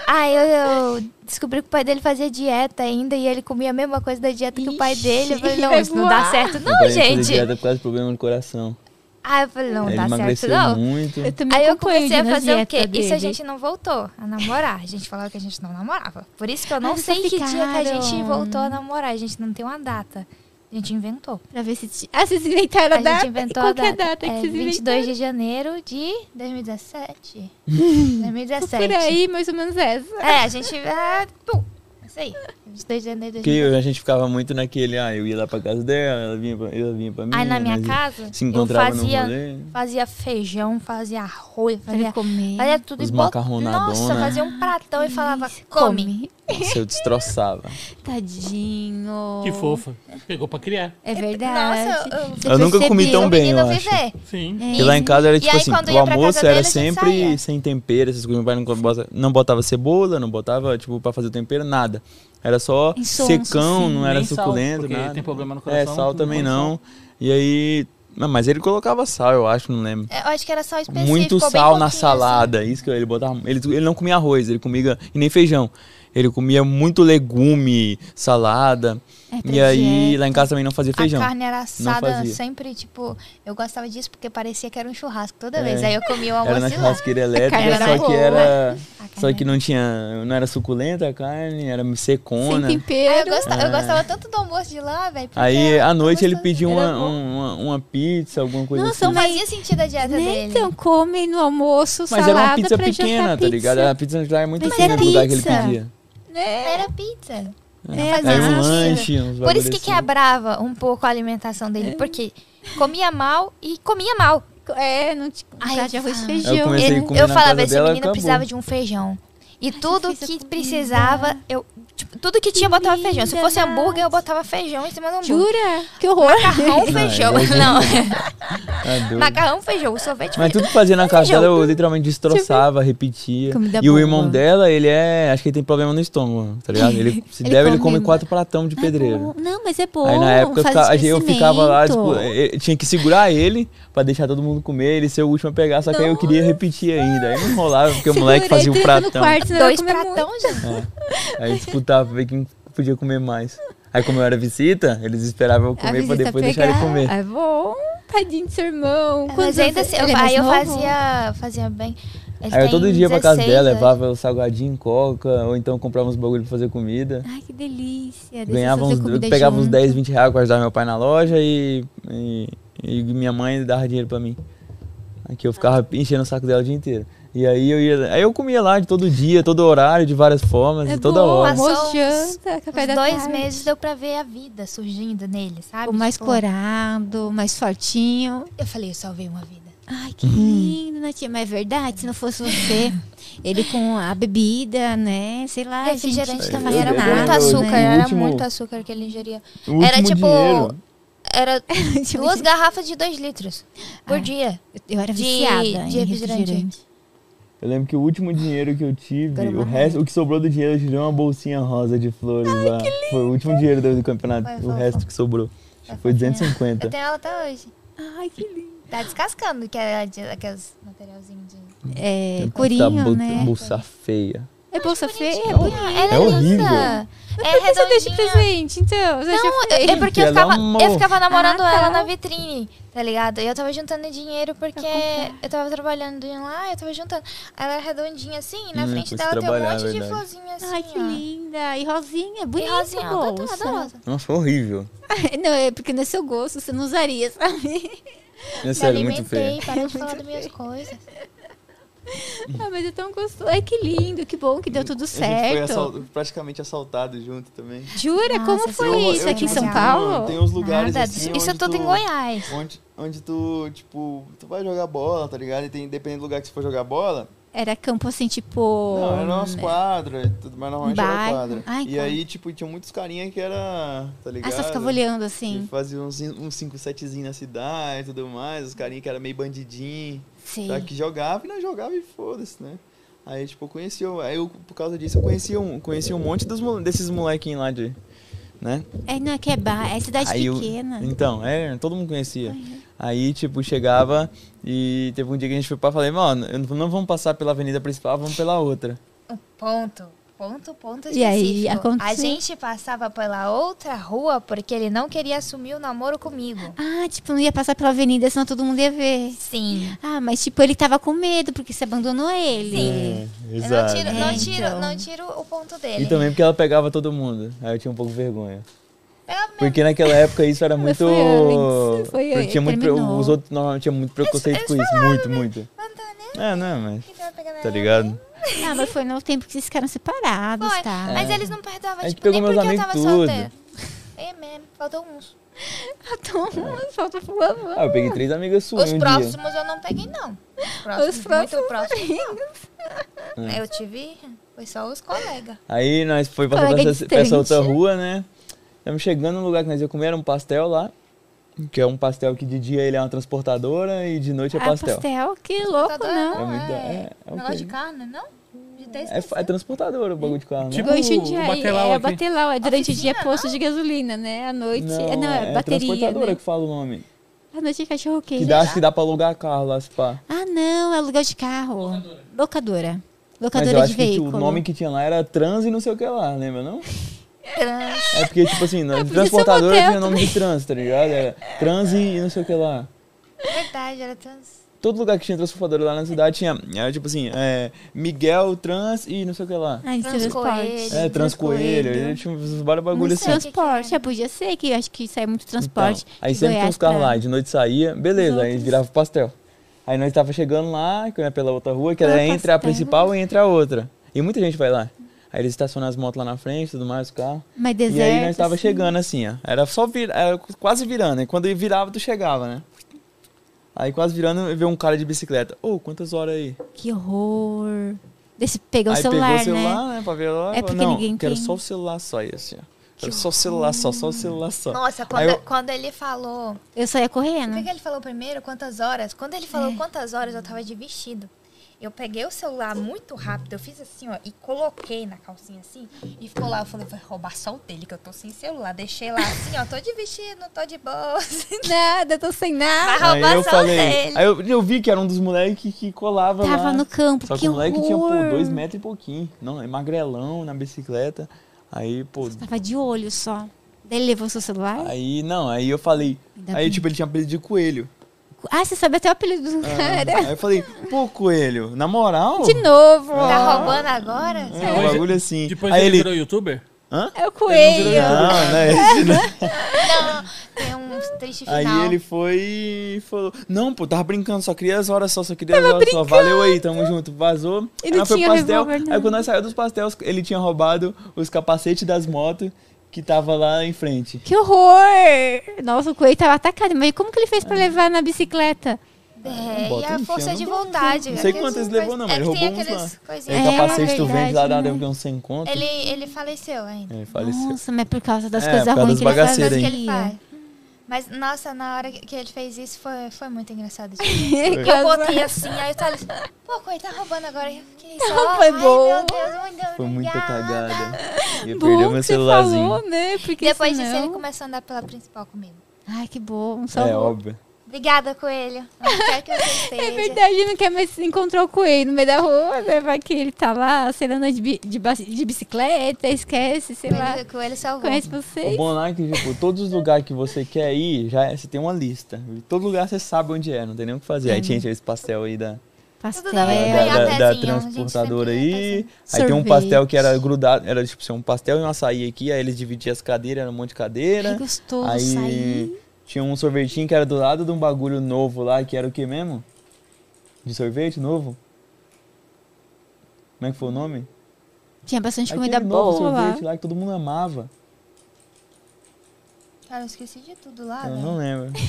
C: Aí eu, eu descobri que o pai dele fazia dieta ainda e ele comia a mesma coisa da dieta que o pai
A: Ixi,
C: dele. Eu falei, não,
A: vai
C: isso não dá
A: voar.
C: certo,
D: Meu
C: não,
D: pai fazia
C: gente.
D: dieta é por causa de problema no coração.
C: Aí eu falei, não,
D: Aí ele
C: dá certo,
D: emagreceu
C: não.
D: muito.
A: Eu também
C: Aí eu
A: acompanho
C: comecei a
A: na
C: fazer o
A: dieta
C: quê? Isso a
A: dele.
C: gente não voltou a namorar. A gente falava que a gente não namorava. Por isso que eu não
A: Ah, vocês
C: sei que dia que a
A: ficaram.
C: gente voltou a namorar. A gente não tem uma data. A gente inventou.
A: Pra ver se. ti- Ah, vocês inventaram
C: A
A: a data?
C: gente inventou
A: Qual
C: a
A: que é
C: data.
A: a data que
C: é
A: vocês
C: 22 de janeiro de 2017.
A: inventaram?
C: 2017.
A: Por aí, mais ou menos essa.
C: É, a gente... É, pum, isso aí. tá 22 de janeiro de
D: Porque
C: 2017.
D: eu- a gente ficava muito naquele, ah, eu ia lá pra casa dela, ela vinha pra, ela vinha pra mim.
C: Aí na
D: nós
C: minha
D: ia-
C: casa,
D: se
C: eu
D: encontrava no
C: fazia,
D: rolê.
C: fazia feijão, fazia arroz,
A: Pra ele
C: fazia...
A: comer.
C: Fazia tudo
D: Os
C: e bot-
D: macarronadona.
C: Nossa, fazia um pratão e falava, come.
D: Nossa, eu destroçava.
A: Tadinho.
E: Que fofa. Pegou pra criar.
A: É verdade.
C: Nossa, eu, eu,
D: Eu nunca comi
A: percebi.
D: tão bem,
C: menino
D: eu acho.
C: viver.
E: Sim.
A: É.
D: Porque lá em casa era
C: E
D: tipo
C: aí,
D: assim,
C: quando
D: o
C: ia pra casa
D: almoço
C: dela,
D: era
C: a gente
D: sempre
C: saía.
D: sem tempero, essas coisas. Meu pai não botava, não botava cebola, não botava, tipo, pra fazer o tempero, nada. Era só
A: Insonso,
D: secão,
A: sim.
D: não era
E: Nem sal,
D: suculento,
E: porque
D: nada.
E: tem problema no
D: É,
E: coração,
D: sal
E: não
D: também
E: põe
D: não. E aí. não, mas ele colocava sal, eu acho, não lembro.
C: Eu acho que era só específico.
D: Muito
C: bem
D: sal na
C: pouquinho, assim.
D: salada, é isso que ele botava. Ele, ele não comia arroz, ele comia e nem feijão. Ele comia muito legume, salada.
A: É pra
D: e aí,
A: dieta.
D: lá em casa também não fazia
C: assim.
D: feijão.
C: A carne era assada
D: fazia.
C: sempre, tipo, eu gostava disso porque parecia que era um churrasco toda
D: É.
C: vez. Aí eu comia
D: Era
C: o
D: na
C: almoço e lá.
D: churrasqueira
A: carne
D: elétrica,
A: era
D: só que
A: boa.
D: era.
C: A carne
D: Só que não tinha. Não era suculenta a carne, era
A: Sem
D: secona.
A: tempero.
C: era- Aí eu gostava, eu
D: Ah.
C: gostava tanto do almoço de lá, velho. porque
D: Aí é.
C: era
D: à noite ele
C: gostoso.
D: pedia
A: Era
D: uma, um,
A: bom.
D: uma, uma pizza, alguma coisa
A: Nossa,
D: assim.
C: Não fazia sentido a dieta
A: Né,
C: é dele.
A: então, come no almoço
D: Mas
A: salada
D: era uma pizza
A: pra jantar
D: pequena, tá
A: pizza.
D: ligado? A pizza lá é muito
A: Mas
D: assim, né,
A: é
D: no lugar que ele
A: pizza.
D: pedia.
A: Né?
C: Era pizza.
A: É,
C: fazia
D: Era um
C: sentido.
D: lanche, uns
C: Por isso
D: bagulho assim.
C: que quebrava um pouco a alimentação
D: É.
C: dele, porque comia mal e comia mal.
A: É, não tinha
C: Ai,
A: de arroz e
C: eu
A: feijão.
D: comecei a
A: Ele-
D: comer
C: Eu
D: na
C: falava,
D: casa
C: esse
D: dela,
C: menino
D: acabou.
C: precisava de um feijão. E
A: Ai, difícil
C: tudo
A: é a
C: que
A: comida.
C: precisava, eu. tipo, tudo que tinha, eu botava feijão. Se fosse
A: Verdade.
C: hambúrguer, eu botava feijão em cima do hambúrguer.
A: Jura? Que horror.
C: Macarrão, feijão.
H: é
C: Não.
D: É
H: Tá doido.
C: Macarrão, feijão, sorvete.
D: Mas tudo que fazia na casa
C: Feijão.
D: dela, eu literalmente destroçava, repetia.
A: Tipo, Comida
D: e o
A: boa.
D: irmão dela, ele é. Acho que ele tem problema no estômago, tá ligado? Ele, se
A: Ele
D: deve, ele
A: come-
D: come quatro pratão de
A: É
D: pedreiro.
A: bom. Não, mas é bom.
D: Aí na época eu
A: faz
D: ficava, eu ficava lá, tipo,
A: esquecimento.
D: eh, eh, tinha que segurar ele pra deixar todo mundo comer, ele ser o último a pegar, só que aí eu queria repetir ainda. Aí não rolava, porque o moleque
A: Segura aí,
D: fazia um
A: tranca no
D: pratão.
A: quarto, senão
C: Dois
A: vai comer muito.
C: pratão, gente.
D: Aí disputava pra ver quem podia comer mais. Aí como eu era visita, eles esperavam eu
A: A
D: comer pra
A: visita
D: depois deixar ele
A: pegar.
D: comer.
A: É bom. Tadinho do seu irmão. Quantos
C: Mas ainda
A: anos-
C: assim,
A: ele é
C: eu,
A: mais
C: aí eu
A: novo?
C: fazia, fazia bem. Ele
D: Aí eu
C: tem
D: todo dia pra casa
C: 16
D: dela,
C: anos.
D: levava salgadinho, coca, ou então comprava uns bagulho pra fazer comida.
A: Ai, que delícia. Deixa
D: Ganhava
A: eu fazer
D: uns, eu
A: comida
D: pegava uns
C: um-
A: junto.
D: 10, 20 reais pra ajudar meu pai na loja e, e, e minha mãe dava dinheiro pra mim. Aqui
C: Ah.
D: eu ficava enchendo o saco dela o dia inteiro. E aí eu ia. Aí eu comia lá de todo dia, todo horário, de várias formas,
A: É
D: de toda
A: bom,
D: hora.
A: almoço,
C: Passou uns-
A: janta,
C: Os
A: café da
C: dois
A: tarde.
C: meses deu pra ver a vida surgindo nele, sabe?
A: O mais
C: Tipo,
A: corado, mais fortinho.
C: Eu falei, eu salvei uma vida.
A: Ai, que lindo, Natinha. Mas é verdade, se não fosse você, ele com a bebida, né? Sei lá, a gente
C: É, Refrigerante
A: não
C: também
A: fazia
C: era
A: nada,
C: muito
A: né?
C: açúcar, era
H: último-
C: muito açúcar que ele ingeria.
H: O último
C: Era tipo.
H: dinheiro.
C: Era
A: Tipo,
C: duas garrafas de dois litros por
A: Ah.
C: dia.
A: Eu era
C: de-
A: viciada
C: de
A: em
C: refrigerante.
A: refrigerante.
H: Eu lembro que o último dinheiro que eu tive,
A: Agora
H: o
A: vai.
H: resto, o que sobrou do dinheiro, eu tirei uma bolsinha rosa de flores lá. Foi o último dinheiro do do campeonato,
C: Vai,
H: o
C: fofa.
H: resto que sobrou. Foi
D: Tá.
C: Eu
H: 250.
C: tenho ela até hoje.
A: Ai, que lindo.
C: Tá descascando que é de- aqueles materialzinhos de.
A: É,
D: Tá
A: corinho,
D: bol-
A: né?
D: Bolsa feia.
A: É bolsa feia? É
C: Bonitinha.
A: bonita.
C: Ela é,
H: É horrível.
C: linda.
A: Mas
C: É
A: por que você deixa de
C: redondinha.
A: presente, então? Você acha
C: Não, é- é
A: feio?
C: porque eu
D: Ela é
C: ficava,
D: uma-
C: eu ficava namorando
A: Ah, tá.
C: ela na vitrine, tá ligado? E eu tava juntando dinheiro porque
A: comprar.
C: eu tava trabalhando lá, eu tava juntando. Ela era redondinha assim, e na
D: Hum,
C: frente
D: quis
C: dela tem um
D: trabalhar,
C: monte de
D: verdade.
C: florzinha assim.
A: Ai, que
C: ó.
A: linda. E rosinha,
C: E
A: bonita
C: rosinha,
A: a
C: adoro,
A: bolsa.
C: adoro.
D: Nossa, foi horrível.
A: Não, é porque não é seu gosto, você não usaria, sabe?
D: É
C: Me
D: sério, muito feia.
C: alimentei, para de falar das minhas coisas.
A: Ah, mas é tão gostoso. Ai, que lindo, que bom que deu tudo
H: A gente foi
A: certo.
H: assal- praticamente assaltado junto também.
A: Jura?
C: Nossa,
A: Como
C: sim.
A: foi
H: Eu- eu,
A: isso aqui em
H: tipo,
A: São
H: assim,
A: Paulo?
H: Tem uns lugares
C: Nada,
H: assim.
C: isso
H: onde
C: tudo em
H: tu-
C: Goiás.
H: Onde, onde tu, tipo, tu vai jogar bola, tá ligado? E tem, dependendo do lugar que você for jogar bola,
A: Era campo assim, tipo.
H: não, era umas quadras, e tudo mais normalmente
A: Bar-
H: era quadra.
A: Ai,
H: e
A: quadra.
H: aí, tipo, tinha muitos carinha que era, tá ligado?
A: Ah, só ficava olhando
H: Que
A: assim.
H: fazia uns 5, 7 na cidade e tudo mais, os carinha que era meio bandidinho,
A: Sei.
H: tá? que jogava e não jogava e foda-se, né? Aí, tipo, eu conhecia, aí eu, por causa disso, eu conhecia um, conhecia um monte dos, mo- desses molequinhos lá de, né?
A: É, não, é que é bar, é cidade
D: Aí eu-
A: pequena.
D: Então, é, todo mundo conhecia. Aí, tipo, chegava e teve um dia que a gente foi pra falei, mano, eu não não vamos passar pela avenida principal, vamos pela outra.
C: Ponto. Ponto, ponto
A: E aí,
C: específico.
A: aconteceu?
C: A gente passava pela outra rua porque ele não queria assumir o namoro comigo.
A: Ah, tipo, não ia passar pela avenida, senão todo mundo ia ver.
C: Sim.
A: Ah, mas tipo, ele tava com medo porque você abandonou ele.
C: Eu não tiro,
A: É,
C: não, tiro,
A: então.
C: não tiro o ponto dele.
D: E também porque ela pegava todo mundo. Aí eu tinha um pouco de vergonha.
C: Pegava mesmo.
D: Porque naquela época isso era
A: Mas
D: muito.
A: foi antes, "Ah, foi
D: eu tinha
A: aí,
D: muito pre-
A: terminou. né?
D: Os outros normalmente tinham muito preconceito com isso. Muito, muito.
C: tá
D: É, não, mas.
C: Então eu pegava
D: Tá
C: ele.
D: ligado?
A: Ah, mas foi no tempo que vocês ficaram separados,
C: Foi,
A: tá?
C: Mas eles não perdoavam,
D: A gente
C: tipo, nem
D: pegou meus
C: porque eu
D: amigos
C: tava
D: tudo.
C: solteira. É mesmo, faltou uns.
A: Faltou um, falta fulano.
D: Ah, eu peguei três amigas suas.
C: Os
D: um
C: próximos
D: dia.
C: eu não peguei, não. Os próximos,
A: próximos
C: muito próximos. não. Eu tive, foi só os colegas.
D: Aí nós foi passar
A: Colega
D: pra essa, pra essa outra
A: distante.
D: rua, né? Estamos chegando no lugar que nós ia comer, era um pastel lá. Que é um pastel que de dia ele é uma transportadora e de noite é
A: Ah,
D: pastel.
A: pastel, Ah, que louco,
C: Tá doido,
A: não.
D: É muito da- é- é
C: negócio de
D: ok.
C: carne, não? De até
D: É, fa- é transportadora o bagulho de carro, né?
E: Tipo,
A: Gosto de
E: o
A: aí,
E: batelau
A: é
E: aqui.
A: batelau, é durante o dia
C: Oficina,
A: posto de gasolina, né? À noite, não, não é, bateria,
D: transportadora
A: né?
D: que fala o nome.
A: À noite é cachorro
D: Que
A: quente.
D: dá, acho que dá pra alugar carro lá, tipo, se pá.
A: Ah, não, é aluguel de carro. Locadora.
D: Mas
A: Locadora
D: eu acho
A: de
D: que tipo,
A: veículo.
D: o nome que tinha lá era trans e não sei o que lá, lembra não?
C: Trans.
D: É porque, tipo assim, na-
A: podia ser um
D: transportadora
A: hotel
D: tinha nome de trans, tá ligado? Era trans e não sei o que lá.
C: É Verdade, era trans.
D: Todo lugar que tinha transportadora lá na cidade tinha, era tipo assim, é, Miguel trans e não sei o que lá.
A: Ah, de transporte.
C: Transcoelho.
D: É, Transcoelho,
A: Transcoelho.
D: ele tinha vários bagulho
C: Não sei.
D: assim.
A: Transporte, ah, podia ser, que eu acho que sai muito transporte.
D: Então, aí
A: de
D: sempre tinha
A: Goiás
D: uns carros
A: pra-
D: lá, de noite saía, beleza,
A: Os
D: aí
A: outros.
D: virava o pastel. Aí nós tava chegando lá, que era pela outra rua, que era
A: Ah,
D: entre a
A: pastel.
D: principal e entre a outra. E muita gente vai lá. Aí eles estacionam as motos lá na frente, tudo mais, o carro.
A: Mas deserto.
D: e aí nós tava
A: assim.
D: chegando assim, ó. Era só vir, era quase virando. E quando ele virava, tu chegava, né? Aí quase virando, veio um cara de bicicleta. Ô, quantas horas aí?
A: Que horror. Desse pegar o
D: Aí
A: celular,
D: pegou o celular,
A: né?
D: né? pra ver lá.
A: É porque
D: não,
A: ninguém
D: quero
A: tem.
D: só o celular só, e assim, ó. Quero só o celular só, só o celular só.
C: Nossa,
D: Aí
C: quando,
D: eu-
C: quando ele falou.
A: Eu saía
C: O que,
A: correndo.
C: que ele falou primeiro? Quantas horas? Quando ele falou quantas horas, eu tava de vestido. Eu peguei o celular muito rápido, eu fiz assim, ó, e coloquei na calcinha assim, e ficou lá. Eu falei, vai roubar só o dele, que eu tô sem celular. Deixei lá assim, ó, tô de vestido, tô de boa.
A: Nada, tô sem nada.
C: Vai roubar
D: aí eu
C: só
D: falei.
C: dele.
D: Aí eu, eu vi que era um dos moleques que colava
A: Tava
D: lá.
A: no campo,
D: Só que
A: que
D: o moleque tinha, pô,
A: horror.
D: dois metros e pouquinho. Não, é magrelão na bicicleta. Aí, pô.
A: Tava de olho só. Daí ele levou seu celular.
D: Aí, não, aí eu falei.
A: Ainda
D: Aí,
A: bem.
D: tipo, ele tinha apelido de coelho.
A: Ah, você sabe até o apelido do cara.
D: Aí eu falei, pô, coelho, na moral.
A: De novo.
C: Tá roubando agora?
D: É, um bagulho assim.
E: Depois
D: aí
E: ele
D: ele.
E: virou youtuber?
A: É o
E: Ele
A: coelho.
D: Não, não é esse, não.
C: Tem um triste final.
D: Aí ele foi e falou: Não, pô, tava brincando, só queria as horas só, só queria as horas só. Valeu aí, tamo junto. Vazou.
A: Ele
D: Ela foi pro
A: tinha né?
D: pastel.
A: revólver, não.
D: Aí quando nós saiu dos pastéis, ele tinha roubado os capacetes das motos que tava lá em frente.
A: Que horror! Nossa, o coelho tava atacado. Mas como que ele
D: É.
A: fez pra levar na bicicleta?
C: É, e
D: Bota
C: a
D: um
C: força
D: fio,
C: de
D: não dá.
C: vontade.
D: Não sei
C: aqueles
D: quantos ele
C: cois-
D: levou, não,
C: é
D: mas
C: que
D: ele
C: tem
D: roubou uns tá
C: aqueles
D: Aí
C: coisinhas.
D: o
A: É,
D: capacete tu vende lá, dá
A: verdade, né?
D: deve ter uns 100 conto.
C: Ele, ele faleceu ainda.
D: É, faleceu.
A: Nossa, mas por causa das
D: É,
A: coisas
D: por causa
A: ruins
D: das
A: que ele faz.
D: bagaceiras,
C: Mas
D: hein?
C: que ele faz. Mas, nossa, na hora que ele fez isso, foi, foi muito engraçado. gente. Eu
A: Casou.
C: botei assim, aí o Thales, pô, coisa, tá roubando agora. Eu fiquei só,
A: Foi
C: ai,
A: bom.
C: meu Deus, muito
D: Foi muita
C: obrigada."
D: cagada. E eu
A: Bom
D: perdeu
A: que você
D: meu celularzinho.
A: falou, né? Porque
C: Depois disso,
A: senão...
C: ele começou a andar pela principal comigo.
A: Ai, que bom. um Só
D: É
A: tá bom.
D: óbvio.
C: Obrigada, coelho. Onde quer que você esteja.
A: É verdade, não quer mais encontrar o coelho no meio da rua, né? Vai que ele tá lá, sei lá, andando de, bi- de, ba- de bicicleta, esquece, sei lá.
C: Coelho, coelho salvou.
A: Conhece
D: O
A: vocês?
D: bom lá é que, tipo, todos os lugares que você quer ir, já é- você tem uma lista. E todo lugar você sabe onde é, não tem nem o que fazer.
A: Uhum.
D: Aí tinha esse pastel aí da,
A: Pastel.
C: Tudo bem,
D: da,
C: ganhar
D: da- da
C: pezinho,
D: transportadora
C: assim, a gente sempre assim.
D: aí.
C: ganha
A: pezinho.
D: Aí tem um
A: Sorvete.
D: pastel que era grudado, era tipo assim, um pastel e um açaí aqui, aí eles dividiam as cadeiras, era um monte de
A: Que
D: cadeira.
A: gostoso
D: aí
A: sair.
D: tinha um sorvetinho que era do lado de um bagulho novo lá, que era o que mesmo? De sorvete novo? Como é que foi o nome?
A: Tinha bastante
D: Aquele
A: comida
D: novo
A: boa lá.
D: sorvete lá que todo mundo amava.
C: Cara, eu esqueci de tudo lá,
D: Eu
C: velho.
D: não lembro. Do
C: né?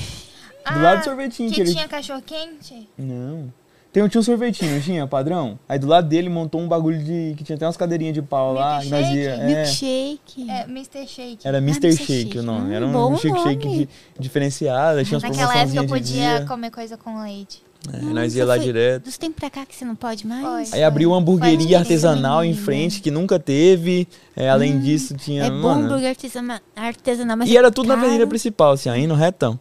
C: Ah,
D: lado do sorvetinho que,
C: Que
D: ele
C: tinha cachorro quente?
D: Não. Tem, tinha um sorvetinho, não tinha, padrão. Aí do lado dele montou um bagulho de. que tinha até umas cadeirinhas de pau lá. Que nós ia,
C: Milkshake?
A: Milkshake.
D: é,
C: É, Mr. Shake.
D: era Mr.
A: Mr.
D: Shake, o nome.
A: Ah, Shake.
D: era
A: Hum, bom
D: um shake shake
A: nome.
D: di- diferenciado. Tinha umas
C: Naquela época eu
D: promoções
C: podia
D: de dia.
C: comer coisa com leite.
D: É,
A: Nossa,
D: nós ia lá
A: foi
D: direto.
A: Dos tempos pra cá que você não pode mais.
C: Foi.
D: Aí abriu uma
C: Faz
D: hamburgueria
C: isso,
D: artesanal em
A: menina.
D: frente, que nunca teve. É, além disso, tinha.
A: É bom
D: mano,
A: hambúrguer artesana- artesanal, mas
D: e
A: é
D: era tudo na avenida
A: caro.
D: principal, assim, aí no retão.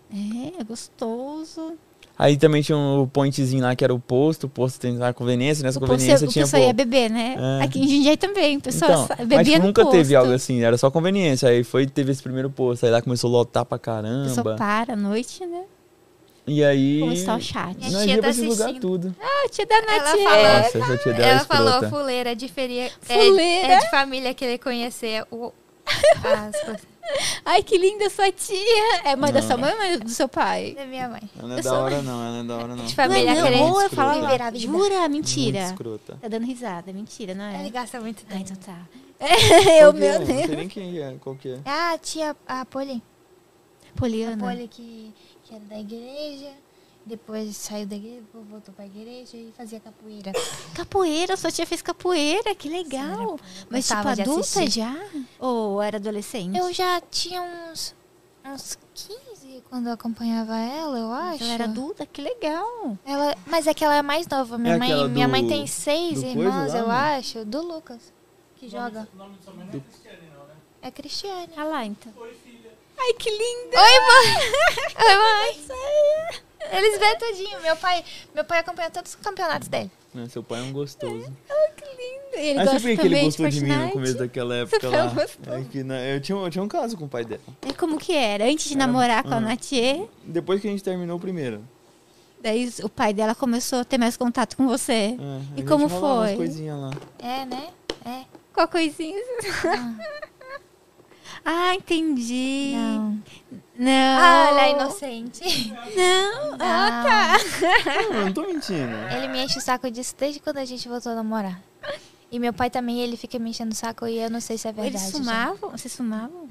A: É, é gostoso.
D: Aí também tinha um pontezinho lá que era o posto, o posto tem a conveniência,
A: O
D: nessa
A: povo-
D: conveniência
A: o
D: tinha.
A: pessoal
D: pô,
A: ia beber, né?
D: É.
A: Aqui em Jundiaí também, o pessoal
D: Então,
A: sa- bebia
D: mas tipo,
A: no
D: nunca teve
A: é posto.
D: algo assim, era só conveniência. Aí foi teve esse primeiro posto, aí lá começou a lotar pra
A: O pessoal
D: caramba.
A: para à noite, né?
D: E aí.
A: Começar o é chat.
C: Minha
D: Nós
C: tia
D: ia
C: tá
D: pra esse lugar
C: assistindo.
D: tudo.
A: Ah, tia da
C: Ela
A: Nath.
C: fala- É,
D: Nossa, essa tia dela é
C: Ela falou,
D: escrota.
C: fuleira, de feria...
A: Fuleira?
C: É, é de família que ele conhecer o... As coisas
A: Ai, que linda sua tia. É mãe da sua mãe ou mãe do seu pai?
C: da minha mãe.
D: Ela não é da hora, não, ela não é da hora, não. é
C: De família
A: não,
C: que ele...
A: ou eu
D: escrota.
A: falava,
C: Viver a vida.
A: jura?
D: Muito
A: Mentira.
D: escrota.
A: Tá dando risada, mentira, não
C: Ele
A: é?
C: gasta muito
A: Ah,
C: tempo.
A: então tá. eu,
D: Qual que é?
A: meu
D: Não sei
A: Deus.
D: nem quem é, qual que é.
C: Ah, a tia... A Poli. A
A: Poliana.
C: Poli que, que era da igreja. Depois saiu da igreja, depois voltou pra igreja e fazia capoeira.
A: Capoeira, sua tia fez capoeira, que legal. Mas tipo,
C: Gostava de
A: adulta
C: assistir.
A: já? Ou era adolescente?
C: Eu já tinha uns... Uns 15 quando eu acompanhava ela, eu acho.
A: Ela era adulta, que legal.
C: Ela, mas é que ela é mais nova. Minha,
D: É
C: mãe,
D: aquela
C: minha
D: do-
C: mãe tem seis
D: do
C: irmãos,
D: coisa lá,
C: eu
D: né?
C: acho, do Lucas, que joga. É Cristiane.
A: Ah lá, então. Oi, filha. Ai, que linda.
C: Oi, mãe. Eles vêem tudinho. Meu pai, meu pai acompanha todos os campeonatos dele.
D: Não, seu pai é um gostoso.
A: Ele
D: Mas
A: gosta
D: Ah, você vê que
A: também
D: ele gostou de, mim no
A: Fortnite?
D: começo daquela
A: Você
D: época
A: foi
D: lá.
A: um gostoso.
D: É que, né, eu, tinha, eu tinha um caso com o pai dela.
A: E É como que era? Antes de namorar
D: ah.
A: com a Natie,
D: Depois que a gente terminou o primeiro.
A: daí o pai dela começou a ter mais contato com você.
D: É, a
A: E
D: gente
A: como
D: rolava umas
A: foi?
D: coisinhas lá.
C: É, né? É.
A: Qual coisinha? ah, entendi.
C: Não.
A: Não.
C: Ah, ela é inocente.
A: Não.
C: Ah, tá.
D: Não, eu não tô mentindo.
C: Ele me enche o saco disso desde quando a gente voltou a namorar. E meu pai também, ele fica me enchendo o saco e eu não sei se é verdade.
A: Eles
C: gente.
A: fumavam? Vocês fumavam?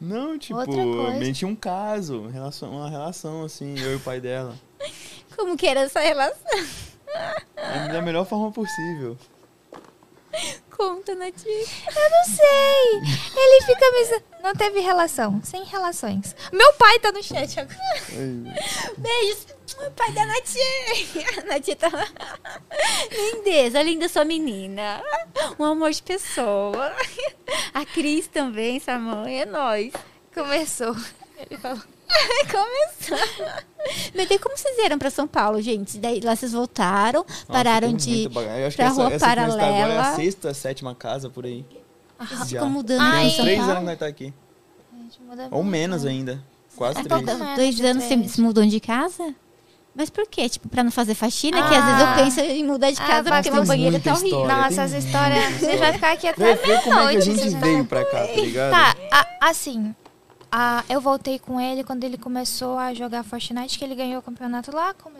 D: Não, tipo,
C: Outra coisa.
D: eu menti um caso, relação- uma relação assim, eu e o pai dela.
A: Como que era essa relação?
D: É Da melhor forma possível.
A: conta, Nath.
C: Eu não sei. Ele fica me... Não teve relação. Sem relações. Meu pai tá no chat agora.
A: Beijos. Pai é da Nath. A Nath tá lá. Lindeza, linda sua menina. Um amor de pessoa. A Cris também, sua mãe. É nóis.
C: Começou. Ele falou.
A: Começou. Meu Deus, como vocês vieram pra São Paulo, gente? Daí lá vocês voltaram, pararam
D: tem
A: de.
D: muita bagagem. Eu acho
A: pra
D: que essa,
A: rua
D: essa que nós tá agora é
A: paralela.
D: a sexta, sétima casa por aí.
A: Vocês
D: Já.
A: ficam Ah, mudando
C: Ai.
A: em
D: Uns
A: São
D: três
A: Paulo.
D: anos nós tá aqui. Ou menos ainda. Quase
C: É
A: Há
D: três.
A: pouco-
C: Não, é
A: dois
C: de
A: anos você
C: três.
A: se mudou de casa? Mas por quê? Tipo, pra não fazer faxina? que às vezes
C: Ah.
A: eu penso em mudar de
C: Ah,
A: casa
C: vai,
A: porque
C: tem
A: meu banheiro
D: muita
A: tá horrível.
D: Olha,
C: Não,
D: tem
C: essas histórias. A gente vai ficar aqui até
D: Véi, foi como é que a
C: Tá meia-noite.
D: gente
C: vocês não-
D: veio pra cá, tá ligado?
C: Tá, a- assim. a- eu voltei com ele quando ele começou a jogar Fortnite, que ele ganhou o campeonato lá. Come,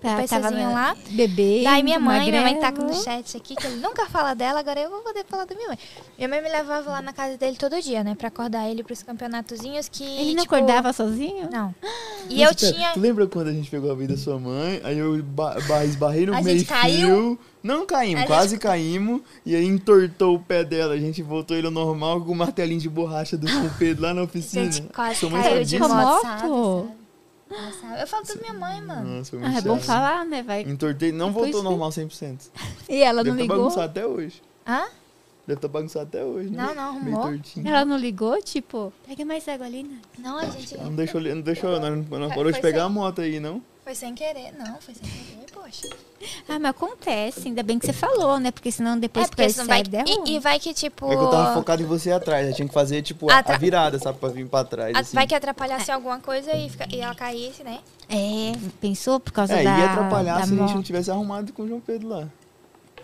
A: Tá, tava
C: PCzinho lá.
A: Bebê.
C: Daí minha mãe, minha mãe tá aqui no chat aqui, que ele nunca fala dela, agora eu vou poder falar da minha mãe. Minha mãe me levava lá na casa dele todo dia, né? Pra acordar ele pros campeonatozinhos que.
A: Ele não
C: tipo,
A: acordava sozinho?
C: Não. E
D: Mas, pera,
C: eu tinha.
D: Tu lembra quando a gente pegou a vida da sua mãe? Aí eu ba ba- esbarrei no
C: A
D: meio
C: gente caiu?
D: fio. Não caímos,
C: A gente-
D: quase caímos. E aí entortou o pé dela. A gente voltou ele ao normal com o martelinho de borracha do São Pedro lá na oficina.
C: Gente,
D: Hum,
C: quase
D: Sua mãe
C: caiu
D: sabe
C: de
D: disso?
A: Com a
C: moto.
A: moto?
C: sabe, sabe? Ela sabe. Eu falo tudo minha mãe, mano.
D: Nossa, foi muito
A: Ah, é bom
D: chato.
A: falar, né? Vai.
D: Entortei, não
A: Depois
D: voltou ao
A: que-
D: normal 100%.
A: E ela não
D: Hum. Deve estar
A: ligou?
D: bagunçado até hoje.
C: Hã?
D: Deve estar bagunçado até hoje, né?
C: Não, não,
D: Meio
C: arrumou.
D: tortinho.
A: Ela não ligou? Tipo, pega mais água ali, né?
C: Não, a gente.
D: Não deixou, não deixou, não, não
C: Foi-
D: parou de
C: É, foi
D: pegar
C: sem-
D: a moto aí, não?
C: Foi sem querer. Não, foi sem querer, poxa.
A: Ah, mas acontece. Ainda bem que você falou, né? Porque senão depois
C: é porque senão vai.
A: percebe, é ruim.
C: E, e vai que, tipo.
D: É que eu tava focado em você atrás. Eu tinha que fazer, tipo, a-
C: Ah, tá.
D: a virada, sabe? Pra vir pra trás,
C: a-
D: assim.
C: Vai que atrapalhasse alguma coisa e, fica- e ela caísse, né?
A: É, pensou por causa
D: É,
A: da.
D: ia
A: da
D: atrapalhar se a gente
A: moto.
D: não tivesse arrumado com o João Pedro lá.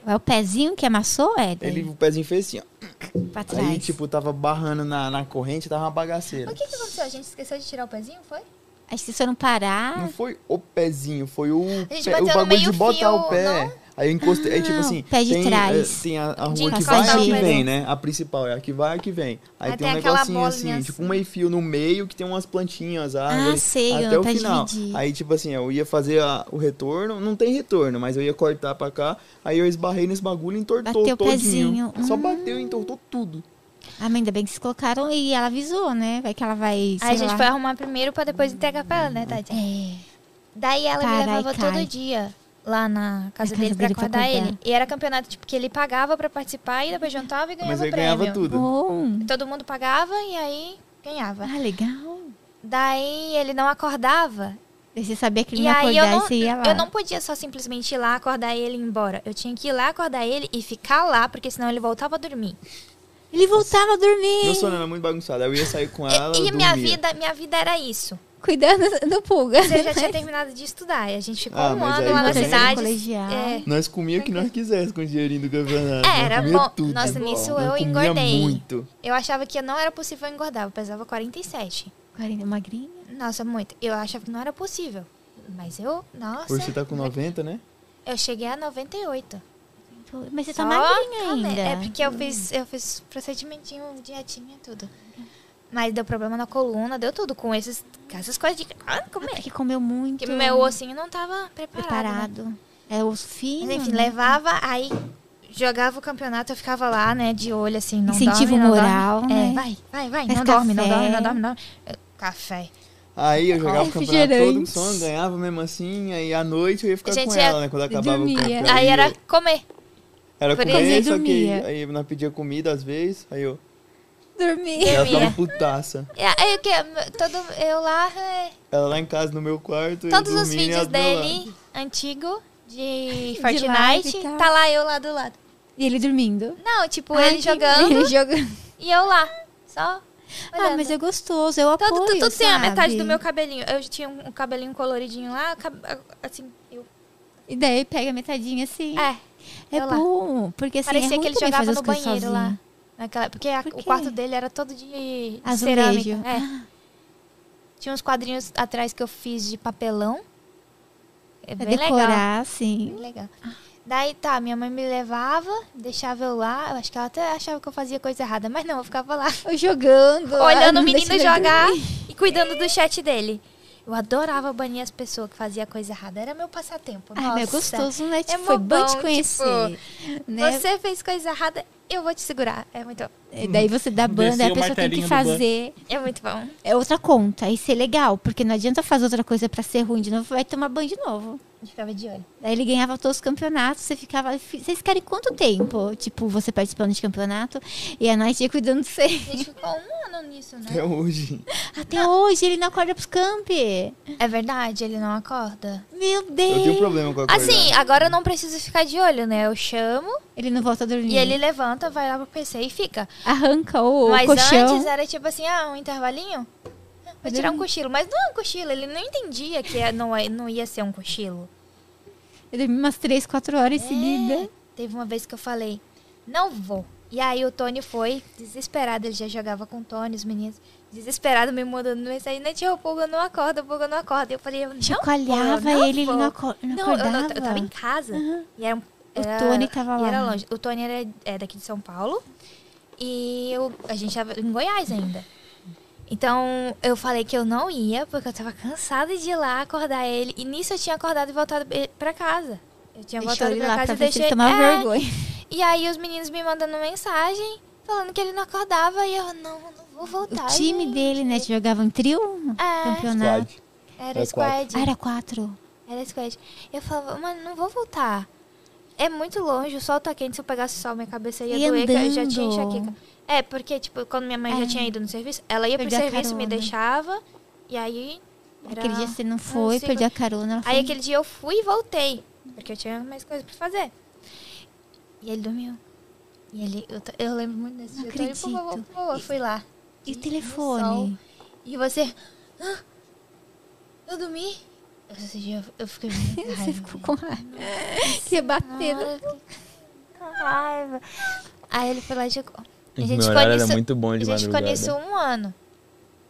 A: É o pezinho que amassou, é? Daí,
D: Ele, o pezinho fez assim, ó.
A: pra trás.
D: Aí, tipo, tava barrando na, na corrente, tava uma bagaceira.
C: O que, que aconteceu? A gente esqueceu de tirar o pezinho, foi?
A: Acho que se eu não parar.
D: Não foi o pezinho, foi o,
C: gente
D: pé- o
C: bateu no
D: bagulho de
C: meio-fio,
D: botar o pé.
C: não?
D: Aí eu encostei, aí tipo
A: Ah,
D: assim,
A: o pé de
D: tem,
A: trás.
D: é, tem a, a
C: De
D: rua que vai
A: encostar
D: e a
A: o
D: que
A: pé
D: vem,
C: dentro.
D: né? A principal é a que vai e a que vem. Aí
C: Aí
D: tem,
C: tem
D: um
C: aquela
D: negocinho
C: bolinha
D: assim, tipo um meio fio no meio que tem umas plantinhas, árvores,
A: Ah, sei,
D: Ah,
A: tá
D: até o
A: pra
D: final.
A: dividir.
D: Aí tipo assim, eu ia fazer a- o retorno, não tem retorno, mas eu ia cortar pra cá, aí eu esbarrei nesse bagulho e entortou
A: Bateu o
D: todinho.
A: pezinho.
D: Só
A: Hum.
D: bateu e entortou tudo.
A: Ah, mas ainda bem que se colocaram e ela avisou, né? Vai que ela vai. Sei
C: Aí a gente
A: lá.
C: foi arrumar primeiro pra depois entregar pra ela, né, Tadinha?
A: É.
C: Daí ela me
A: Parar e
C: levava
A: cai.
C: todo dia lá na casa
A: casa
C: dele pra
A: dele pra
C: acordar
A: acordar.
C: ele. E era campeonato tipo, que ele pagava pra participar e depois jantava e ganhava
D: Mas aí
C: prêmio.
D: ganhava tudo.
A: Bom.
C: Todo mundo pagava e aí ganhava.
A: Ah, legal.
C: Daí ele não acordava.
A: Daí você sabia que ele
C: e
A: ia
C: aí
A: acordar
C: eu
A: e
C: não,
A: você ia Tá lá.
C: eu não podia só simplesmente ir lá acordar ele e ir embora. Eu tinha que ir lá acordar ele e ficar lá, porque senão ele voltava a dormir.
A: Ele voltava a dormir.
D: Meu sono era muito bagunçado. Aí eu ia sair com Ah, ela.
C: e
D: eu
C: e minha
D: dormia.
C: vida, minha vida era isso.
A: Cuidando do pulga.
C: Você já tinha terminado de estudar. E a gente ficou
D: Ah,
C: um
D: mas
C: ano
D: aí
C: lá na
D: também-
C: cidade.
A: Colegial.
C: É.
D: Nós comia o que nós quiséssemos com o dinheirinho do campeonato.
C: É, era
D: Nós comia
C: bom.
D: tudo.
C: Nossa, nisso
D: Nós
C: eu
D: comia
C: engordei.
D: muito.
C: Eu achava que não era possível engordar, eu pesava 47.
A: 40, magrinha.
C: Nossa, muito. Eu achava que não era possível. Mas eu, nossa,
D: Hoje você tá com 90, né?
C: eu cheguei a 98.
A: Pô, Mas você tá
C: Só
A: magrinha
C: calma,
A: ainda.
C: É porque eu fiz, eu fiz procedimentinho, dietinha, tudo. Mas deu problema na coluna, deu tudo com esses, com essas coisas de ah,
A: Ah,
C: comer.
A: porque comeu muito.
C: Que meu ossinho não tava preparado. né?
A: preparado. É os finos.
C: Mas enfim,
A: né?
C: levava, aí jogava o campeonato, eu ficava lá, né, de olho, assim, não
A: Incentivo
C: dorme, não
A: moral,
C: dorme.
A: né?
C: É, vai, vai, vai,
A: Faz
C: não dorme, não
A: café.
C: dorme, não dorme, não dorme. Eu- Café.
D: Aí eu jogava o campeonato todo com
A: Refrigerantes.
D: sono, ganhava mesmo assim, aí à noite eu ia ficar
C: Gente,
D: com
C: é-
D: ela, né? Quando acabava o
A: dormia.
D: campeonato.
C: Aí era
D: eu-
C: comer.
D: Era
C: por
D: comer,
A: exemplo,
D: só que
A: dormia.
D: aí nós pedia comida às vezes, aí eu.
A: Dormir.
D: Ela
C: Dormia.
D: tava putaça.
C: E aí o que? Todo, eu lá, é,
D: Ela lá em casa no meu quarto. eu
C: todos os
D: dormindo e ela
C: vídeos
D: do lado.
C: dele, antigo, de
A: De
C: Fortnite,
A: live e tal.
C: tá lá eu lá do lado.
A: E ele dormindo.
C: Não, tipo,
A: Ah,
C: ele
A: que-
C: jogando
A: Ele jogando.
C: e eu lá, só
A: Ah,
C: olhando.
A: mas é gostoso. Eu apoio,
C: Todo, tudo, tudo tem a
A: sabe?
C: metade do meu cabelinho. Eu tinha um um cabelinho coloridinho lá, cab- assim, eu...
A: E daí pega a metadinha assim.
C: É,
A: É
C: eu lá.
A: bom, porque assim,
C: Parecia
A: é
C: que
A: ruim
C: ele
A: também
C: jogava
A: fazer
C: no
A: as coisas
C: banheiro lá.
A: sozinho.
C: Naquela, porque a-
A: Por
C: o
A: quê?
C: quarto dele era todo de, de
A: Azulejo.
C: cerâmica. É. Tinha uns quadrinhos atrás que eu fiz de papelão. É
A: Pra
C: bem legal.
A: decorar,
C: Bem
A: assim.
C: legal. Daí tá, minha mãe me levava, deixava eu lá. Eu acho que ela até achava que eu fazia coisa errada, mas não, eu ficava lá
A: Ou jogando.
C: olhando
A: ah,
C: o
A: não
C: menino
A: deixa ele
C: jogar
A: dormir.
C: e cuidando do chat dele. Eu adorava banir as pessoas que faziam coisa errada. Era meu passatempo.
A: Ai, mas é
C: Nossa.
A: gostoso, né? Tipo,
C: mó
A: foi bom
C: bom,
A: te
C: tipo,
A: conhecer. né?
C: Você fez coisa errada, eu vou te segurar. É muito,
A: E Daí você dá banda,
E: Descia
A: aí a
E: o
A: pessoa tem
E: martelinho
A: que
E: do ban-
A: fazer.
C: é muito bom.
A: É outra conta. Isso é legal, porque não adianta fazer outra coisa pra ser ruim de novo, vai tomar banho de novo.
C: A gente ficava de olho.
A: Daí ele ganhava todos os campeonatos, você ficava. Vocês querem quanto tempo? Tipo, você participando de campeonato e a Night cuidando de você.
C: A gente ficou um ano nisso, né?
D: Até hoje.
A: Até hoje ele não acorda pros camp.
C: É verdade, ele não acorda.
A: Meu
D: Eu tenho um
A: Deus!
D: problema com a coisa.
C: Assim, agora eu não preciso ficar de olho, né? Eu chamo
A: Ele não volta a dormir.
C: e ele levanta, vai lá pro PC e fica.
A: arranca o
C: Mas
A: colchão.
C: antes era tipo assim, ah, um intervalinho. Vou tirar um cochilo. Mas não é um cochilo, ele não entendia que é- não, é- não ia ser um cochilo.
A: Ele dormia umas 3, 4 horas em seguida.
C: É, Teve uma vez que eu falei, não vou. E aí o Tony foi, desesperado, ele já jogava com o Tony, os meninos, desesperado, me mandando mensagem, né, tia, o Pulga não acorda, o Pulga não acorda. E eu falei, eu não
A: Chacoalhava
C: vou, eu não
A: ele, ele
C: vou.
A: não, aco- não
C: Não, eu,
A: acordava.
C: não- eu tava em casa. E era, um-
A: O
C: era-
A: Tony tava
C: e
A: lá.
C: era longe. O Tony era, é daqui de São Paulo. E eu, a gente tava em Goiás ainda. Então, eu falei que eu não ia, porque eu tava cansada de ir lá acordar ele. E nisso eu tinha acordado e voltado e- pra casa. Eu tinha
A: Deixou
C: voltado
A: ele
C: pra
A: lá
C: casa
A: pra
C: e
A: ver se
C: deixei...
A: ele tomava
C: é,
A: vergonha.
C: E aí os meninos me mandando mensagem, falando que ele não acordava. E eu, não, não vou voltar.
A: O time dele, né? Jogavam em trio no
C: É.
A: campeonato.
D: Squad.
C: Era
D: É
C: o squad.
A: Ah, era quatro.
C: Era squad. Eu falava, mano, não vou voltar. É muito longe, o sol tá quente, se eu pegasse sol, minha cabeça ia
A: E
C: doer, que eu já tinha
A: andando.
C: enxaqueca. É, porque, tipo, quando minha mãe
A: É.
C: já tinha ido no serviço, ela ia pro
A: Perdeu a
C: serviço, me
A: carona.
C: deixava, e aí... Era...
A: Aquele dia você não foi,
C: sei
A: perdeu a carona. ela
C: Aí
A: foi-
C: aquele dia eu fui e voltei, porque eu tinha mais coisa pra fazer. E ele dormiu. E ele, eu, t- eu lembro muito desse
A: Não
C: dia. então eu tô indo pro vovô,
A: acredito.
C: pro vovô, eu fui lá.
A: E o
C: No sol.
A: telefone?
C: E você. "Ah, eu dormi? Esse dia eu- eu fiquei muito
A: Você
C: raiva.
A: ficou com raiva. Que né? batendo.
C: Cara, que- com raiva. Aí ele foi lá e jogou. A
F: Meu
C: gente ficou
F: horário era
C: nisso-
F: muito bom de
C: a gente ficou
F: madrugada.
D: É
C: nisso um ano.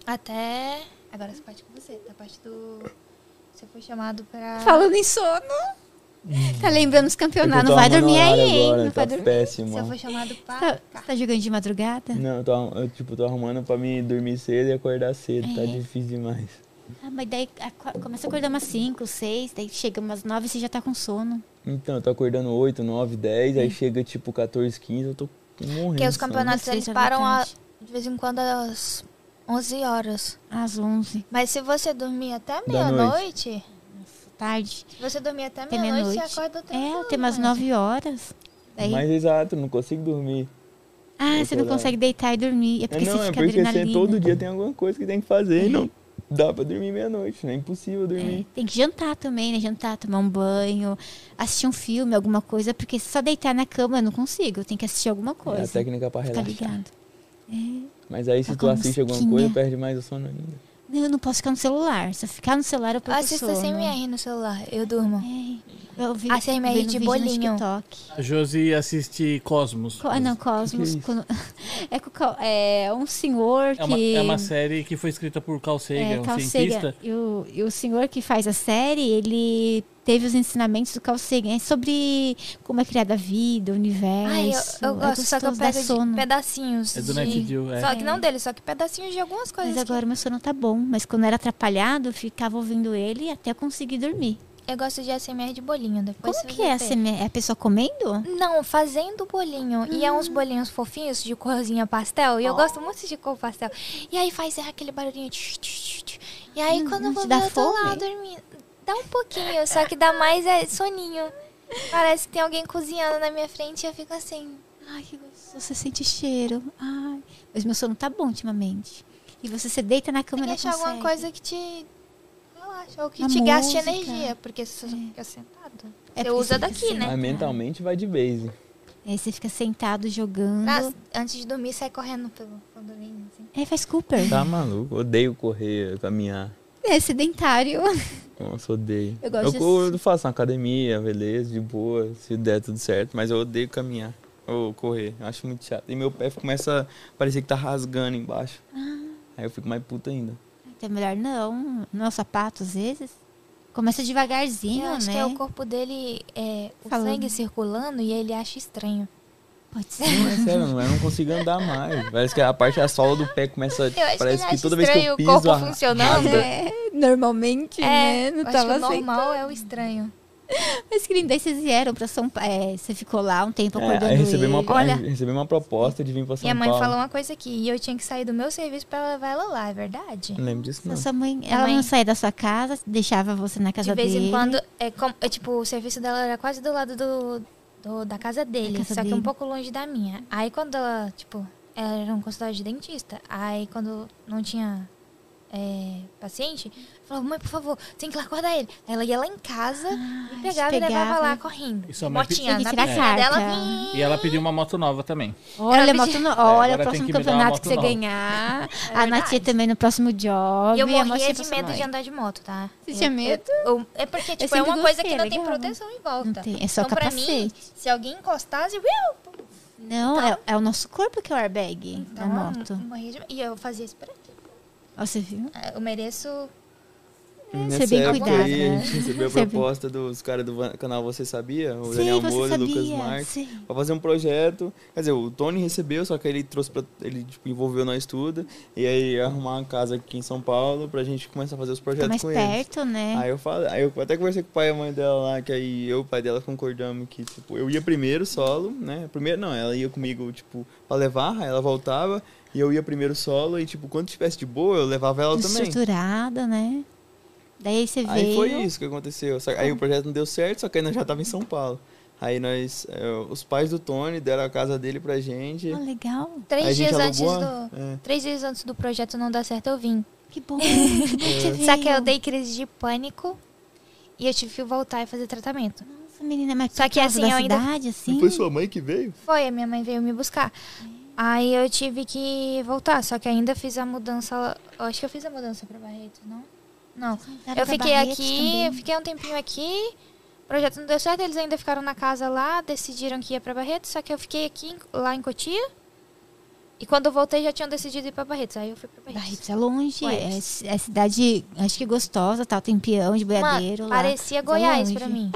C: Até. Agora essa parte é com você, da parte do. Você foi chamado pra.
A: Falando em sono. Tá lembrando os
D: É que eu
A: campeonatos.
D: tô
A: Não vai
D: arrumando
A: dormir aí,
D: horário
A: hein?
D: agora,
A: não
D: tá
A: vai dormir.
D: péssimo.
C: Você foi chamado pra.
A: Tá, você tá jogando de madrugada?
D: Não, eu, tô, arrum- eu, tipo, tô arrumando pra me dormir cedo e acordar cedo. Tá
A: É.
D: difícil demais.
A: Ah, mas daí aco- começa a acordar umas 5, 6, daí chega umas 9 e você já tá com sono.
D: Então, eu tô acordando 8, 9, 10,
A: Hum.
D: aí chega tipo 14, 15, eu tô morrendo.
A: é
C: Porque os
D: de sono.
C: campeonatos
A: Vocês
C: eles
A: já tá
C: param a-
A: metade.
C: de vez em quando às 11 horas.
A: Às 11,
C: Mas se você dormir até
D: noite.
C: meia-noite.
A: tarde.
C: Se você dormir até
A: Até
C: meia-noite, você
A: meia-noite.
C: acorda tranquilo.
A: É, tem umas 9 horas. Daí...
D: Mas exato, eu não consigo dormir.
A: ah,
D: eu
A: você
D: tô
A: não
D: lá.
A: consegue deitar e dormir. É
D: É,
A: porque
D: não,
A: você
D: é
A: fica
D: porque você,
A: adrenalina. É.
D: todo dia tem alguma coisa que tem que fazer e não dá pra dormir meia-noite, né? É impossível dormir.
A: Tem que jantar também, né? Jantar, tomar um banho, assistir um filme, alguma coisa, porque só deitar na cama eu não consigo. Eu tenho que assistir alguma
D: É, a
A: coisa.
D: técnica pra
A: ficar
D: relaxar.
A: ligado.
D: Mas aí se
A: Tá
D: tu
A: com Né,
D: assiste alguma
A: musiquinha.
D: coisa, perde mais o sono ainda.
A: Não, eu não posso ficar no celular. Se eu ficar no celular, eu
C: Eu
A: perco
C: assisto
A: sono.
C: CMR no celular, eu durmo.
A: É, eu vi,
C: A CMR
A: vendo
C: de
A: vídeo
C: bolinho.
A: No TikTok.
E: A Josi assiste Cosmos.
A: Co- ah, não, Cosmos.
D: Que que
A: quando- é, com Cal- é um senhor que...
E: É uma, é uma série que foi escrita por Carl Sagan,
A: É,
E: um
A: Carl Sagan.
E: cientista.
A: E o, e o senhor que faz a série, ele teve os ensinamentos do Carl Sagan. É sobre como é criada a vida, o universo.
C: Ai, eu, eu
A: é
C: gosto, só que eu
A: gostoso, dá
C: pego de
A: sono.
C: pedacinhos.
E: É do
C: de-
E: NetGeo, é.
C: Só que não dele, só que pedacinhos de algumas coisas.
A: Mas
C: que-
A: agora meu sono tá bom. Mas quando era atrapalhado, eu ficava ouvindo ele até eu conseguir dormir.
C: Eu gosto de ASMR de bolinho. Depois
A: Como
C: você
A: que é a
C: vê.
A: CMR? É a pessoa comendo?
C: Não, fazendo bolinho. E é uns
A: Hum.
C: bolinhos fofinhos de corzinha pastel. E eu gosto muito de cor pastel. E aí faz é, aquele barulhinho. tch, tch, tch, tch. E aí
A: Hum,
C: quando
A: não
C: eu
A: te
C: vou
A: dá
C: ver, eu tô lá
A: fome?
C: dormindo. Dá um pouquinho, só que dá mais é soninho. Parece que tem alguém cozinhando na minha frente e eu fico assim.
A: Ai, que gostoso. Você sente cheiro. Ai. Mas meu sono tá bom ultimamente. E você se deita na
C: Tem
A: cama e
C: que
A: não
C: achar
A: consegue.
C: alguma coisa que te relaxa ou que
A: Uma
C: te gaste
A: música.
C: energia, porque se você fica sentado.
A: É
C: você
A: porque
C: usa
A: você
C: daqui,
A: fica
C: né?
D: Mas mentalmente vai de base.
A: Aí você fica sentado jogando.
C: Pra- antes de dormir, sai correndo pelo condomínio. Assim.
A: Aí faz Cooper.
D: Tá maluco? Odeio correr, caminhar.
A: É sedentário.
D: Nossa, odeio.
A: Eu gosto de
D: eu, eu faço na academia, beleza, de boa, se der tudo certo, mas eu odeio caminhar ou correr. Eu acho muito chato. E meu pé começa a parecer que tá rasgando embaixo.
C: Ah.
D: Aí eu fico mais puta ainda.
A: Então é melhor não. Não é o sapato às vezes. Começa devagarzinho,
C: Eu acho
A: né?
C: que é o corpo dele, é, o
A: Falando.
C: sangue circulando e ele acha estranho.
A: Pode ser.
D: Não, é sério, não, eu não consigo andar mais. Parece que a parte da sola do pé começa.
C: Eu acho
D: parece
C: que,
D: que,
C: ele
D: toda
C: acha
D: vez que
C: estranho
D: eu piso.
C: o corpo
D: a-
C: funcionando.
A: É, normalmente, né?
C: É,
A: Não
C: eu acho
A: tava
C: que o
A: aceitando.
C: normal é o estranho.
A: Mas, querido, daí vocês vieram pra São Paulo. você ficou lá um tempo
E: É,
A: acordando
D: É, aí recebi uma,
A: ele.
D: pro-
C: Olha.
D: recebi uma proposta de vir pra São
C: Minha mãe
D: Paulo.
C: falou uma coisa aqui e eu tinha que sair do meu serviço pra levar ela lá, é verdade?
D: Não lembro disso, não.
A: Sua mãe, ela
C: mãe-
A: não saía da sua casa, deixava você na
C: De
A: casa
C: vez
A: dele.
C: em quando, é, com- é, tipo, o serviço dela era quase do lado do, do- da casa dele,
A: casa
C: só que um
A: dele.
C: pouco longe da minha. Aí quando ela, tipo, ela era um consultório de dentista, aí quando não tinha é, paciente, eu falava, mãe, por favor, tem que ir lá acordar ele. Aí ela ia lá em casa, me pegava,
A: te
C: e levava
A: pegava.
C: lá correndo.
E: E sua mãe
C: Motinha,
A: pedi-
C: na
A: Ah, Tem que tirar
C: piscina
A: carta.
C: dela. vim.
E: E ela pediu uma moto nova também.
A: Olha,
C: Ela
A: moto no- olha
E: É, agora
A: o
E: tem
A: próximo
E: que me dar uma
A: campeonato
E: moto
A: que você
E: nova.
A: ganhar. a
C: É verdade.
A: Natia também no próximo job.
C: E eu
A: e a
C: morria
A: Motinha
C: de
A: pra sua
C: medo de
A: mãe.
C: andar de moto, tá?
A: Você
C: Eu-
A: tinha
C: eu-
A: medo?
C: eu- é porque, tipo, é
A: sempre
C: uma coisa que
A: gostei,
C: não tem
A: legal. né?
C: proteção em volta.
A: Não tem, é só
C: então, pra mim,
A: capacete.
C: se alguém encostasse, uiu,
A: Não,
C: Tá.
A: é, é o nosso corpo que é o airbag da
C: Então.
A: moto.
C: Morri um, de... E eu fazia isso por aqui.
A: Ó, você viu?
C: Ah, Eu mereço.
A: Ser bem
D: época
A: cuidado,
D: aí,
A: né?
D: a gente recebeu a
A: Ser bem-
D: proposta dos caras do van- canal Você Sabia? O
A: Sim,
D: Daniel
A: você
D: Moura, o Lucas
A: sabia,
D: Marques.
A: sim. tá
D: Pra fazer um projeto. Quer dizer, o Tony recebeu, só que ele trouxe pra. Ele tipo, envolveu nós tudo. E aí ia arrumar uma casa aqui em São Paulo pra gente começar a fazer os
A: Tá
D: projetos
A: mais
D: com eles.
A: perto, né?
D: Aí eu falei, aí eu até conversei com o pai e a mãe dela lá, que aí eu e o pai dela concordamos que, tipo, eu ia primeiro solo, né? Primeiro não, ela ia comigo, tipo, pra levar, aí ela voltava, e eu ia primeiro solo, e tipo, quando tivesse de boa, eu levava ela também.
A: Estruturada, né? Daí você
D: Aí
A: veio.
D: foi isso que aconteceu. Só-
C: Ah.
D: aí o projeto não deu certo, só que ainda já tava em São Paulo. Aí nós, eh, os pais do Tony deram a casa dele pra gente.
A: Ó, Ah, legal.
D: Aí a
C: Três
D: gente
C: dias antes
D: alugou.
C: do.
D: é.
C: Três dias antes do projeto não dar certo, eu vim.
A: Que bom. Que bom que
D: É.
A: você veio.
C: Só que eu dei crise de pânico e eu tive que voltar e fazer tratamento.
A: Nossa, menina, mas
C: Só
A: por
C: que,
A: causa
C: assim,
A: da
C: eu ainda-
A: cidade, assim?
D: E foi sua mãe que veio?
C: Foi, a minha mãe veio me buscar. Aí eu tive que voltar, só que ainda fiz a mudança. lá- Eu acho que eu fiz a mudança pra Barreto, não? Não.
A: Era
C: Eu
A: pra
C: fiquei
A: Barretos
C: aqui,
A: também.
C: eu fiquei um tempinho aqui. O projeto não deu certo, eles ainda ficaram na casa lá, decidiram que ia pra Barreto, só que eu fiquei aqui em- lá em Cotia. E quando eu voltei já tinham decidido ir pra Barretos. Aí eu fui pra Barretos.
A: Barretos é longe,
C: Ué.
A: é, ci- é cidade, acho que gostosa, tal, tem peão de boiadeiro
C: Mano,
A: lá. Mas é
C: parecia Goiás
A: longe.
C: pra mim.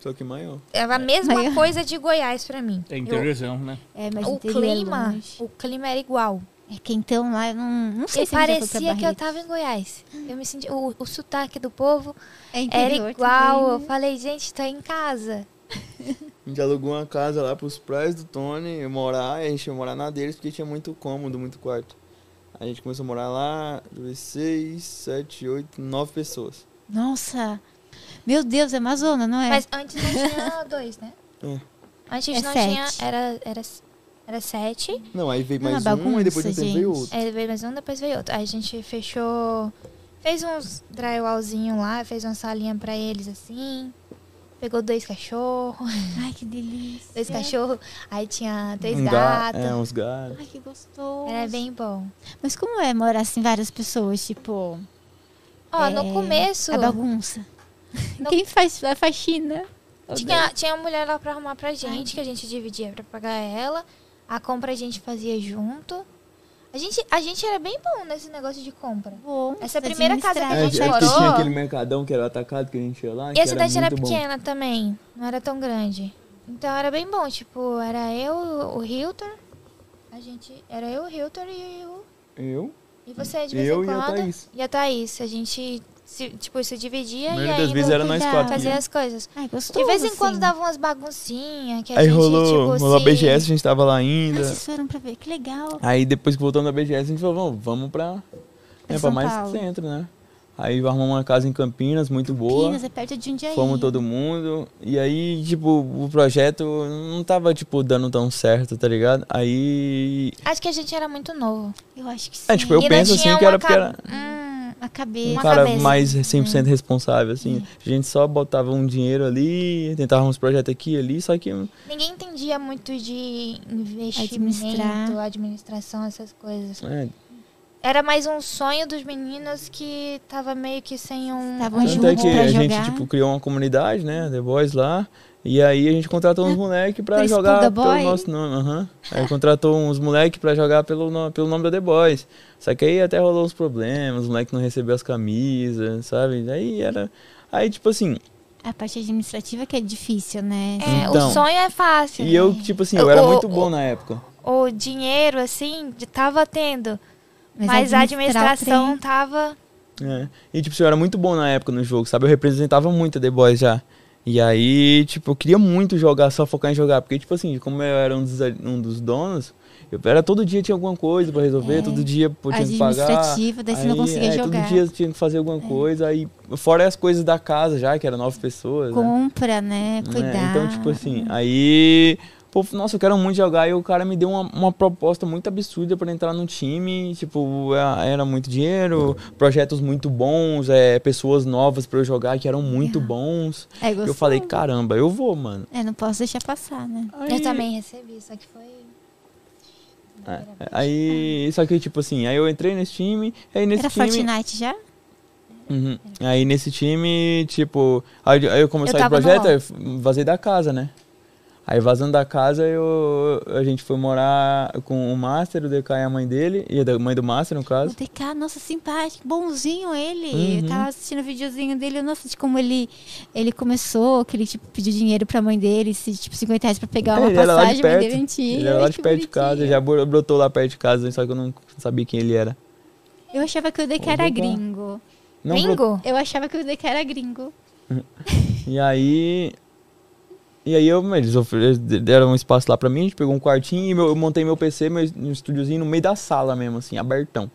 D: Só que mãe, ó.
C: Era a mesma
A: Mas eu-
C: coisa de Goiás pra mim.
E: É interiorzão, né?
A: É,
C: Eu-
A: mas
C: o
A: interior é
C: clima,
A: longe.
C: o clima era igual.
A: É que então lá, eu não, não sei
C: E
A: se a gente já foi pra
C: parecia que eu
A: Barretos.
C: tava em Goiás. Eu me senti o, o sotaque do povo
A: É
C: era
A: interior
C: igual.
A: também,
C: Eu
A: né?
C: falei, gente, tô em casa.
D: A gente alugou uma casa lá pros pais do Tony morar, e a gente ia morar na deles porque tinha muito cômodo, muito quarto. A gente começou a morar lá, dois, seis, sete, oito, nove pessoas.
A: Nossa, meu Deus, é Amazônia, não é?
C: Mas antes não tinha dois, né?
D: É.
C: Antes
A: É
C: não
A: sete.
C: tinha. Era, era, era sete.
D: Não, aí veio
A: Não,
D: mais
A: uma
D: um, e depois de um
A: bagunça,
D: tempo veio
A: gente.
D: outro.
C: Aí veio mais um, depois veio outro. Aí a gente fechou. Fez uns drywallzinho lá, fez uma salinha pra eles assim. Pegou dois cachorros,
A: Ai, que delícia.
C: dois cachorros. Aí tinha dois
D: Um ga-
C: gatos.
D: é, uns gatos.
A: Ai, que gostoso.
C: Era bem bom.
A: Mas como é morar assim várias pessoas, tipo,
C: Ó,
A: É,
C: no começo.
A: a bagunça?
C: Não.
A: Quem faz a faxina?
C: Tinha, tinha uma mulher lá pra arrumar pra gente, que a gente dividia pra pagar ela. A compra a gente fazia junto. A gente, a gente era bem bom nesse negócio de compra.
A: Bom,
C: Essa primeira casa que a
D: É,
A: administrar.
D: é
C: gente
D: porque
C: morou.
D: tinha aquele mercadão que era atacado que a gente ia lá.
C: E
D: que
C: a cidade era,
D: muito bom.
C: pequena também, não era tão grande. Então era bem bom, tipo, era eu, o Hilton, a gente. Era eu, o Hilton e o.
D: Eu?
C: E você de vez
D: Eu
C: em
D: e a
C: quando.
D: Thaís.
C: E a Thaís. A gente se, tipo, se dividia
D: A
C: e
D: maioria das
C: aí
D: vezes era nós
A: cuidar.
D: quatro. que
C: fazia
D: ia.
C: as coisas.
A: Ai, gostoso.
C: De vez em quando
A: assim.
C: dava umas baguncinhas que a
D: Aí
C: gente,
D: rolou,
C: tipo,
D: rolou
C: se-
D: a BGS, a gente tava lá
A: Ah,
D: ainda.
A: vocês foram pra ver, que legal.
D: Aí depois que voltamos da BGS, a gente falou, vamos, vamos pra,
A: Pra
D: é, pra
A: São
D: mais
A: Paulo.
D: centro, né? Aí arrumamos uma casa em Campinas, muito boa.
A: Pinas é perto de um dia
D: Fomos todo mundo. E aí, tipo, o projeto não tava, tipo, dando tão certo, tá ligado? Aí.
C: Acho que a gente era muito novo.
A: Eu acho que sim.
D: É, tipo, eu
C: E não
D: penso assim
C: tinha
D: que
C: uma
D: era porque
C: ca-
D: era
C: Hum,
A: A
D: um
A: cabeça.
C: uma
D: cara
C: cabeça. Hum.
D: mais 100% responsável, assim. A gente só botava um dinheiro ali, tentava uns projetos aqui e ali, só que né,
C: ninguém entendia muito de investimento,
A: Administrar.
C: administração, essas coisas.
D: é,
C: Era mais um sonho dos meninos que tava meio que sem um.
A: Estavam
D: Tanto é
A: juntos
D: que
A: pra
D: a gente,
A: jogar.
D: tipo, criou uma comunidade, né? The Boys lá. E aí a gente contratou uns moleques pra
A: Pra
D: jogar
A: Spulga
D: pelo
A: Boy?
D: nosso nome. aham. Aí contratou uns moleques pra jogar pelo, no- pelo nome da The Boys. Só que aí até rolou uns problemas, os moleques não recebeu as camisas, sabe? Aí era. Aí, tipo assim,
A: A parte administrativa que é difícil, né?
C: É,
D: Então.
C: o sonho é fácil.
D: e eu, tipo assim, eu era
C: O-
D: muito
C: o-
D: bom na época.
C: O dinheiro, assim, de- tava tendo. Mas,
A: administrar
C: a
A: o
C: administração
A: trem-
C: tava.
D: É. E, tipo assim, eu era muito bom na época no jogo, sabe? Eu representava muito a The Boys já. E aí, tipo, eu queria muito jogar, só focar em jogar. Porque, tipo assim, como eu era um dos, um dos donos, eu era todo dia tinha alguma coisa pra resolver,
A: É.
D: todo dia pô, tinha que pagar.
A: Administrativo, daí você não
D: Aí,
A: conseguia
D: é,
A: jogar. É.
D: Todo dia tinha que fazer alguma coisa. Aí, fora as coisas da casa já, que era nove pessoas. né?
A: Compra, né?
D: É,
A: Cuidar.
D: então, tipo assim, aí. Pô, nossa, eu quero muito jogar. E o cara me deu uma, uma proposta muito absurda pra entrar num time. Tipo, era, era muito dinheiro, projetos muito bons, é, pessoas novas pra eu jogar que eram muito
A: Legal.
D: bons.
A: É gostoso.
D: Eu falei, caramba, eu vou, mano.
A: É, não posso deixar passar, né?
C: Eu também recebi, só que foi.
D: Aí, só que, tipo assim, aí eu entrei nesse time. Aí nesse
A: Era
D: time.
A: Fortnite já?
D: Uhum. Aí nesse time, tipo, aí eu- aí eu comecei
C: Eu
D: o
C: tava no
D: projeto,
C: LOL.
D: aí eu f- vazei da casa, né? Aí vazando da casa, eu, a gente foi morar com o Master, o DK e a mãe dele, e a da- mãe do Master, no
A: O
D: caso.
A: DK, ah, nossa, simpático, bonzinho ele. Eu
D: Uhum.
A: tava assistindo o videozinho dele, nossa, de como ele, ele começou, que ele tipo, pediu dinheiro pra mãe dele, se, tipo, 50 reais pra pegar uma
D: É, ele era lá de
A: passagem, a mãe dele
D: perto.
A: não tinha.
D: Ele era lá
A: Ai,
D: de
A: que
D: perto de casa,
A: bonitinho.
D: já bro- brotou lá perto de casa, só que eu não sabia quem ele era.
A: Eu achava que o DK
D: Ô,
A: era
D: DK.
A: gringo.
D: Não brotou-
C: Bingo?
A: Eu achava que o DK era gringo.
D: E aí. E aí eu, eles, ofere- eles deram um espaço lá pra mim, a gente pegou um quartinho e meu- eu montei meu PC, meu es- um estúdiozinho no meio da sala mesmo, assim, abertão.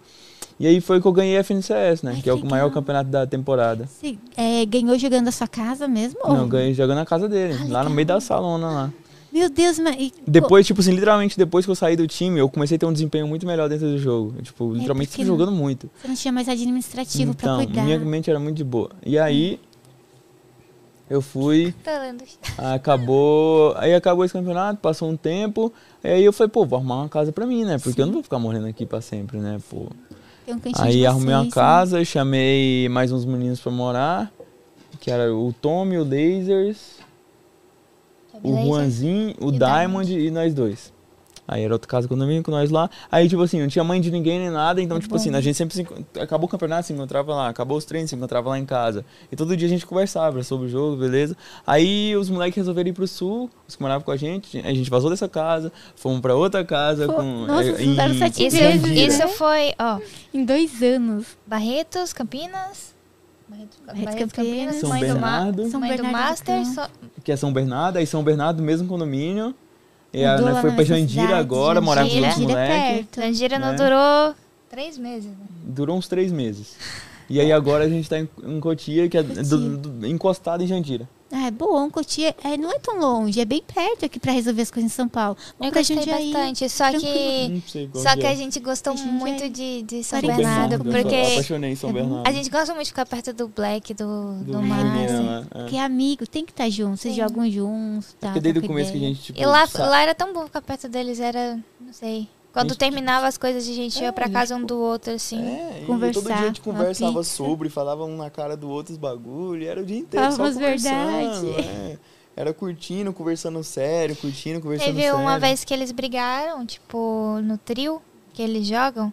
D: E aí foi que eu ganhei a FNCS, né?
A: Ai,
D: que é o
A: que
D: maior
A: legal.
D: campeonato da temporada.
A: Você é, ganhou jogando a sua casa mesmo?
D: Não,
A: Ou-
D: eu ganhei jogando na casa dele,
A: Ah,
D: lá no
A: Oh. legal.
D: meio da salona lá.
A: Meu Deus, mas. e-
D: Depois, tipo assim, literalmente depois que eu saí do time, eu comecei a ter um desempenho muito melhor dentro do jogo. Eu, tipo, literalmente
A: porque
D: sempre
A: não-
D: jogando muito.
A: Você não tinha mais administrativo
D: então,
A: É pra cuidar.
D: minha mente era muito de boa. E aí,
A: Hum.
D: eu fui...
C: Tá lendo.
D: Acabou. Aí acabou esse campeonato, passou um tempo. Aí eu falei, pô, vou arrumar uma casa pra mim, né? Porque eu não vou ficar morrendo aqui pra sempre, né, pô.
A: Tem um cantinho de
D: Aí arrumei uma
A: vocês,
D: casa, chamei mais uns meninos pra morar. Que era o Tommy, o Lasers, o Juanzinho, o
C: E o
D: Diamond e nós dois. Aí era outra casa condomínio com nós lá. Aí, tipo assim, não tinha mãe de ninguém nem nada. Então,
A: É
D: tipo
A: bom
D: assim, a gente sempre se encon- Acabou o campeonato, se encontrava lá. Acabou os treinos, se encontrava lá em casa. E todo dia a gente conversava sobre o jogo, beleza? Aí os moleques resolveram ir pro sul, os que moravam com a gente. A gente vazou dessa casa, fomos pra outra casa.
A: Pô,
D: com,
A: nossa,
D: é,
A: vocês mudaram sete
C: Isso,
A: Sim,
D: Jandira.
A: vezes,
C: isso foi, ó,
A: Em dois anos.
C: Barretos, Campinas. Barretos, Barretos, Campinas,
D: São
C: mãe do, Ma
D: Bernardo.
A: São
C: mãe do
A: Bernardo do
C: Master.
A: Campo.
C: só-
D: que é São Bernardo, aí São Bernardo, mesmo condomínio. E a,
A: Mudou
D: né,
A: lá
D: foi
A: na
D: pra
A: nossa
D: Jandira
A: cidade,
D: agora, morar com os
C: Jandira.
D: outros
A: Jandira é
D: moleques.
A: perto.
C: Jandira não
D: Né?
C: durou três meses, né?
D: Durou uns três meses. E aí agora a gente tá em, em Cotia, que é do, do- encostado em Jandira.
A: Ah, é bom, Cotia é, não é tão longe, é bem perto aqui pra resolver as coisas em São Paulo.
C: Eu
A: Vamos pra
C: gostei
A: Jundiaí.
C: bastante, só que...
D: Não sei qual
C: Só que
D: é.
C: a gente gostou
A: Jundiaí.
C: muito de, de São
A: São
C: Bernardo,
A: Bernardo,
D: eu sou-
C: porque
D: apaixonei em São
A: é bom.
D: Bernardo.
C: a gente gosta muito de ficar perto do Black, do, do,
D: do
C: Master.
D: menino lá, é.
A: Porque é amigo, tem que estar junto, vocês
C: Sim.
A: jogam juntos. Tá,
D: Porque desde o
A: troca
D: começo que a
A: ideia.
D: gente, tipo...
C: E lá,
D: sa-
C: lá era tão bom ficar perto deles, era... Não sei. Quando
D: Gente,
C: terminava as coisas, a gente ia pra
D: gente,
C: casa um
D: pô,
C: do outro, assim.
D: É, e
A: conversar,
D: todo dia a gente
A: uma
D: conversava
A: pizza.
D: sobre, falava um na cara do outro os bagulho, e era o dia inteiro só
A: Falávamos
D: conversando.
A: verdade.
D: é. Era curtindo, conversando sério, curtindo, conversando
C: Teve
D: sério.
C: uma vez que eles brigaram, tipo, no trio que eles jogam.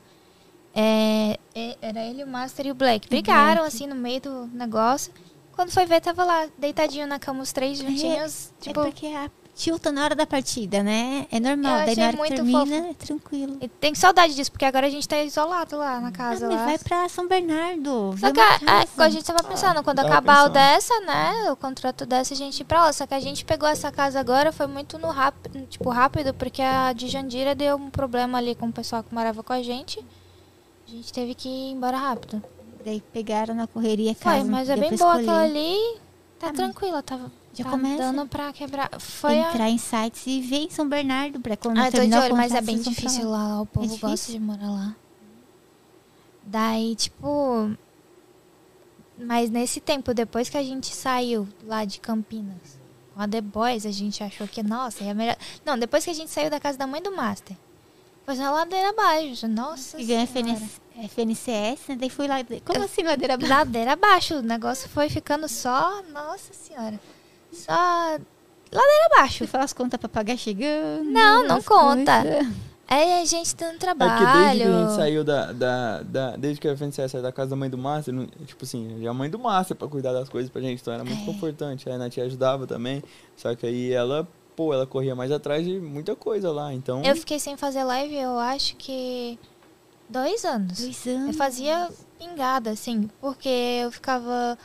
C: É, e- era ele, o Master e o Black. Brigaram, assim, no meio do negócio. Quando foi ver, tava lá, deitadinho na cama, os três juntinhos.
A: É
C: tipo,
A: porque a tilta na hora da partida, né? É normal,
C: Eu
A: daí
C: achei
A: na hora que
C: muito
A: termina,
C: fofo.
A: é tranquilo.
C: e tem saudade disso, porque agora a gente tá isolado lá na
A: Ah, mas
C: casa. lá.
A: vai pra São Bernardo.
C: Só
A: vê
C: que
A: uma
C: a, a-
A: casa.
C: a gente tava pensando, quando
D: tava
C: acabar o
D: pensando.
C: dessa, né? O contrato dessa, a gente ir pra lá. Só que a gente pegou essa casa agora, foi muito no rápido, tipo, rápido, porque a de Jandira deu um problema ali com o pessoal que morava com a gente. A gente teve que ir embora rápido.
A: Daí pegaram na correria
C: Foi,
A: casa. não
C: mas é
A: deu
C: bem
A: pra
C: boa
A: escolher.
C: aquela ali. Tá
A: Ah, mas
C: tranquila, tava.
A: já
C: tá
A: começa? Então,
C: dando pra quebrar. Foi a.
A: Entrar em sites e ver em São Bernardo pra quando
C: Ah, eu tô de
A: terminar o
C: olho, mas é
A: contrato,
C: bem
A: vocês vão pra
C: difícil
A: lá. É
C: lá, o povo
A: difícil?
C: gosta de morar lá. Daí, tipo. Mas nesse tempo, depois que a gente saiu lá de Campinas com a The Boys, a gente achou que, nossa, é a melhor. Não, depois que a gente saiu da casa da mãe do Master, foi na ladeira abaixo. Nossa.
A: E ganhar
C: Senhora.
A: FNC, FNCS, né? Daí fui lá. Como assim ladeira abaixo?
C: Ladeira abaixo. O negócio foi ficando só. Nossa senhora. Só. Ladeira abaixo.
A: Fui falar as contas pra pagar chegando.
C: Não, não
A: as
C: conta.
A: coisas.
C: Aí a gente dando
D: É
C: trabalho.
D: porque desde que a gente saiu da. da, da- desde que a FNCS saiu da casa da mãe do Márcio, não- tipo assim, já a mãe do Márcio pra cuidar das coisas pra gente, então era muito
C: É.
D: confortante. Aí a Nath ajudava também, só que aí ela, pô, ela corria mais atrás de muita coisa lá,
A: Hum?
D: então.
C: Eu fiquei sem fazer live, eu acho que dois anos.
A: Dois anos.
C: Eu fazia pingada, assim, porque eu ficava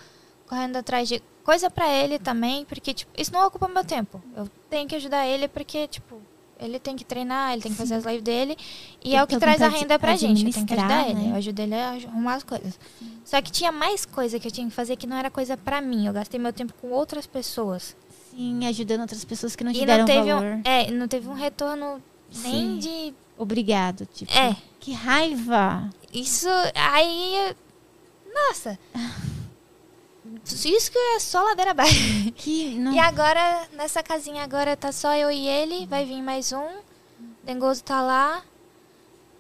C: correndo atrás de coisa pra ele também, porque, tipo, isso não ocupa meu tempo. Eu tenho que ajudar ele porque, tipo, ele tem que treinar, ele tem que fazer as lives dele. E
A: Tem
C: é o
A: que
C: que traz a
A: alguém pra
C: renda pra
A: ad-
C: gente. Eu tenho que
A: administrar,
C: ajudar ele.
A: né?
C: Eu ajudo ele a arrumar as coisas. Só que tinha mais coisa que eu tinha que fazer que não era coisa pra mim. Eu gastei meu tempo com outras pessoas.
A: Sim, assim, ajudando outras pessoas que não te
C: e
A: deram
C: não teve
A: valor.
C: um. É, não teve um retorno
A: Sim.
C: nem de.
A: Obrigado, tipo.
C: É.
A: Que raiva.
C: Isso aí. eu- Nossa! Isso que é só ladeira abaixo.
A: Que não.
C: E agora, nessa casinha agora tá só eu e ele, vai vir mais um. Dengoso tá lá.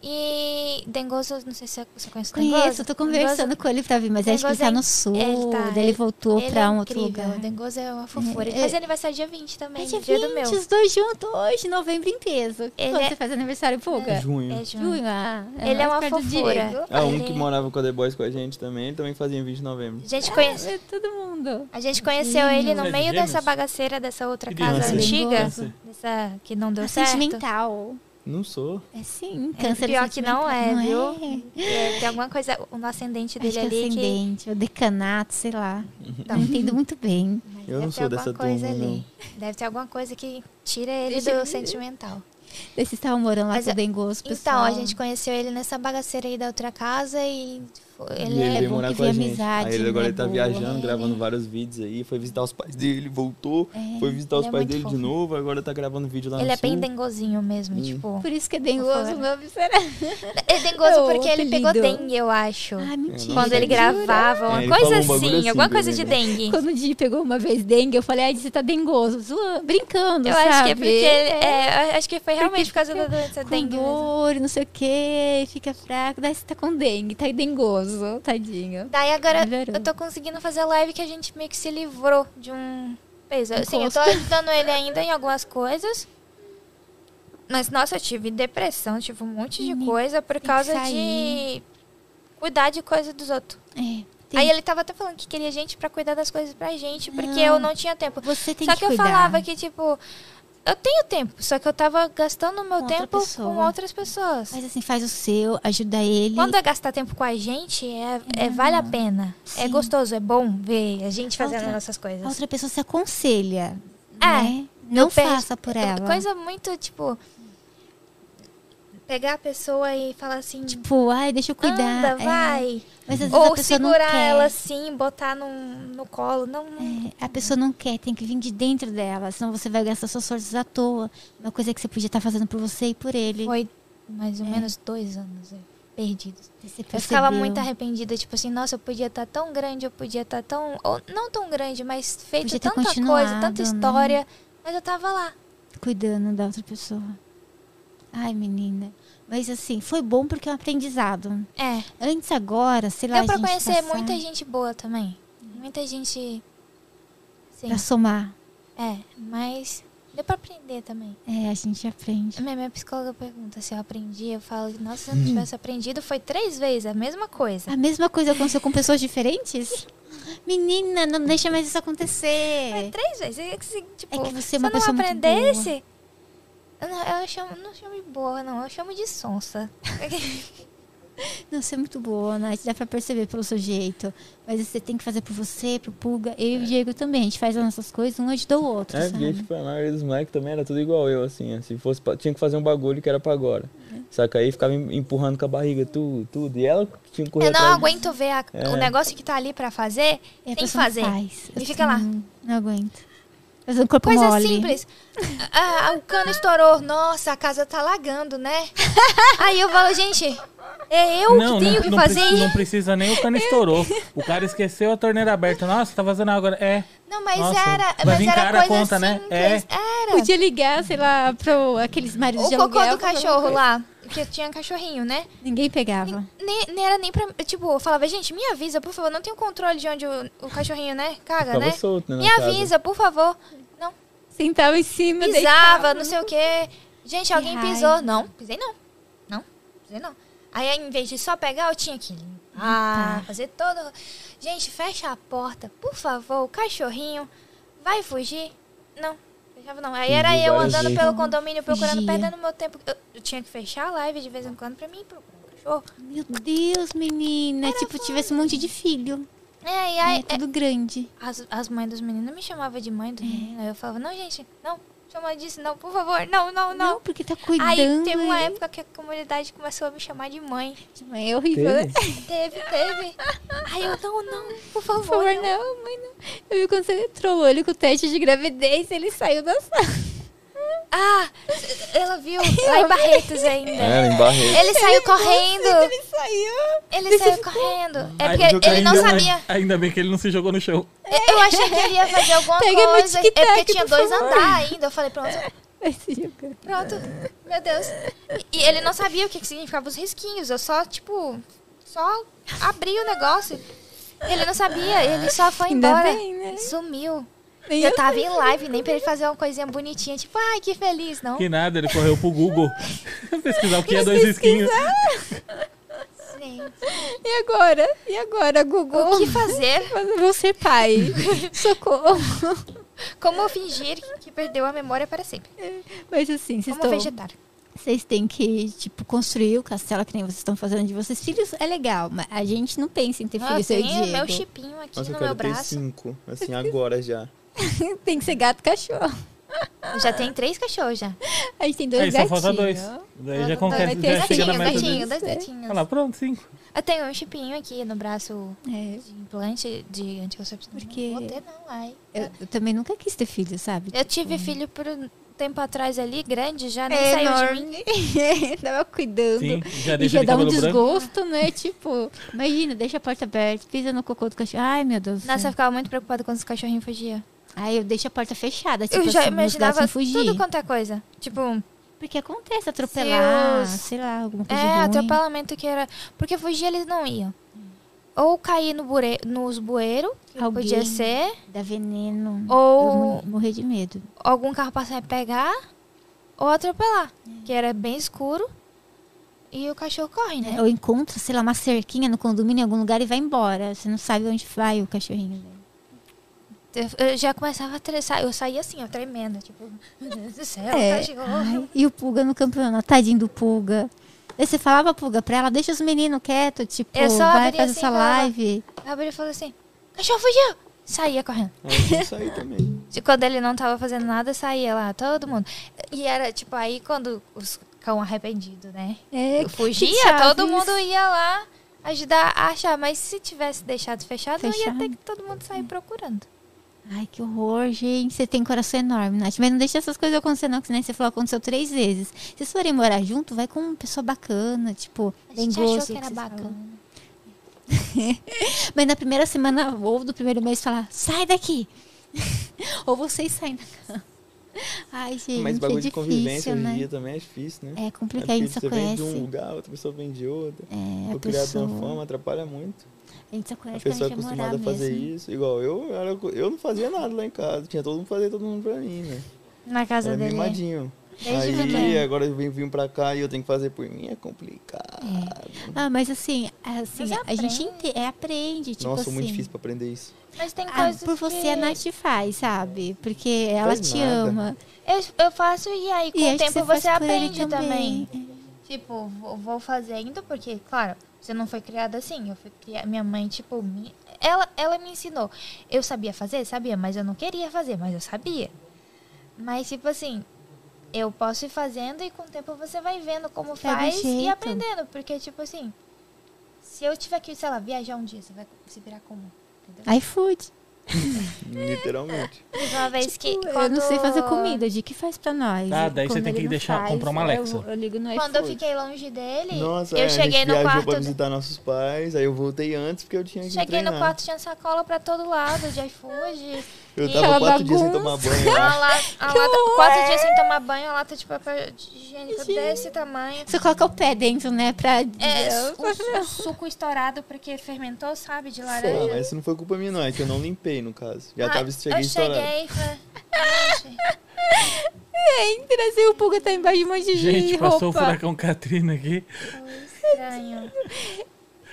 C: E Dengoso, não sei se você conhece o
A: Conheço,
C: Dengozo.
A: eu tô conversando com ele pra vir, mas acho que ele
C: Dengozo
A: tá
C: é
A: no sul,
C: ele tá,
A: daí ele voltou
C: Dengozo, ele
A: pra
C: é
A: um outro
C: incrível,
A: lugar.
C: O Dengoso é uma fofura. Ele
A: É.
C: faz aniversário dia 20 também,
A: É
C: dia,
A: dia 20,
C: do meu.
A: os dois juntos hoje, novembro em peso.
C: Ele
A: Quando
C: é-
A: você faz aniversário, Puga?
D: Junho.
C: É junho.
A: Junho, ah,
C: Ele é
A: mais
C: uma
A: perto do
C: fofura.
A: Diego.
E: É
D: Ah, um
C: Ele-
D: que morava com a The Boys com a gente também, ele também fazia em 20 de novembro.
C: A gente, conhece,
A: É todo mundo.
C: a gente
A: Ah,
C: conheceu ele
E: É
C: no
E: de
C: meio dessa
E: gêmeos? É
C: bagaceira dessa outra
E: Que
C: casa
E: delícia.
C: antiga,
E: Delícia.
C: dessa que não deu
A: É
C: certo.
A: sentimental.
D: Não sou.
A: É sim, câncer é
C: pior que não é,
A: sentimental, não
C: viu?
A: é?
C: É, tem alguma coisa, o no ascendente
A: Acho
C: dele
A: que é
C: ali que
A: ascendente, o decanato, sei lá.
C: Tá.
A: Não entendo muito bem.
C: Mas
D: Eu
C: deve
D: não
C: ter
D: sou
C: alguma
D: dessa
C: coisa
D: turma,
C: ali. Deve ter alguma coisa que tira ele
A: Deixa
C: do
A: eu-
C: sentimental.
A: Vocês estavam morando lá
C: Mas
A: com o
C: eu-
A: Dengoso,
C: Então,
A: pessoal.
C: a gente conheceu ele nessa bagaceira aí da outra casa e foi- ele,
D: e
A: é
D: ele veio
A: bom
D: morar
A: que
D: com
A: vê
D: a gente.
A: amizade,
D: aí ele agora
A: né,
D: ele tá
A: boa.
D: viajando,
A: É.
D: gravando vários vídeos aí, foi visitar os pais dele, voltou,
A: É,
D: foi visitar
C: ele
D: os
C: é
D: pais
C: muito
D: dele
C: fofo.
D: de novo, agora tá gravando vídeo lá
C: ele
D: no
C: é bem
D: sul.
C: dengozinho mesmo,
D: Hum.
C: tipo.
A: Por isso que é Dengoso,
C: Fora.
A: meu observador.
C: É dengoso
A: É o
C: porque ele pegou
A: apelido.
C: dengue, eu acho.
A: Ah, mentira.
C: Quando ele
A: jura?
C: gravava, uma
D: É, ele
C: coisa
D: falou um bagulho
C: assim,
D: assim
C: alguma
D: pra
C: coisa
D: mim,
C: de
D: né?
C: dengue.
A: Quando o Di pegou uma vez dengue, eu falei, ai, Di, você tá dengoso, zoando, brincando,
C: Eu
A: sabe?
C: acho que é porque ele- é, eu acho que foi realmente por causa da doença
A: com
C: dengue. mesmo.
A: dor, e não sei o que, fica fraco, daí você tá com dengue, tá dengoso, tadinho.
C: Daí agora
A: Melhorou.
C: eu tô conseguindo fazer live que a gente meio que se livrou de um peso. Assim, eu
A: Encosto.
C: tô ajudando ele ainda em algumas coisas. Mas, nossa, eu tive depressão, tive um monte de
A: Menina,
C: coisa por
A: que
C: causa de
A: sair.
C: cuidar de coisa dos outros.
A: É, tem-
C: Aí ele tava até falando que queria gente pra cuidar das coisas pra gente, porque
A: Não.
C: eu não tinha tempo.
A: você tem
C: Só
A: que
C: que, eu
A: cuidar.
C: falava que, tipo, eu tenho tempo, só que eu tava gastando o meu
A: Com outra
C: tempo
A: pessoa.
C: com outras pessoas.
A: Mas assim, faz o seu, ajuda ele.
C: Quando é gastar tempo com a gente, é, é- vale a pena. É
A: Ah, Sim.
C: gostoso, é bom ver a gente fazendo
A: Outra-
C: nossas coisas.
A: A outra pessoa se aconselha,
C: É,
A: né? Não
C: perdi-
A: faça por ela.
C: Coisa muito, tipo... Pegar a pessoa e falar assim...
A: Tipo, ai, deixa eu cuidar.
C: Anda,
A: é.
C: vai.
A: Mas às vezes a
C: Ou
A: pessoa não
C: segurar
A: quer.
C: ela assim, botar num, no colo. Não, não-
A: É, a pessoa não quer, tem que vir de dentro dela, senão você vai gastar suas forças à toa. Uma coisa que você podia estar fazendo por você e por ele.
C: Foi mais ou menos dois anos é, perdidos.
A: Você É.
C: Eu ficava
A: percebeu.
C: muito arrependida. Tipo assim, nossa, eu podia estar tão grande, eu podia estar tão... Ou, não tão grande, mas feito
A: Podia ter
C: tanta coisa,
A: continuado,
C: tanta
A: né?
C: história. Mas eu tava lá.
A: cuidando da outra pessoa. Ai, menina. Mas assim, foi bom porque é um aprendizado.
C: É.
A: Antes agora, sei lá,
C: Deu
A: a
C: pra
A: gente
C: conhecer
A: passar
C: muita gente boa também. Muita gente. Sim.
A: Pra somar.
C: É, mas deu pra aprender também.
A: É, a gente aprende.
C: A Minha, minha psicóloga pergunta se eu aprendi. Eu falo que, nossa, se eu
A: Hum.
C: não tivesse aprendido, foi três vezes a mesma coisa.
A: A mesma coisa aconteceu com pessoas diferentes? Menina, não deixa mais isso acontecer.
C: Três vezes. É que, se, tipo,
A: É que você é
C: se
A: uma
C: eu não
A: pessoa muito
C: aprendesse. Eu não, eu chamo, não chamo de boa, não. Eu chamo de sonsa.
A: Não, você é muito boa, Nath. Dá pra perceber pelo seu jeito. Mas você tem que fazer por você, pro Pulga. Eu e o Diego também. A gente faz as nossas coisas, um ajuda o outro,
D: É, porque,
A: sabe?
D: tipo, a maioria dos moleques também era tudo igual eu, assim. ó. Se fosse pra- tinha que fazer um bagulho que era pra agora.
A: É.
D: Saca aí ficava em- empurrando com a barriga, tudo, tudo. E ela tinha um que correr
C: Eu não
D: atrás.
C: aguento ver a- o negócio que tá ali pra fazer
A: E É, a
C: sem
A: pessoa não
C: fazer.
A: Faz.
C: E
A: Eu
C: fica lá.
A: Não, não aguento. Fazendo corpo
C: Coisa
A: mole.
C: simples. Ah, o cano estourou. Nossa, a casa tá lagando, né? Aí eu falo, gente, é eu que tenho que fazer
E: preci- não
C: isso.
E: precisa nem o cano estourou. O cara esqueceu a torneira aberta. Nossa, tá vazando água agora. É.
C: Não, mas
E: Nossa,
C: era,
E: vai
C: mas
E: vir
C: era
E: cara a
C: coisa
E: conta, né?
C: simples.
E: É.
C: Era.
A: Podia ligar, sei lá, pro aqueles maridos
C: O
A: de
C: cocô
A: aluguel.
C: do cachorro lá, que tinha cachorrinho, né?
A: Ninguém pegava.
C: Nem, nem era nem pra. Tipo, eu falava, gente, me avisa, por favor. Não tenho controle de onde o, o cachorrinho, né? Caga,
D: Ficava
C: né?
D: solto, né? na
C: Me
D: casa.
C: avisa, por favor. Não.
A: Sentava em cima,
C: pisava, não sei o quê. Gente, alguém
A: raiva.
C: pisou. Não, pisei não. Não, pisei não. Aí, em vez de só pegar, eu tinha que
A: Ah.
C: limpar, fazer todo... Gente, fecha a porta, por favor, o cachorrinho vai fugir. Não, fechava não. Aí era
D: Fugiu
C: eu
D: várias
C: andando
D: vezes.
C: pelo condomínio, procurando,
A: Fugia.
C: perdendo meu tempo. Eu, eu tinha que fechar a live de vez em quando pra mim procurar o um cachorro.
A: Meu Deus, menina. tipo, tivesse um monte de filho.
C: É, e
A: É,
C: aí,
A: tudo grande.
C: As, as mães dos meninos me chamavam de
A: É.
C: mãe dos meninos. Aí eu falava, não, gente, não, chama disso, não, por favor, não, não,
A: Não,
C: não.
A: porque tá cuidando. né?
C: Aí teve uma
A: hein?
C: época que a comunidade começou a me chamar de mãe.
A: É horrível, né?
C: Teve, teve. Aí eu, não, não, por favor,
A: Por favor,
C: não.
A: não, mãe, não. Eu vi quando você trollou ele com o teste de gravidez, ele saiu da sala.
C: Ah, ela viu, lá em Barretos ainda.
D: É, em Barreto.
C: Ele saiu correndo,
A: Ele saiu.
C: ele saiu correndo. É
E: Aí-
C: porque ele não
E: ainda-
C: sabia.
E: Ainda bem que ele não se jogou no chão.
C: Eu achei que ele ia fazer alguma
A: Pega meu
C: coisa. É
A: tic-tac,
C: porque tinha
A: por
C: dois
A: favor.
C: andares ainda. Eu falei, pronto,
A: Vai se jogar.
C: Pronto. Meu Deus. E ele não sabia o que, que significava os risquinhos. Eu só, tipo, só abri o negócio. Ele não sabia, ele só foi
A: Ainda
C: embora.
A: bem, né?
C: Sumiu.
A: Nem
C: eu
A: eu
C: tava em live, nem pra ele fazer uma coisinha bonitinha, tipo, ai, que feliz, não.
E: Que nada, ele correu pro Google pesquisar o que é dois risquinhos.
C: Gente,
A: E agora? E agora, Gugu?
C: O que fazer?
A: Mas Vou ser pai. Socorro.
C: Como fingir que perdeu a memória para sempre?
A: Mas assim, vocês,
C: Como
A: estão,
C: vegetar.
A: vocês têm que, tipo, construir o castelo que nem vocês estão fazendo de vocês. Filhos é legal, mas a gente não pensa em ter
C: Ah, Eu
A: filhos, eu
C: tenho
A: digo.
C: meu chipinho
A: é,
C: aqui
D: Nossa, eu
C: no
D: quero
C: meu
D: ter
C: braço.
D: cinco. Assim, agora já.
A: Tem que ser gato e cachorro.
C: Eu Já tem três cachorros já.
A: A gente tem dois
E: Aí só
A: gatinhos.
E: falta dois. Daí já
A: vai
E: acontece,
A: ter
E: já chega
C: gatinhos,
E: na meta dele.
C: gatinhos, dois gatinhos.
E: Olha lá, pronto, cinco.
C: Eu tenho um chipinho aqui no braço
A: É,
C: de implante de anticoncepção.
A: Por
C: Não
A: quê?
C: Vou ter, não. Ai.
A: eu, eu também nunca quis ter filho, sabe?
C: Eu tive filho por um tempo atrás ali, grande, já nem
A: É
C: saiu de mim.
A: enorme. Tava cuidando.
E: Sim, já
A: E
E: deixa
A: já
E: de
A: dá um
E: cabelo branco.
A: desgosto, né? Tipo, imagina, deixa a porta aberta, pisa no cocô do cachorro. Ai, meu Deus. do
C: Nossa, eu
A: céu.
C: ficava muito preocupada quando os cachorrinhos fugiam.
A: Aí eu deixo a porta fechada, tipo,
C: Eu já
A: assim, meus gatos
C: imaginava
A: não fugir.
C: tudo quanto é coisa. Tipo,
A: Porque acontece atropelar,
C: Se os-
A: sei lá, alguma coisa
C: é,
A: ruim.
C: atropelamento que era. Porque fugir eles não iam. Ou cair no bure... nos bueiros, que
A: Alguém.
C: podia ser,
A: Dá veneno. Eu
C: ou
A: mo- morrer de medo.
C: algum carro passar e pegar, ou atropelar, que era bem escuro. E o cachorro corre, né?
A: Ou encontra, sei lá, uma cerquinha no condomínio em algum lugar e vai embora. Você não sabe onde vai o cachorrinho. né?
C: Eu, eu já começava a tressar, eu saía assim, ó, tremendo, tipo, meu Deus do céu,
A: É.
C: cachorro.
A: E o Puga no campeonato, tadinho do Puga. Aí você falava Puga pra ela, deixa os meninos quietos, tipo,
C: Eu só
A: vai fazer
C: abria assim
A: essa
C: e falava,
A: live.
C: Abriu e falou assim: cachorro fugiu! Saía correndo.
D: Aí isso aí também.
C: E Quando ele não tava fazendo nada, saía lá, todo mundo. E era tipo aí quando os cão arrependido, né?
A: É, que
C: Fugia,
A: chave
C: todo
A: isso.
C: mundo ia lá ajudar a achar. Mas se tivesse deixado fechado, eu ia
A: Fechado. Hum.
C: ter que todo mundo sair procurando.
A: Ai, que horror, gente. Você tem coração enorme, Nath. Mas não deixa essas coisas acontecer, não, que nem você falou, aconteceu três vezes. Se vocês forem morar junto, vai com uma pessoa bacana, tipo,
C: A
A: bem
C: gente
A: gosto.
C: achou que
A: que
C: era
A: vocês falam.
C: bacana.
A: Mas na primeira semana ou do primeiro mês, falar, sai daqui! ou vocês saem da cama. Ai, gente,
D: Mas
A: é
D: bagulho de
A: difícil,
D: convivência hoje
A: né?
D: em dia também é difícil, né?
A: É
D: É
A: complicado, a
D: porque
A: gente só
D: você vem de um
A: conhece.
D: lugar, outra pessoa vem de outra.
A: É, a
D: O criado de uma
A: pessoa.
D: forma atrapalha muito.
A: A gente só
D: A
A: conhece quando
D: pessoa é
A: a gente vai morar
D: acostumada a fazer
A: mesmo.
D: isso. Igual eu, era, eu não fazia nada lá em casa. Tinha todo mundo fazer todo mundo pra mim, né?
C: Na casa
D: Era
C: dele. é.
D: mimadinho.
C: Desde
D: aí
C: pequeno.
D: agora eu vim, vim pra cá e eu tenho que fazer por mim, é complicado.
A: Ah, mas assim, assim
C: Mas
A: a gente
C: aprende.
A: ente- é, aprende, tipo
D: Nossa,
A: assim.
D: muito difícil pra aprender isso.
C: Mas tem
A: Ah,
C: coisas.
A: por você
C: que
A: a Nath faz, sabe? Porque ela
D: Faz
A: te
D: nada.
A: ama.
C: eu, eu faço e aí com
A: e
C: o
A: acho que
C: tempo
A: você,
C: você,
A: faz por ele
C: aprende também.
A: também.
C: Tipo, vou vou fazendo, porque, claro, você não foi criada assim. Eu fui criada. Minha mãe, tipo, me, ela, ela me ensinou. Eu sabia fazer? Sabia, mas eu não queria fazer, mas eu sabia. Mas, tipo assim, eu posso ir fazendo e com o tempo você vai vendo
A: Vai
C: como
A: do
C: faz e
A: jeito.
C: aprendendo. Porque, tipo assim, se eu tiver que, sei lá, viajar um dia, você vai se virar como? Entendeu?
A: É. iFood.
D: Literalmente.
C: Teve uma vez que.
A: Tipo, Eu
C: quando-
A: não sei fazer comida, o Di que faz pra nós.
E: Ah, daí você
A: Quando
E: tem que
A: ele não
E: deixar- comprar uma Alexa.
A: Eu, eu ligo no
C: Quando eu
A: iFood.
C: fiquei longe dele,
D: Nossa, é,
C: eu
D: a
C: cheguei
D: gente
C: no
D: viajou
C: quarto.
D: pra visitar nossos pais, aí eu voltei antes porque eu tinha que
C: Cheguei
D: treinar.
C: no quarto, tinha sacola pra todo lado, de iFood.
D: Eu
C: e
D: tava
A: aquela
D: quatro dias sem tomar
A: bagunça.
D: banho
C: Uma
D: lá.
C: lata, uma lata, quatro dias sem tomar banho, a lata de papel de higiênico
A: Gente.
C: desse tamanho.
A: Você coloca o pé dentro, né? Pra.
C: É,
A: Eu-
C: o su- suco estourado porque fermentou, sabe, de
D: Ah,
C: laranja.
D: mas isso não foi culpa minha, não. É que eu não limpei, no caso. Já
C: Ah,
D: tava, cheguei
C: eu
D: estourado.
C: cheguei e falei,
A: Entra, assim, o Puga tá embaixo de um monte de
E: Gente, passou o
A: roupa.
E: furacão Katrina aqui.
C: "Pô, estranho.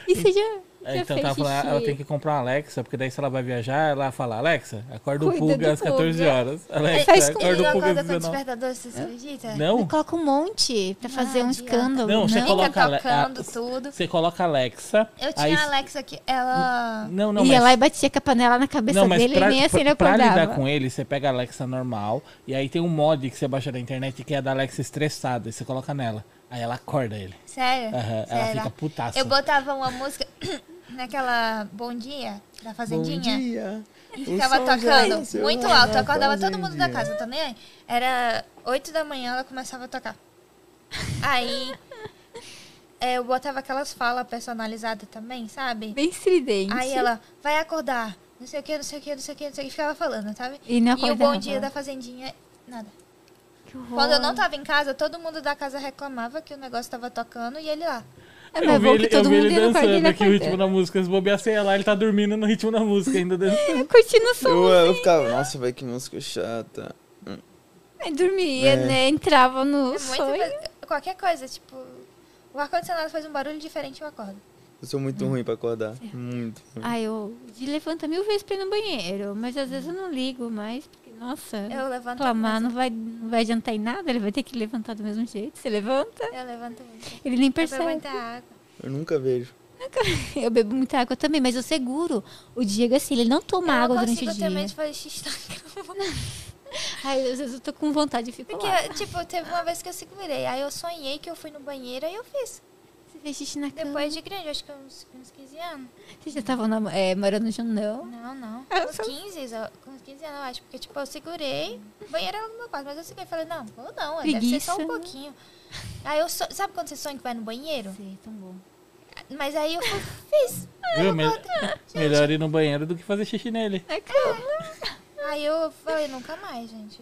A: E você já. Já
E: É, então
A: fez
E: tava falando,
A: xixi.
E: ela tem que comprar uma Alexa, porque daí se ela vai viajar, ela fala, Alexa, acorda o
A: Cuida
E: Pulga
A: do
E: às 14
A: Pulga." É,
E: horas. Alexa,
A: faz com
E: acorda
C: não
E: o Pulga
C: acorda
E: às
C: com o
E: 19
C: despertador, você acredita?
E: Não?
A: Coloca um monte pra fazer
C: Não
A: um
C: adianta.
A: escândalo.
E: Não, você
C: Fica
E: coloca a Ale-
C: tocando
E: a-
C: tudo.
E: Você coloca Alexa.
C: Eu tinha
E: aí-
C: a Alexa aqui, ela...
E: Não, não,
A: Ia
E: mas...
A: lá e batia com a panela na cabeça
E: Não, mas
A: dele
E: pra,
A: e nem assim ele
E: pra- pra
A: acordava.
E: lidar com ele, você pega a Alexa normal e aí tem um mod que você baixa da internet que é da Alexa estressada e você coloca nela. Aí ela acorda ele.
A: É.
C: Sério?
E: Aham, ela
C: Sério.
E: fica putaça.
C: Eu botava uma música naquela Bom Dia, da Fazendinha.
D: dia.
C: E
D: O
C: ficava
D: sol já Ah,
C: tocando
D: nasceu
C: muito
D: lá
C: alto.
D: na
C: Acordava todo mundo da
D: fazendinha.
C: casa, também. Era 8 da manhã, ela começava a tocar. Aí é, eu botava aquelas falas personalizadas também, sabe?
A: Bem estridente.
C: Aí ela vai acordar, não sei o que, não sei o que, não sei o que, não sei o que, ficava falando, sabe?
A: E não
C: E o
A: acordava.
C: bom dia da fazendinha, nada.
A: Que horror.
C: Quando eu não tava em casa, todo mundo da casa reclamava que o negócio tava tocando e ele lá.
A: É, mas é bom que todo mundo ia no quarto e ele
E: aqui o ritmo
A: acordando.
E: da música. Se bobear, sei lá, ele tá dormindo no ritmo da música ainda dançando.
A: Curtindo o som.
D: Eu, eu ficava, nossa, vai que música chata.
A: Aí dormia,
D: É.
A: né? Entrava no
C: É
A: sonho.
C: muito, qualquer coisa, tipo, o ar-condicionado faz um barulho diferente, eu acordo.
D: Eu sou muito ruim pra acordar. Muito ruim.
A: Ah, eu de levanta mil vezes pra ir no banheiro, mas às vezes eu não ligo mais, porque, nossa,
C: Eu levanto.
A: reclamar
C: muito.
A: não vai, não vai adiantar em nada, ele vai ter que levantar do mesmo jeito. Você levanta,
C: Eu levanto muito.
A: ele nem
C: Eu bebo
A: percebe.
C: muita água.
D: Eu nunca vejo.
A: Eu bebo muita água também, mas eu seguro. O Diego, assim, ele não toma
C: eu
A: água
C: não
A: durante
C: consigo
A: o
C: ter
A: dia.
C: medo de fazer xixi na cama.
A: Ai, às vezes eu tô com vontade e fico lá.
C: Porque, tipo, teve uma vez que eu segurei. Aí eu sonhei que eu fui no banheiro, aí eu fiz.
A: Você fez xixi na cama.
C: Depois de grande, acho que uns, uns 15 anos.
A: Vocês já estavam namo- é, morando junto, não?
C: Não, não.
A: Eu
C: Uns
A: sou-
C: 15, só- uns 15 anos, eu acho. Porque, tipo, eu segurei. O banheiro era no meu quarto, mas eu segurei. Falei, não, vou não. Deve ser só
A: Preguiça, né?
C: um pouquinho. Aí eu so... Sabe quando você sonha que vai no banheiro?
A: Sei, tão bom.
C: Mas aí eu fui, fiz.
E: Viu? Me- Melhor ir no banheiro do que fazer xixi nele.
A: Na cama.
C: Aí eu falei, nunca mais, gente.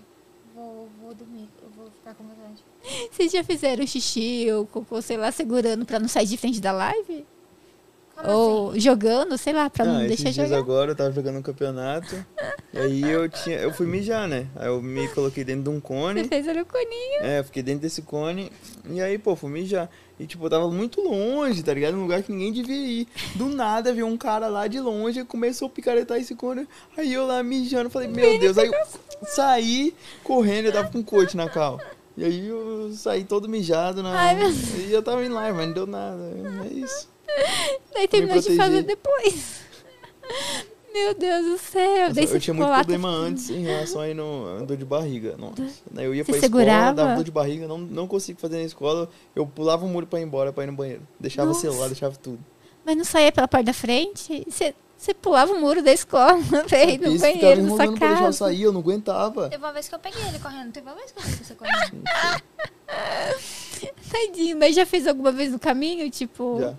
C: Vou, vou dormir, eu vou ficar com vontade.
A: Vocês já fizeram xixi ou cocô, sei lá, segurando pra não sair de frente da live?
C: Como assim?
A: ou jogando, sei lá, pra não,
D: ah,
A: deixar
D: esses dias
A: jogar?
D: agora eu tava jogando um campeonato. e aí eu tinha. Eu fui mijar, né? Aí eu me coloquei dentro de um
A: Você
D: cone.
A: fez olha o coninho.
D: É, eu fiquei dentro desse cone. E aí, pô, fui mijar. E, tipo, eu tava muito longe, tá ligado? Num lugar que ninguém devia ir. Do nada, veio um cara lá de longe e começou a picaretar esse cone. Aí eu lá mijando, falei, meu Deus. Aí eu saí correndo, eu tava com um coach na cal. E aí eu saí todo mijado na.
A: Ai, meu
D: e eu tava em live, mas não deu nada. É isso.
A: Daí terminou de
D: protegi.
A: fazer depois. Meu Deus do céu.
D: Eu,
A: Daí
D: só- eu
A: você
D: tinha
A: ficou
D: muito
A: lá,
D: problema antes em relação aí no dor de barriga. Nossa. Daí eu ia
A: Você
D: pra
A: segurava?
D: escola, dava dor de barriga, não, não consigo fazer na escola. Eu pulava o muro pra ir embora, pra ir no banheiro. Deixava
A: Nossa.
D: o celular, deixava tudo.
A: Mas não saía pela parte da frente? Você, você pulava o muro da escola, veio no
D: Eles
A: banheiro, na sua
D: pra deixar eu
A: casa.
D: sair, eu não aguentava.
C: Teve uma vez que eu peguei ele correndo, teve uma vez que eu peguei você correndo.
A: Tadinho, mas já fez alguma vez no caminho? Tipo,
D: Já.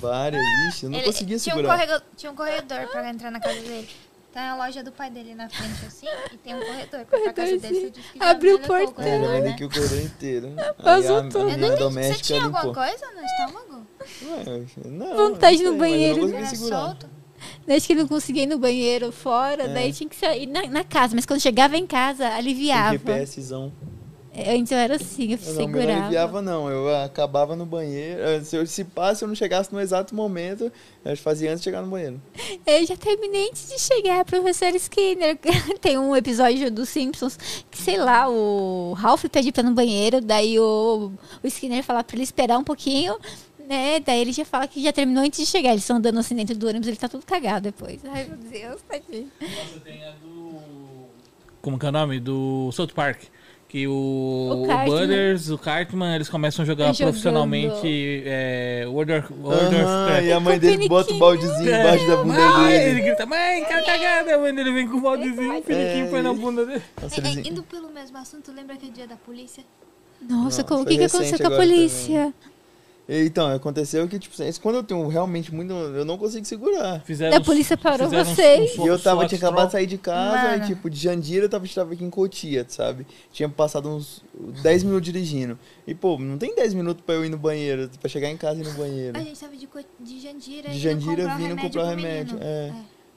D: Várias, ixi, eu não
C: Ele-
D: conseguia
C: tinha
D: segurar.
C: Um corrego- tinha um corredor pra entrar na casa dele. Tem a loja do pai dele na frente, assim, e tem um corredor pra casa dele. Você disse que já
A: Abriu o
C: melhorou
A: portão.
D: É,
C: corredor,
D: eu
C: né?
D: andei aqui o corredor inteiro.
A: Passou
D: Aí a-
A: tudo.
D: A minha
C: Eu não entendi. Você
D: doméstica
C: tinha alguma
D: é limpou.
C: coisa no estômago?
D: Ué, Não,
A: Vontade no
D: não sei, mas eu não
A: banheiro,
D: conseguia
C: Era
D: segurar.
C: solto?
A: acho que não conseguia ir no banheiro fora,
D: É.
A: daí tinha que sair na, na casa. Mas quando chegava em casa,
D: Um
A: aliviava.
D: GPSzão.
A: É, Antes eu era assim, eu
D: Eu não, é eu não
A: segurava.
D: enviava, não. Eu acabava no banheiro. Eh, Se eu se pá, se eu não chegasse no exato momento, eu fazia antes de chegar no banheiro.
A: Eu já terminei antes de chegar, professor Skinner. Tem um episódio dos Simpsons que, sei lá, o Ralph pede pra ir no banheiro, daí o, o Skinner fala pra ele esperar um pouquinho, né? Daí ele já fala que já terminou antes de chegar. Eles estão andando assim dentro do ônibus, ele tá todo cagado depois. Ai, meu Deus, tadinho.
E: Como que é o nome? Do South Park. Que o,
A: O
E: o,
A: Cartman. Tá
E: Butters, o Cartman, eles começam a jogar
A: Jogando.
E: profissionalmente é, World of, World of
D: Aham, e
E: Craft.
D: a mãe dele bota o
A: piniquinho.
D: baldezinho embaixo da bunda
E: Mãe,
D: dele.
E: é. Ah,
D: É.
E: ele grita, mãe, cara cagada. A mãe dele vem com um o baldezinho, o piniquinho põe na bunda dele.
D: Nossa, assim,
C: É,
D: eles-
C: é, indo pelo mesmo assunto, lembra aquele dia da polícia?
A: Nossa,
D: Não,
A: como, o
D: foi
A: que, que
D: recente
A: aconteceu com a
D: agora
A: polícia?
D: Então, aconteceu que, tipo, quando eu tenho realmente muito. Eu não consigo segurar.
E: Fizeram
A: A polícia
E: uns-
A: parou
E: fizeram uns-
A: vocês.
E: uns
D: E eu tava,
E: SWAT
D: tinha acabado
E: troll.
D: de sair de casa,
C: Mano.
D: e tipo, de Jandira eu tava, tava aqui em Cotia, sabe? Tinha passado uns 10 minutos dirigindo. E, pô, não tem 10 minutos pra eu ir no banheiro, pra chegar em casa e ir no banheiro.
C: A gente tava de, co- de Jandira
D: É. De
C: indo
D: Jandira
C: comprar
D: vindo
C: remédio
D: comprar
C: pro
D: remédio,
C: menino.
D: é.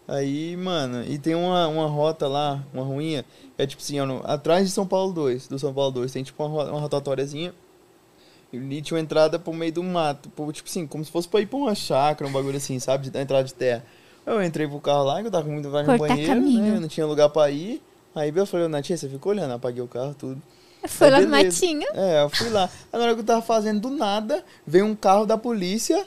D: Aí, mano, e tem uma, uma rota lá, uma ruinha, é tipo assim, ó, no- atrás de São Paulo 2, do São Paulo 2, tem tipo uma, ro- uma rotatóriazinha. E tinha uma entrada pro meio do mato, pro- tipo assim, como se fosse pra ir pra uma chácara, um bagulho assim, sabe? De da entrada de terra. Eu entrei pro carro lá, que eu tava com muita vontade no
A: Cortar
D: banheiro,
A: caminho.
D: né? Eu não tinha lugar pra ir. Aí eu falei, Natinha, você ficou olhando, apaguei o carro, tudo.
A: Foi
D: Aí,
A: lá no
D: beleza.
A: matinho.
D: É, eu fui lá. Aí, Na hora que eu tava fazendo, do nada, veio um carro da polícia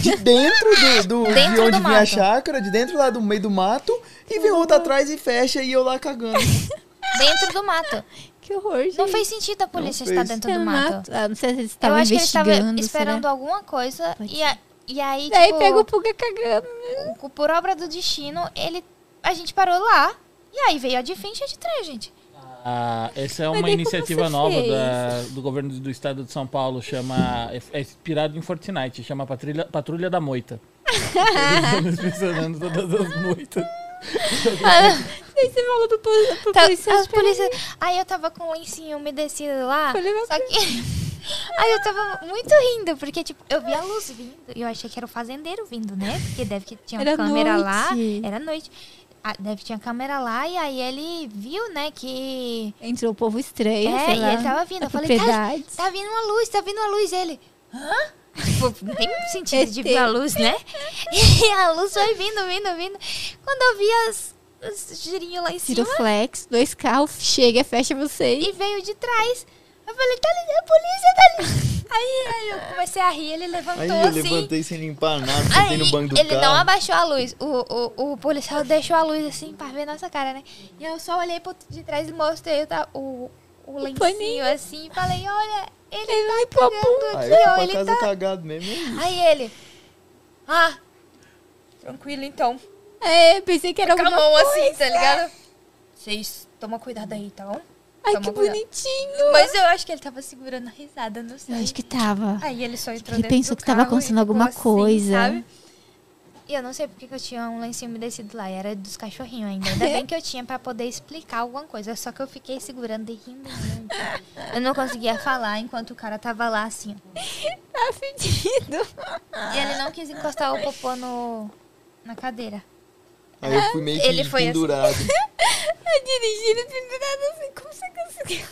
D: de dentro do, do de
C: Dentro
D: onde vinha
C: do
D: a
C: mato. Uhum.
D: chácara, de dentro lá do meio do mato, e vem outro atrás e fecha e eu lá cagando. é.
C: Dentro do mato.
A: Que horror, gente.
C: Não fez sentido a polícia estar
D: fez.
C: dentro do
A: Eu
C: mato.
A: mato. Ah, não sei se eles
C: Eu
A: estavam
C: acho que ele
A: investigando.
C: estava esperando
A: será?
C: alguma coisa e, a- e aí,
A: Daí
C: tipo,
A: pega o Puga cagando. né?
C: o- por obra do destino, ele a gente parou lá e aí veio a de frente e a de trás, gente.
E: Ah, essa é
A: Mas
E: uma
A: daí como
E: iniciativa
A: você
E: nova
A: fez?
E: da- do governo do estado de São Paulo, chama. é- É inspirado em Fortnite, chama Patrulha, Patrulha da Moita. Eles funcionando todas as moitas.
A: Daí você falou pro, po- pro
C: Tá-
A: policial.
C: as polícia... tá. Aí eu tava com o lencinho umedecido lá.
A: Falei, meu
C: Só que. Aí eu tava muito rindo, porque, tipo, eu vi a luz vindo e eu achei que era o fazendeiro vindo, né? Porque deve que tinha uma
A: Era
C: câmera lá.
A: noite.
C: Era noite. Ah, deve que tinha câmera lá e aí ele viu, né, que.
A: Entrou o povo estranho,
C: É,
A: sei
C: e
A: lá.
C: ele tava vindo.
A: a
C: Eu falei, cara,
A: propriedade.
C: tá vindo uma luz, tá vindo uma luz. Ele, hã? Tipo, não tem sentido de vir a luz, né? E a luz foi vindo, vindo, vindo. Quando eu vi as, os girinhos lá em
A: Tira
C: cima
A: o flex, dois carros, chega, fecha você.
C: e veio de trás. Eu falei, tá ali, a polícia tá ali. Aí, aí eu comecei a rir, ele levantou
D: Aí eu
C: assim.
D: levantei sem limpar nada,
C: Aí
D: sentei no banco do
C: ele não
D: carro.
C: abaixou a luz. O, o, o policial deixou a luz assim pra ver nossa cara, né? E eu só olhei pro- de trás e mostrei o, ta- o, o lencinho
A: paninho.
C: assim e falei, olha, ele,
A: Ele
C: tá
A: limpou a
C: cagando
D: Aí
C: aqui,
D: eu fui
C: ó,
D: pra
C: ele
D: casa
C: tá...
D: cagado mesmo.
C: Aí ele, ah, tranquilo então.
A: É, pensei que era
C: Com a
A: alguma
C: mão
A: coisa.
C: assim, tá ligado? Vocês, toma cuidado aí,
A: então.
C: tá bom?
A: Ai,
C: Toma
A: que
C: cuidado.
A: bonitinho.
C: Mas Tá eu acho que ele tava segurando a risada, não sei.
A: Eu acho que tava.
C: Aí ele só entrou
A: ele
C: dentro
A: pensou
C: do
A: que tava
C: carro e
A: acontecendo
C: ficou
A: alguma
C: assim,
A: coisa.
C: sabe? E eu não sei porque que eu tinha um lencinho umedecido lá, e era dos cachorrinhos ainda. Ainda bem que eu tinha pra poder explicar alguma coisa, só que eu fiquei segurando e rindo muito. Eu não conseguia falar enquanto o cara tava lá assim. ó.
A: Tá fedido.
C: E ele não quis encostar o popô no, na cadeira.
D: Aí eu fui meio que
C: Ele foi assim.
D: pendurado.
A: Tá dirigindo, pendurado assim, como você conseguiu?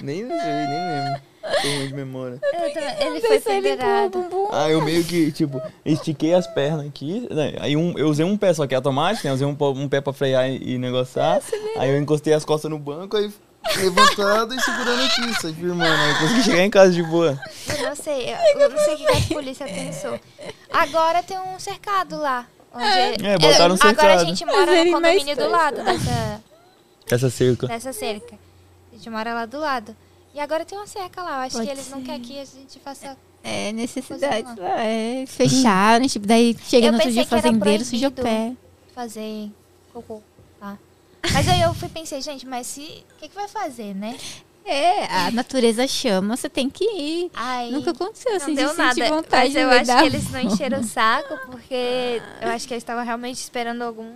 D: Nem sei, nem lembro. Tô ruim de memória.
C: Eu também- ele
A: Daí
C: foi
A: só ele empurrou o
C: pendurado.
A: bumbum.
D: Ah, eu meio que, tipo, estiquei as pernas aqui, né? Aí um, eu usei um pé, só que é automático, né? Eu usei um, pó- um pé pra frear e, e negociar. Aí eu encostei as costas no banco, aí levantado e segurando aqui, só que, mano, aí né? eu consegui chegar em casa de boa.
C: Eu não sei, eu, eu não sei o que que a polícia pensou. Agora tem um cercado lá. Onde
D: É, botaram um
C: Agora a
D: cercado.
C: gente
A: Mas
C: mora
A: ele
C: no
A: mais
C: condomínio do
A: dois.
C: lado dessa...
D: Essa cerca.
C: dessa cerca. A gente mora lá do lado. E agora tem uma cerca lá. Eu acho
A: Pode
C: que eles não querem que a gente faça.
A: É, necessidade. lá, É, fecharam, tipo, daí chega
C: Eu
A: no outro
C: pensei
A: dia,
C: que era
A: fazendeiro, suja o pé.
C: proibido. fazer cocô. Tá? Mas aí eu fui pensei, gente, mas se. O que, que vai fazer, né?
A: É, a natureza chama, você tem que ir.
C: Ai,
A: Nunca aconteceu,
C: não
A: assim, de
C: deu
A: sentir
C: nada.
A: vontade
C: mas eu
A: de
C: acho
A: dar um
C: que eles não encheram o saco, porque eu acho que eles estavam realmente esperando algum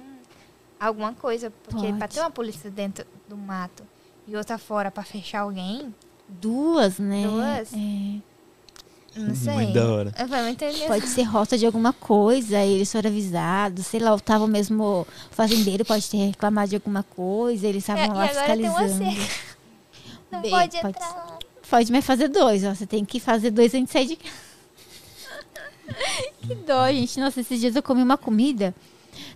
C: alguma coisa. Porque pra
A: Pode.
C: ter uma polícia dentro do mato e outra fora pra fechar alguém,
A: Duas, né?
C: Duas?
A: É.
C: não sei. "Então
D: Muito da hora.
C: Foi muito
A: Pode ser rota de alguma coisa, e eles foram avisados, sei lá, ou tava mesmo o fazendeiro, pode ter reclamado de alguma coisa, eles
C: É,
A: estavam lá fiscalizando.
C: cerca. Não
A: Bem,
C: pode
A: pode
C: entrar
A: ser.
C: lá.
A: Pode, mas fazer dois, ó. Você tem que fazer dois antes de sair de casa. que dó, gente. Nossa, esses dias eu comi uma comida.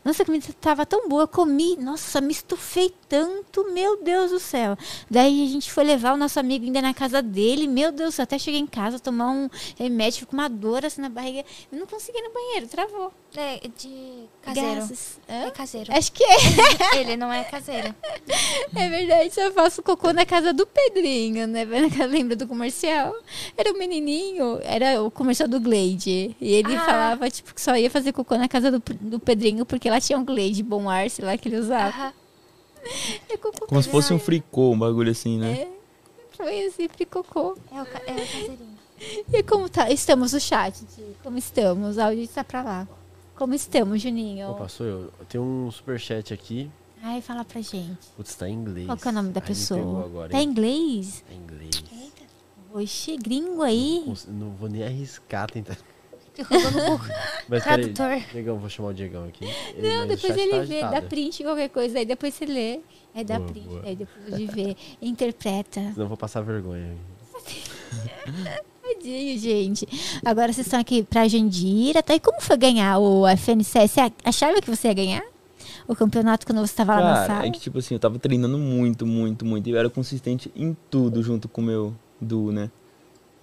A: Nossa, a comida tava tão boa. Eu comi, nossa, me estufei tanto, meu Deus do céu. Daí a gente foi levar o nosso amigo ainda na casa dele. Meu Deus, do céu, até cheguei em casa, tomar um remédio, fico com uma dor assim na barriga. Eu não consegui ir no banheiro, travou.
C: É de caseiro.
A: Graças.
C: É
A: Hã?
C: caseiro.
A: Acho que é.
C: Ele não é caseiro.
A: É verdade, só faço cocô na casa do Pedrinho, né? Lembra do comercial? Era o menininho, era o comercial do Glade. E ele
C: Ah.
A: falava, tipo, que só ia fazer cocô na casa do, do Pedrinho porque lá tinha um Glade bom ar, sei lá, que ele usava.
C: Aham. Ah.
A: É cocô,
D: Como se fosse um fricô, um bagulho assim, né?
A: foi sempre cocô.
C: É o, ca- é o caseirinho.
A: E como tá? Estamos no chat, Di. Como estamos? A audiência tá pra lá. Como estamos, Juninho?
H: Opa, sou eu. Tem um superchat aqui.
A: Ai, fala pra gente.
H: Putz, tá em inglês.
A: Qual que é o nome da
H: Aí me pegou
A: pessoa?
H: Agora,
A: tá em
H: hein?
A: inglês?
H: Tá em inglês.
A: Oxi, gringo aí.
H: Cons- Não vou nem arriscar tentar.
C: Derrubou no burro.
H: Mas peraí,
C: Tradutor.
H: Diegão, vou chamar o Diegão aqui.
A: Não,
H: Né,
A: depois
H: tá
A: ele vê, dá print em qualquer coisa, aí depois você lê. Aí dá
H: Boa,
A: print,
H: boa.
A: aí depois de ver, interpreta.
H: Senão eu vou passar vergonha.
A: Ai, rapidinho, gente. Agora vocês estão aqui pra Jandira, tá? E como foi ganhar o FNCS? Você achava que você ia ganhar? O campeonato quando você estava lá na
D: Cara,
A: sala?
D: é que tipo assim, eu tava treinando muito, muito, muito. E eu era consistente em tudo junto com o meu duo, né?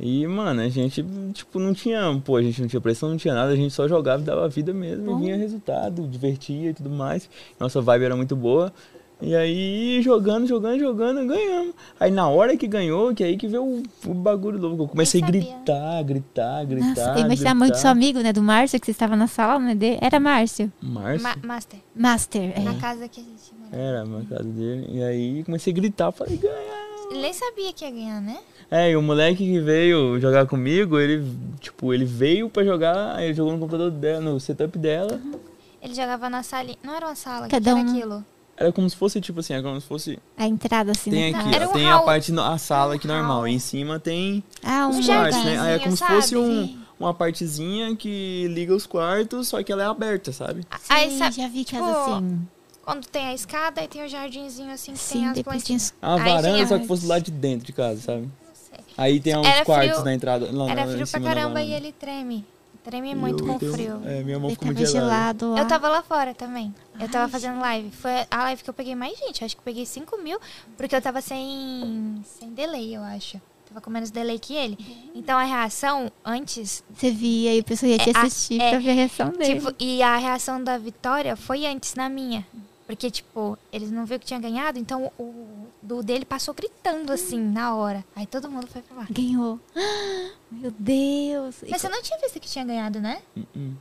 D: E, mano, a gente, tipo, não tinha, pô, a gente não tinha pressão, não tinha nada, a gente só jogava e dava vida mesmo,
A: Bom.
D: e vinha resultado, divertia e tudo mais. Nossa vibe era muito boa. E aí, jogando, jogando, jogando, ganhamos. Aí na hora que ganhou, que é aí que veio o, o bagulho louco. Eu comecei a
C: sabia.
D: gritar, gritar, gritar.
A: Nossa, imagina a mãe do seu
D: gritar.
A: amigo, né? Do Márcio, que você estava na sala, né? de- Era Márcio.
D: Márcio.
C: Ma- master,
A: Master. é.
C: na casa que a gente mora.
D: Era, na casa dele. E aí comecei a gritar, falei, ganhamos.
C: Ele nem sabia que ia ganhar, né?
D: É, e o moleque que veio jogar comigo, ele, tipo, ele veio pra jogar, aí ele jogou no computador dela, no setup dela.
C: Uhum. Ele jogava na sala. Não era uma sala, que
A: Cada
C: era
A: um-
C: aquilo.
D: Era como se fosse, tipo assim, era como se fosse.
A: A entrada, assim.
D: Tem
A: né?
D: aqui,
C: Era
D: ó,
C: um
D: tem
C: hall.
D: a parte, no- a sala aqui
C: Um hall.
D: normal, e em cima tem
A: Ah, um
D: os
A: jardim.
D: quartos, né? Aí é como se
C: sabe?
D: fosse um, uma partezinha que liga os quartos, só que ela é aberta, sabe?
A: Sim,
C: Aí sabe
A: já vi casa
C: Ah, tipo,
A: assim.
C: quando tem a escada e tem o jardinzinho assim que tem
A: Sim,
C: as
A: depois
C: plantinhas.
A: tinha os...
D: A
C: Aí
D: varanda,
C: tinha-
D: só que fosse lá de dentro de casa, sabe?
C: sei.
D: Aí tem uns
C: Era frio-
D: quartos na entrada. Lá,
C: Era
D: na- em
C: frio pra
D: cima da
C: caramba e
D: varanda.
C: ele treme. Treme
D: E
C: muito
D: eu
C: com
D: tenho-
C: frio.
D: É, minha mão
A: Ele
D: ficou muito
A: tava
D: gelada.
A: gelado lá.
C: Eu tava lá fora também. Eu tava
A: Ai,
C: fazendo live. Foi a live que eu peguei mais gente. Acho que eu peguei 5 mil, porque eu tava sem, sem delay, eu acho. Tava com menos delay que ele.
A: Uhum.
C: Então a reação antes.
A: Você via e o pessoal ia te
C: É, a-
A: assistir
C: é,
A: pra ver a reação dele.
C: Tipo, e a reação da Vitória foi antes na minha. Porque, tipo, eles não viram que tinha ganhado, então o do dele passou gritando assim na hora. Aí todo mundo foi pra lá.
A: Ganhou. Ah, Meu Deus. E
C: Mas você não tinha visto que tinha ganhado, né?
D: Hum, hum.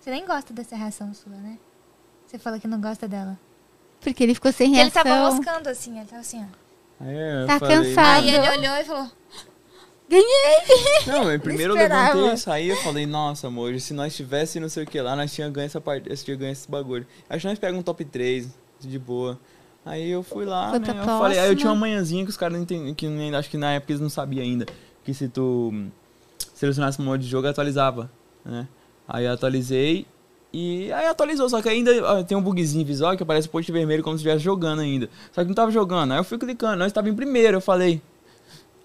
C: Você nem gosta dessa reação sua, né? Você fala que não gosta dela.
A: Porque ele ficou sem
C: Porque Ele
A: reação.
C: tava moscando assim, ele tava assim, ó.
D: Aí eu
A: Tá
D: falei,
A: cansado.
C: Aí ele olhou e falou:
A: Ganhei!
D: Não, eu primeiro eu
A: esperava.
D: levantei, saí eu falei, nossa, amor, se nós tivesse não sei o que lá, nós tínhamos ganho essa parte, nós tínhamos ganho esse bagulho. Acho que nós pegamos um top 3, de boa. Aí eu fui lá,
A: Foi
D: né,
A: pra
D: eu falei, aí eu tinha
A: próxima.
D: uma manhãzinha que os caras não entendiam, que nem- acho que na época eles não sabiam ainda, que se tu hum, selecionasse um modo de jogo, atualizava, né? Aí eu atualizei, e aí atualizou, só que ainda ó, tem um bugzinho visual que aparece o post vermelho como se estivesse jogando ainda. Só que não tava jogando, aí eu fui clicando, nós estávamos em primeiro, eu falei,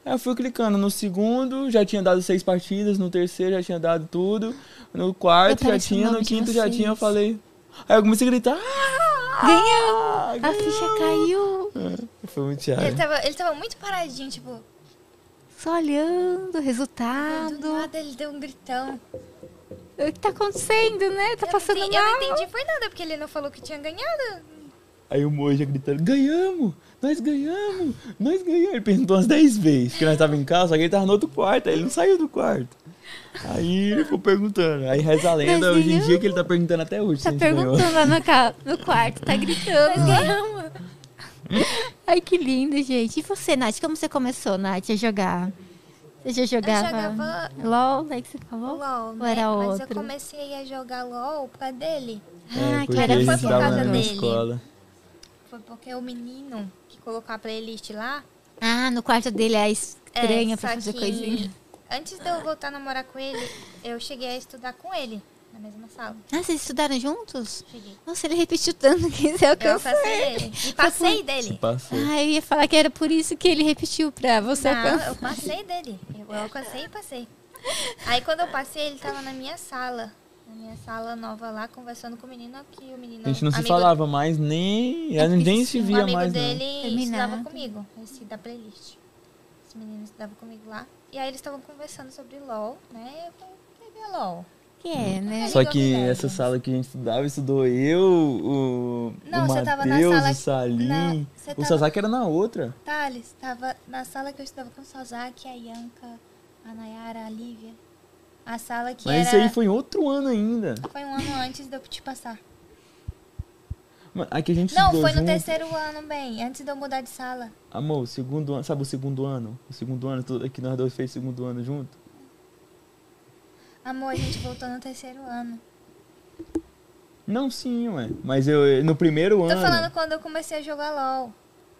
D: Aí eu fui clicando no segundo, já tinha dado seis partidas, no terceiro já tinha dado tudo, no quarto já
A: aparece o
D: tinha,
A: nome
D: no
A: de
D: quinto já
A: vocês.
D: tinha, eu falei. Aí eu comecei a gritar. "Ah, É,
A: A ficha caiu.
D: Foi muito chato.
C: ele tá tava, ele tava muito paradinho, tipo,
A: Só olhando o
C: do
A: resultado.
C: nada ele deu um gritão.
A: O que tá acontecendo, né? Tá
C: Eu
A: passando
C: não entendi, eu
A: mal.
C: não entendi foi nada, porque ele não falou que tinha ganhado.
D: Aí o Moja gritando, ganhamos! Nós ganhamos! Nós ganhamos! Ele perguntou umas 10 vezes, porque nós tava em casa, só que ele tava no outro quarto, aí ele não saiu do quarto. Aí ele ficou perguntando. Aí reza a lenda
A: Nós
D: hoje em dia
A: ganhamos.
D: que ele tá perguntando até hoje.
A: Tá
D: se a gente ganhou.
A: perguntando lá no, ca- no quarto, tá gritando.
C: Ganhamos.
A: Ai, que lindo, gente. E você, Nath? Como você começou, Nath, a jogar? Você já
C: Eu
A: jogava,
C: jogava
A: LOL, né, que você falou?
C: LOL,
A: Ou
C: né?
A: era
C: Mas eu
A: outro?
C: comecei a jogar LOL por causa dele.
A: Ah,
D: É,
A: que
D: porque
A: era
D: ele
C: foi
A: por
C: por
D: tava
C: causa
D: na mesma
C: dele.
D: escola.
C: Foi porque o menino que colocou a playlist lá.
A: Ah, no quarto dele é estranha pra
C: só
A: fazer
C: que
A: coisinha.
C: Antes de eu voltar a namorar com ele, eu cheguei a estudar com ele na mesma sala.
A: Ah, vocês estudaram juntos?
C: Cheguei.
A: Nossa, ele repetiu tanto que você
C: Eu
A: alcançou.
C: alcancei ele. E passei
D: Se
C: dele.
D: passou.
A: Ah, eu ia falar que era por isso que ele repetiu pra você
C: Não,
A: alcançar.
C: eu passei dele. Eu eu alcancei e passei. Aí quando eu passei, ele tava na minha sala. Na minha sala nova lá, conversando com o menino que o menino.
D: A gente não se
C: amigo-
D: falava mais, nem.
A: É
D: ninguém
A: difícil.
D: se
C: Um
D: via
C: amigo
D: mais. né?
C: dele
D: Não.
C: estudava
A: Terminado.
C: comigo, esse da playlist. Esse menino estudava comigo lá. E aí eles estavam conversando sobre LOL, né? Eu falei, "Quer ver LOL.
A: Que é, né?
D: Só
C: Amigo
D: que
C: dele.
D: essa sala que a gente estudava, estudou eu, o.
C: Não,
D: o
C: você tava na
D: Matheus,
C: sala-
D: o Salim.
C: na- você
D: O
C: tava-
D: Sasaki era na outra.
C: Thales estava na sala que eu estudava com o Sozaki, a Yanka, a Nayara, a Lívia. A sala que
D: Mas isso
C: era.
D: aí foi em outro ano ainda.
C: foi um ano antes de eu te passar.
D: Mano, Aqui a gente
C: Não,
D: estudou
C: foi no
D: junto.
C: terceiro ano, bem, antes de eu mudar de sala.
D: Amor, o segundo ano. Sabe o segundo ano? O segundo ano, tudo que nós dois fez segundo ano junto.
C: Amor, a gente voltou no terceiro ano.
D: Não, sim, ué. Mas eu, no primeiro
C: Tô
D: um ano.
C: falando quando eu comecei a jogar LOL.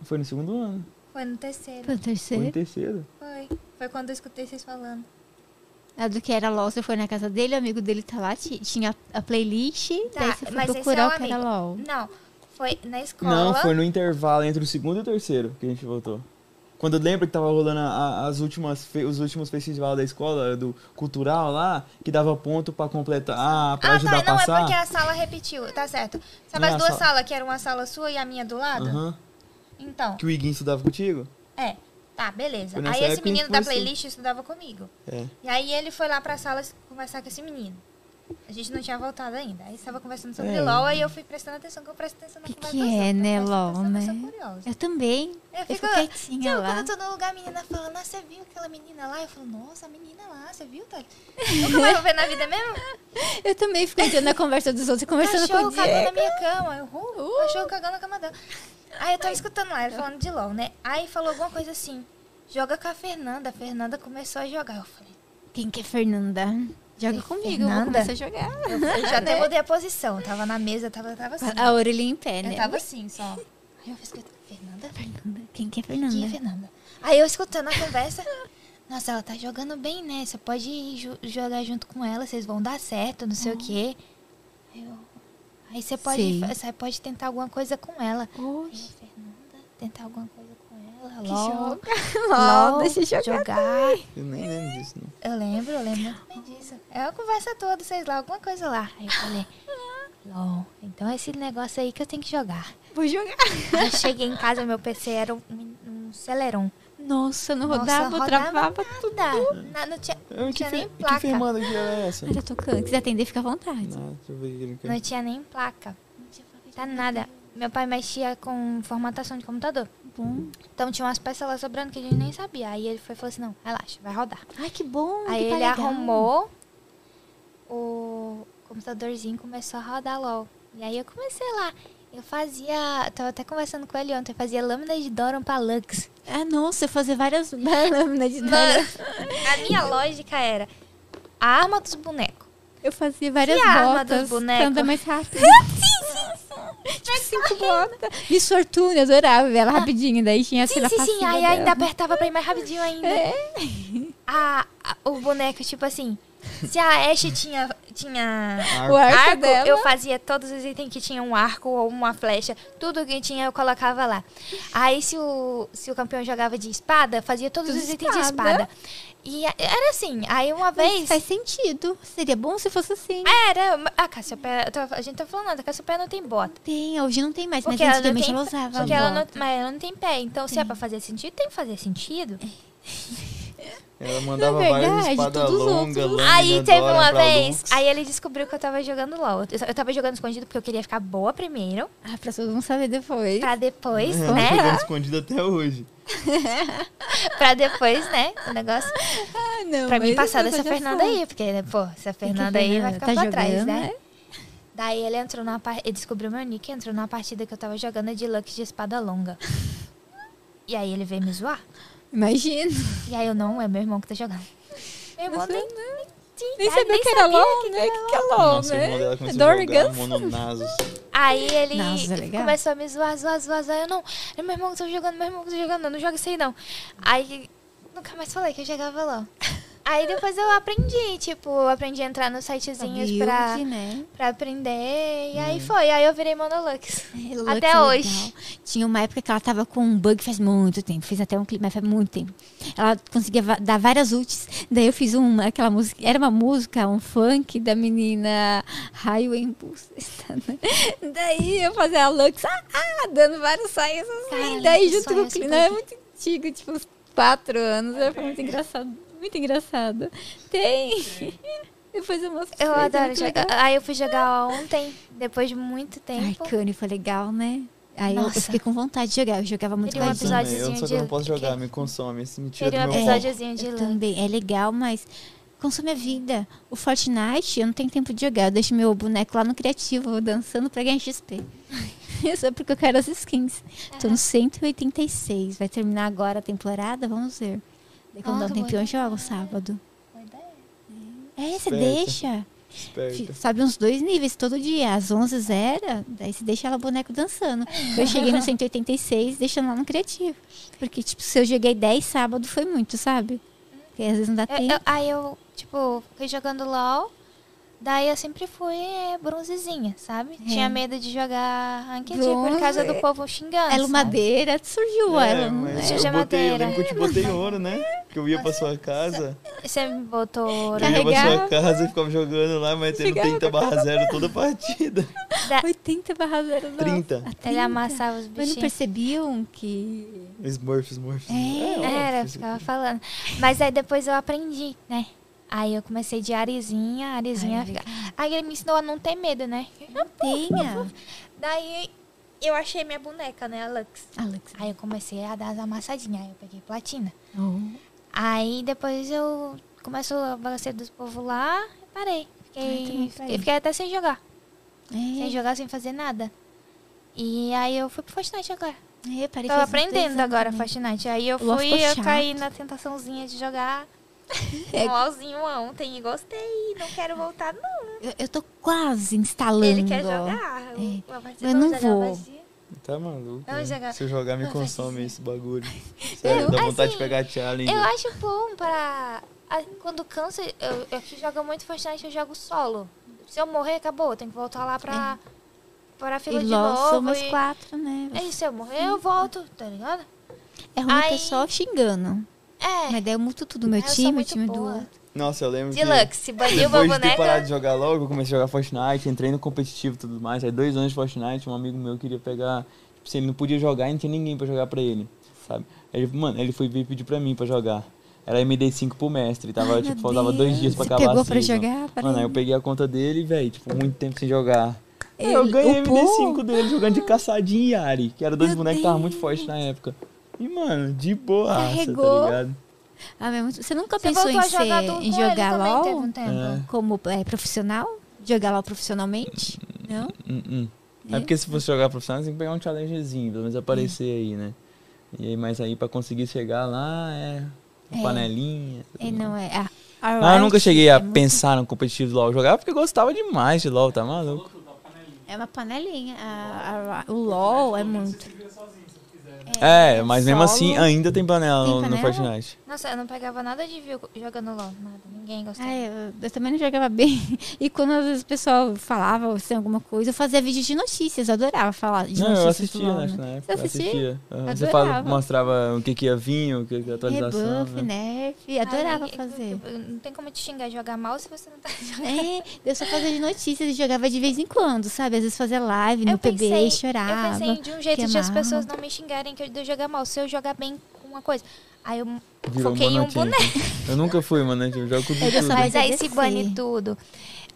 D: Foi no segundo ano.
C: Foi no terceiro.
A: Foi o
D: Foi no
A: terceiro.
D: terceiro.
C: Foi. Foi quando eu escutei vocês falando.
A: A do que era LOL, você foi na casa dele, o amigo dele tá lá, ti- tinha a playlist, daí
C: Tá,
A: você foi
C: mas esse
A: procurar
C: é
A: o que era
C: amigo.
A: LOL.
C: Não, foi na escola.
D: Não, foi no intervalo entre o segundo e o terceiro que a gente voltou. Quando eu lembro que tava rolando a- a- as últimas, fe- os últimos festivais da escola, do cultural lá, que dava ponto pra completar, ah, pra
C: Ah,
D: ajudar a
C: tá, não,
D: passar.
C: é porque a sala repetiu, tá certo. Sabe
D: Não é
C: as
D: a
C: duas
D: sala-
C: salas, que era uma sala sua e a minha do lado?
D: Aham.
C: Então,
D: Que o Iguinho estudava contigo?
C: é. Tá, beleza.
D: Foi assim. nessa
C: Aí esse
D: época em
C: menino
D: que
C: da
D: você-
C: playlist estudava comigo.
D: É.
C: E aí ele foi lá pra sala conversar com esse menino. A gente não tinha voltado ainda. Aí estava conversando sobre
D: É.
C: LOL, aí eu fui prestando atenção, que eu presto atenção na
A: Que
C: conversa
A: que
C: dos
A: é,
C: outros, eu
A: né,
C: presto
A: LOL,
C: atenção, eu
A: né?
C: sou curiosa.
A: Eu também.
C: Eu
A: Eu
C: fico,
A: fico quietinha
C: Sabe,
A: lá.
C: quando eu tô no lugar, a menina fala, nossa, você viu aquela menina lá? Eu falo, nossa, a menina lá, você viu, Tati? Nunca mais vou ver na vida mesmo?
A: Eu também fico entrando na conversa dos outros e conversando
C: cachorro
A: com o
C: cagando na
A: Diego.
C: minha cama. Eu, uh, Cachorro cagando na cama dela. Aí eu tava escutando lá, ele falando de LOL, né? Aí falou alguma coisa assim, joga com a Fernanda. A Fernanda começou a jogar. Eu falei,
A: Quem que é Fernanda? Joga comigo, eu vou
C: Fernanda?
A: começar a jogar.
C: eu já até mudei a posição. Tava na mesa, tava, tava assim.
A: Né? A orelha em pé, né?
C: Eu tava assim, só. Aí eu fiz, Fernanda?
A: Fernanda. Quem que é
C: Quem é
A: Fernanda?
C: Fernanda? Aí eu escutando a conversa. Nossa, ela tá jogando bem, né? Você pode ir ju- jogar junto com ela, vocês vão dar certo, não sei o quê. Aí, eu- aí você pode,
A: Ah. Sei.
C: fa- você pode tentar alguma coisa com ela. Aí
A: Oxe,
C: eu, Fernanda, tentar alguma coisa com ela.
A: que
C: LOL,
A: joga. LOL, deixa eu jogar.
C: jogar.
D: Eu nem lembro disso, não.
C: Eu lembro, eu lembro muito bem disso. É uma conversa toda, vocês lá, alguma coisa lá. Aí eu falei, LOL, então é esse negócio aí que eu tenho que jogar.
A: Vou jogar.
C: Aí eu cheguei em casa, meu PC era um, um Celeron.
A: Nossa, não
C: Nossa,
A: rodava,
C: rodava
A: travava.
C: Nada, na- não tinha,
D: Eu,
C: não
D: que,
C: tinha
D: fe...
C: nem
D: que
C: placa.
D: Fernanda que era essa?
A: Mas eu tô tocando. Quiser atender, fica à vontade.
D: Não, deixa eu ver o que ele quer.
C: Não tinha nem placa. Tá nada. Meu pai mexia com formatação de computador.
A: Bom.
C: Então tinha umas peças lá sobrando que a gente nem sabia. Aí ele foi e falou assim, não, relaxa, vai rodar.
A: Ai, que bom.
C: Aí
A: que tá
C: ele
A: legal.
C: arrumou, o computadorzinho começou a rodar LOL. E aí eu comecei lá. Eu fazia. Tava até conversando com ele ontem, eu fazia lâminas de Doron pra Lux.
A: Ah, nossa, eu fazia várias lâminas de
C: Mano,
A: dano.
C: a minha lógica era a arma dos bonecos.
A: Eu fazia várias
C: Que arma dos
A: botas. pra
C: bonecos?
A: andar mais rápido. tipo, cinco botas. Miss Fortuna, eu adorava ela rapidinho. Daí tinha
C: Ah. Sim,
A: essa
C: sim, sim. Aí ainda apertava pra ir mais rapidinho ainda.
A: É.
C: A, a- o boneco, tipo assim. Se a Ashe tinha, tinha
A: O arco,
C: arco,
A: dela.
C: eu fazia todos os itens que tinha um arco ou uma flecha, tudo que tinha eu colocava lá. Aí se o, se o campeão jogava de espada, fazia todos
A: Tudo
C: os itens de
A: espada.
C: espada. E a- era assim, aí uma
A: Mas
C: vez...
A: faz sentido. Seria bom se fosse assim.
C: Era, a Cassiopeia, eu tava- a gente tá falando, a Cassiopeia não tem bota.
A: Tem, hoje não tem mais,
C: é. Porque
A: mas
C: ela não
A: antigamente
C: tem,
A: ela usava.
C: porque ela não,
A: bota.
C: mas ela não tem pé, então se é pra fazer sentido, tem que fazer sentido.
D: Ela mandava
A: Na
D: várias
A: verdade,
D: espadas
A: todos os
D: longas,
A: outros.
D: lâmina,
C: Aí teve
D: Dora
C: uma
D: pra
C: vez,
D: Lux.
C: aí ele descobriu que eu tava jogando LOL. Eu- Eu tava jogando escondido porque eu queria ficar boa primeiro,
A: Ah, pra todo mundo saber depois.
C: pra depois,
D: Ela tá
C: né?
D: jogando escondido até hoje.
C: pra depois, né? O negócio.
A: Ah, não.
C: Pra mim
A: mas
C: passar
A: eu já
C: dessa Fernanda
A: sou.
C: aí, porque, né, pô, essa
A: Porque a
C: Fernanda aí vai
A: Fernanda
C: ficar
A: tá
C: pra trás,
A: jogando,
C: né? Daí ele entrou na parte. Ele descobriu meu nick, entrou numa partida que eu tava jogando de Lux de espada longa. E aí ele veio me zoar.
A: Imagina.
C: E aí eu não, é meu irmão que tá jogando. Meu irmão
A: Você
C: nem, tá?
A: Nem
C: nem
A: sabia que era LOL, né? Que que é LOL,
D: Nossa, o irmão dela
A: né?
D: começou a jogar
A: Dorgas.
D: Mononazos.
C: Aí ele
A: Nossa, é legal.
C: começou a me zoar, zoar, zoar, zoar. Eu não, é meu irmão que tá jogando, meu irmão que tá jogando, eu não joga isso aí não. Aí nunca mais falei que eu jogava lá. Aí depois eu aprendi, tipo, eu aprendi a entrar nos sitezinhos
A: Build,
C: pra,
A: né? Hum.
C: pra aprender. E aí foi, aí eu virei Monolux.
A: É, Lux
C: Até
A: é
C: hoje.
A: Tinha uma época que ela tava com um bug faz muito tempo. Fiz até um clipe, mas faz muito tempo. Ela conseguia va- dar várias ults. Daí eu fiz uma, aquela música. Era uma música, um funk da menina Highway Impulse. Daí eu fazia a Lux, ah, ah, dando vários saias assim.
C: Caralho,
A: Daí
C: que
A: junto com
C: sonho
A: o
C: esse
A: clipe. Não, é muito antigo, tipo, uns quatro anos. Era muito engraçado. Muito engraçado. Tem. Depois eu mostro. pra
C: Eu
A: vocês, é
C: adoro
A: muito
C: jogar.
A: legal.
C: Aí eu fui jogar ontem, depois de muito
A: Ai,
C: tempo.
A: Cane foi legal, né? Aí eu, eu
C: Nossa.
A: fiquei com vontade de jogar. Eu jogava muito
C: Queria
A: com
C: um
A: a
D: Eu
C: episódio
A: gente.
D: também, Eu só que
C: de-
D: eu não posso jogar,
C: que-
D: me consome, assim, me tira do
C: Queria um
D: meu foco.
C: episódiozinho de
A: Eu
C: LOL.
A: também. É legal, mas consome a vida. O Fortnite, eu não tenho tempo de jogar. Eu deixo meu boneco lá no criativo, dançando pra ganhar XP. Só porque eu quero as skins.
C: É.
A: Tô no 186. Vai terminar agora a temporada, vamos ver. Daí quando dá
C: Ah,
A: um
C: que boa
A: tempinho, eu jogo sábado.
C: Boa ideia.
A: É, você
D: Esperta.
A: deixa. Fi-
D: Esperta.
A: Sobe uns dois níveis todo dia. Às 11 zera, daí você deixa ela o boneco dançando. Eu cheguei no 186, deixando lá no criativo. Porque, tipo, se eu joguei 10 sábado, foi
C: É,
A: muito, sabe? Porque às vezes não dá
C: Eu-
A: tempo.
C: eu- aí eu, tipo, fui jogando LOL. Daí eu sempre fui é, bronzezinha, sabe?
A: É.
C: Tinha medo de jogar ranked
A: Bronze.
C: por causa do povo xingando.
A: Ela madeira É surgiu, ela. não
D: mas
A: é?
D: eu,
C: Suja
D: botei, eu
C: madeira.
D: lembro que eu te botei ouro, né? Que eu ia pra sua casa,
C: Você me botou
D: eu
C: ouro.
D: ia pra
A: Carregava.
D: sua casa e ficava jogando lá, metendo
A: Chegava
D: 30 barra 0 toda a partida.
A: 80 barra 0.
D: 30.
C: Ele amassava os
A: Mas não
C: bichinhos.
A: percebiam que.
D: Smurf, Smurf.
A: É,
C: Era, eu
D: Smurf.
C: ficava falando. Mas aí depois eu aprendi, né? Aí eu comecei de arezinha, arezinha.
A: Ai, legal.
C: Aí ele me ensinou a não ter medo, né?
A: Tenha.
C: Daí eu achei minha boneca, né, a Lux.
A: Alex.
C: Aí eu comecei a dar as amassadinhas, aí eu peguei platina.
A: Oh.
C: Aí depois eu começou a bagaceira dos povos lá e parei.
A: Ai, também
C: Fiquei,
A: parei.
C: eu fiquei até sem jogar. Sem
A: É,
C: jogar, sem fazer nada. E aí eu fui pro Fortnite agora.
A: é, parei faz
C: Tava
A: uns dois anos
C: aprendendo agora
A: também.
C: Fortnite. Aí eu
A: Lua
C: fui
A: ficou
C: eu
A: chato.
C: caí na tentaçãozinha de jogar
A: É.
C: um LOLzinho ontem e gostei. Não quero voltar, não.
A: Eu, eu tô quase instalando.
C: Ele quer jogar.
A: É.
C: Uma partida,
A: Eu não
C: vamos jogar uma
A: vou.
C: partida.
D: Tá maluco.
C: Eu
D: né?
C: jogar-
D: Se eu jogar, me
C: Não,
D: consome
C: vai-
D: esse bagulho. Sério, dá vontade
C: assim,
D: de pegar a challenge.
C: Eu acho bom pra. a- Quando cansa, eu, eu que jogo muito Fortnite, eu jogo solo. Se eu morrer, acabou. Eu tenho que voltar lá pra. Pra fila
A: E
C: de
A: LOL
C: novo.
A: somos
C: e...
A: quatro, né?
C: É isso, se eu morrer, eu volto, tá ligado?
A: É ruim o
C: Ai.
A: pessoal xingando.
C: É.
A: Mas daí eu muto tudo. Meu
C: Ah, eu sou
A: time, o
C: muito
A: time do
C: boa.
A: outro.
D: Nossa, eu lembro que...
C: Deluxe, se baniu uma
D: Depois de ter parado
C: boneca.
D: de jogar logo, eu comecei a jogar Fortnite, entrei no competitivo e tudo mais. Aí dois anos de Fortnite, um amigo meu queria pegar... Tipo, se ele não podia jogar, e não tinha ninguém pra jogar pra ele, sabe? Ele, mano, ele foi vir pedir pra mim pra jogar. Era MD5 pro mestre, tava,
A: Ai,
D: tipo,
A: meu
D: faltava dois
A: Deus.
D: dias pra
A: Você
D: acabar
A: pegou
D: a
A: pra
D: season.
A: jogar? Peraí.
D: Mano, aí eu peguei a conta dele, velho, tipo, muito tempo sem jogar. Aí
A: Ele-
D: eu ganhei
A: o
D: MD5
A: Paul?
D: dele jogando de caçadinha e Yari, que eram dois
A: Meu
D: bonecos que estavam muito fortes na época. E, mano, de boa, tá
A: Carregou.
D: ligado?
A: Ah, mas muito- Você nunca
C: Você
A: pensou
C: voltou
A: em,
C: a jogar
A: ser,
C: do
A: em
C: com ele
A: jogar
C: também, teve
A: LOL
C: um tempo.
D: É.
A: como é, profissional? Jogar LOL profissionalmente? Não?
D: Hum, hum. É porque se fosse jogar profissional, você tem que pegar um challengezinho, pelo menos aparecer aí, né? E aí, mas aí pra conseguir chegar lá é.
A: É.
D: Panelinha.
A: É, não é. Ah,
D: Não, eu
A: alright,
D: nunca cheguei a
A: é muito-
D: pensar no competitivo do LOL. Eu jogava porque eu gostava demais de LOL, tá maluco?
A: É uma panelinha. a- a- o LOL é muito.
D: É, mas mesmo
A: solo.
D: assim, ainda tem panela,
A: Tem
D: no-
A: panela?
D: no Fortnite.
C: Nossa, eu não pegava nada de view jogando LOL. Nada, ninguém gostava.
A: Ah, eu, eu também não jogava bem. E quando às vezes o pessoal falava assim, alguma coisa, eu fazia vídeo de notícias. Eu adorava falar de
D: Não,
A: notícias.
D: eu
A: do
D: assistia
A: LOL,
D: né,
A: né?
D: na
A: Você
D: época. eu
A: assistia?
D: assistia? Aham, Você
A: Adorava.
D: fala- mostrava o que, que ia vir, o que, que a atualização.
A: Rebuff,
D: né?
A: nerf. Adorava
C: Ai, tipo,
A: fazer.
C: eu- eu- Não tem como te xingar jogar mal se você não tá jogando.
A: É, eu só fazia de notícias e jogava de vez em quando, sabe? Às vezes fazia live no
C: eu
A: PB,
C: pensei, Eu
A: chorava.
C: pensei de um jeito de as
A: queimava.
C: pessoas não me xingarem que eu de eu jogar mal. Se eu jogar bem com uma coisa. Aí eu
A: né?
D: Virou
C: foquei em um
D: Monochamp.
C: boneco.
D: Eu nunca fui, mano. né, Eu jogo com
A: Eu gostava
D: tudo.
C: Mas aí se
A: descer.
C: bane tudo.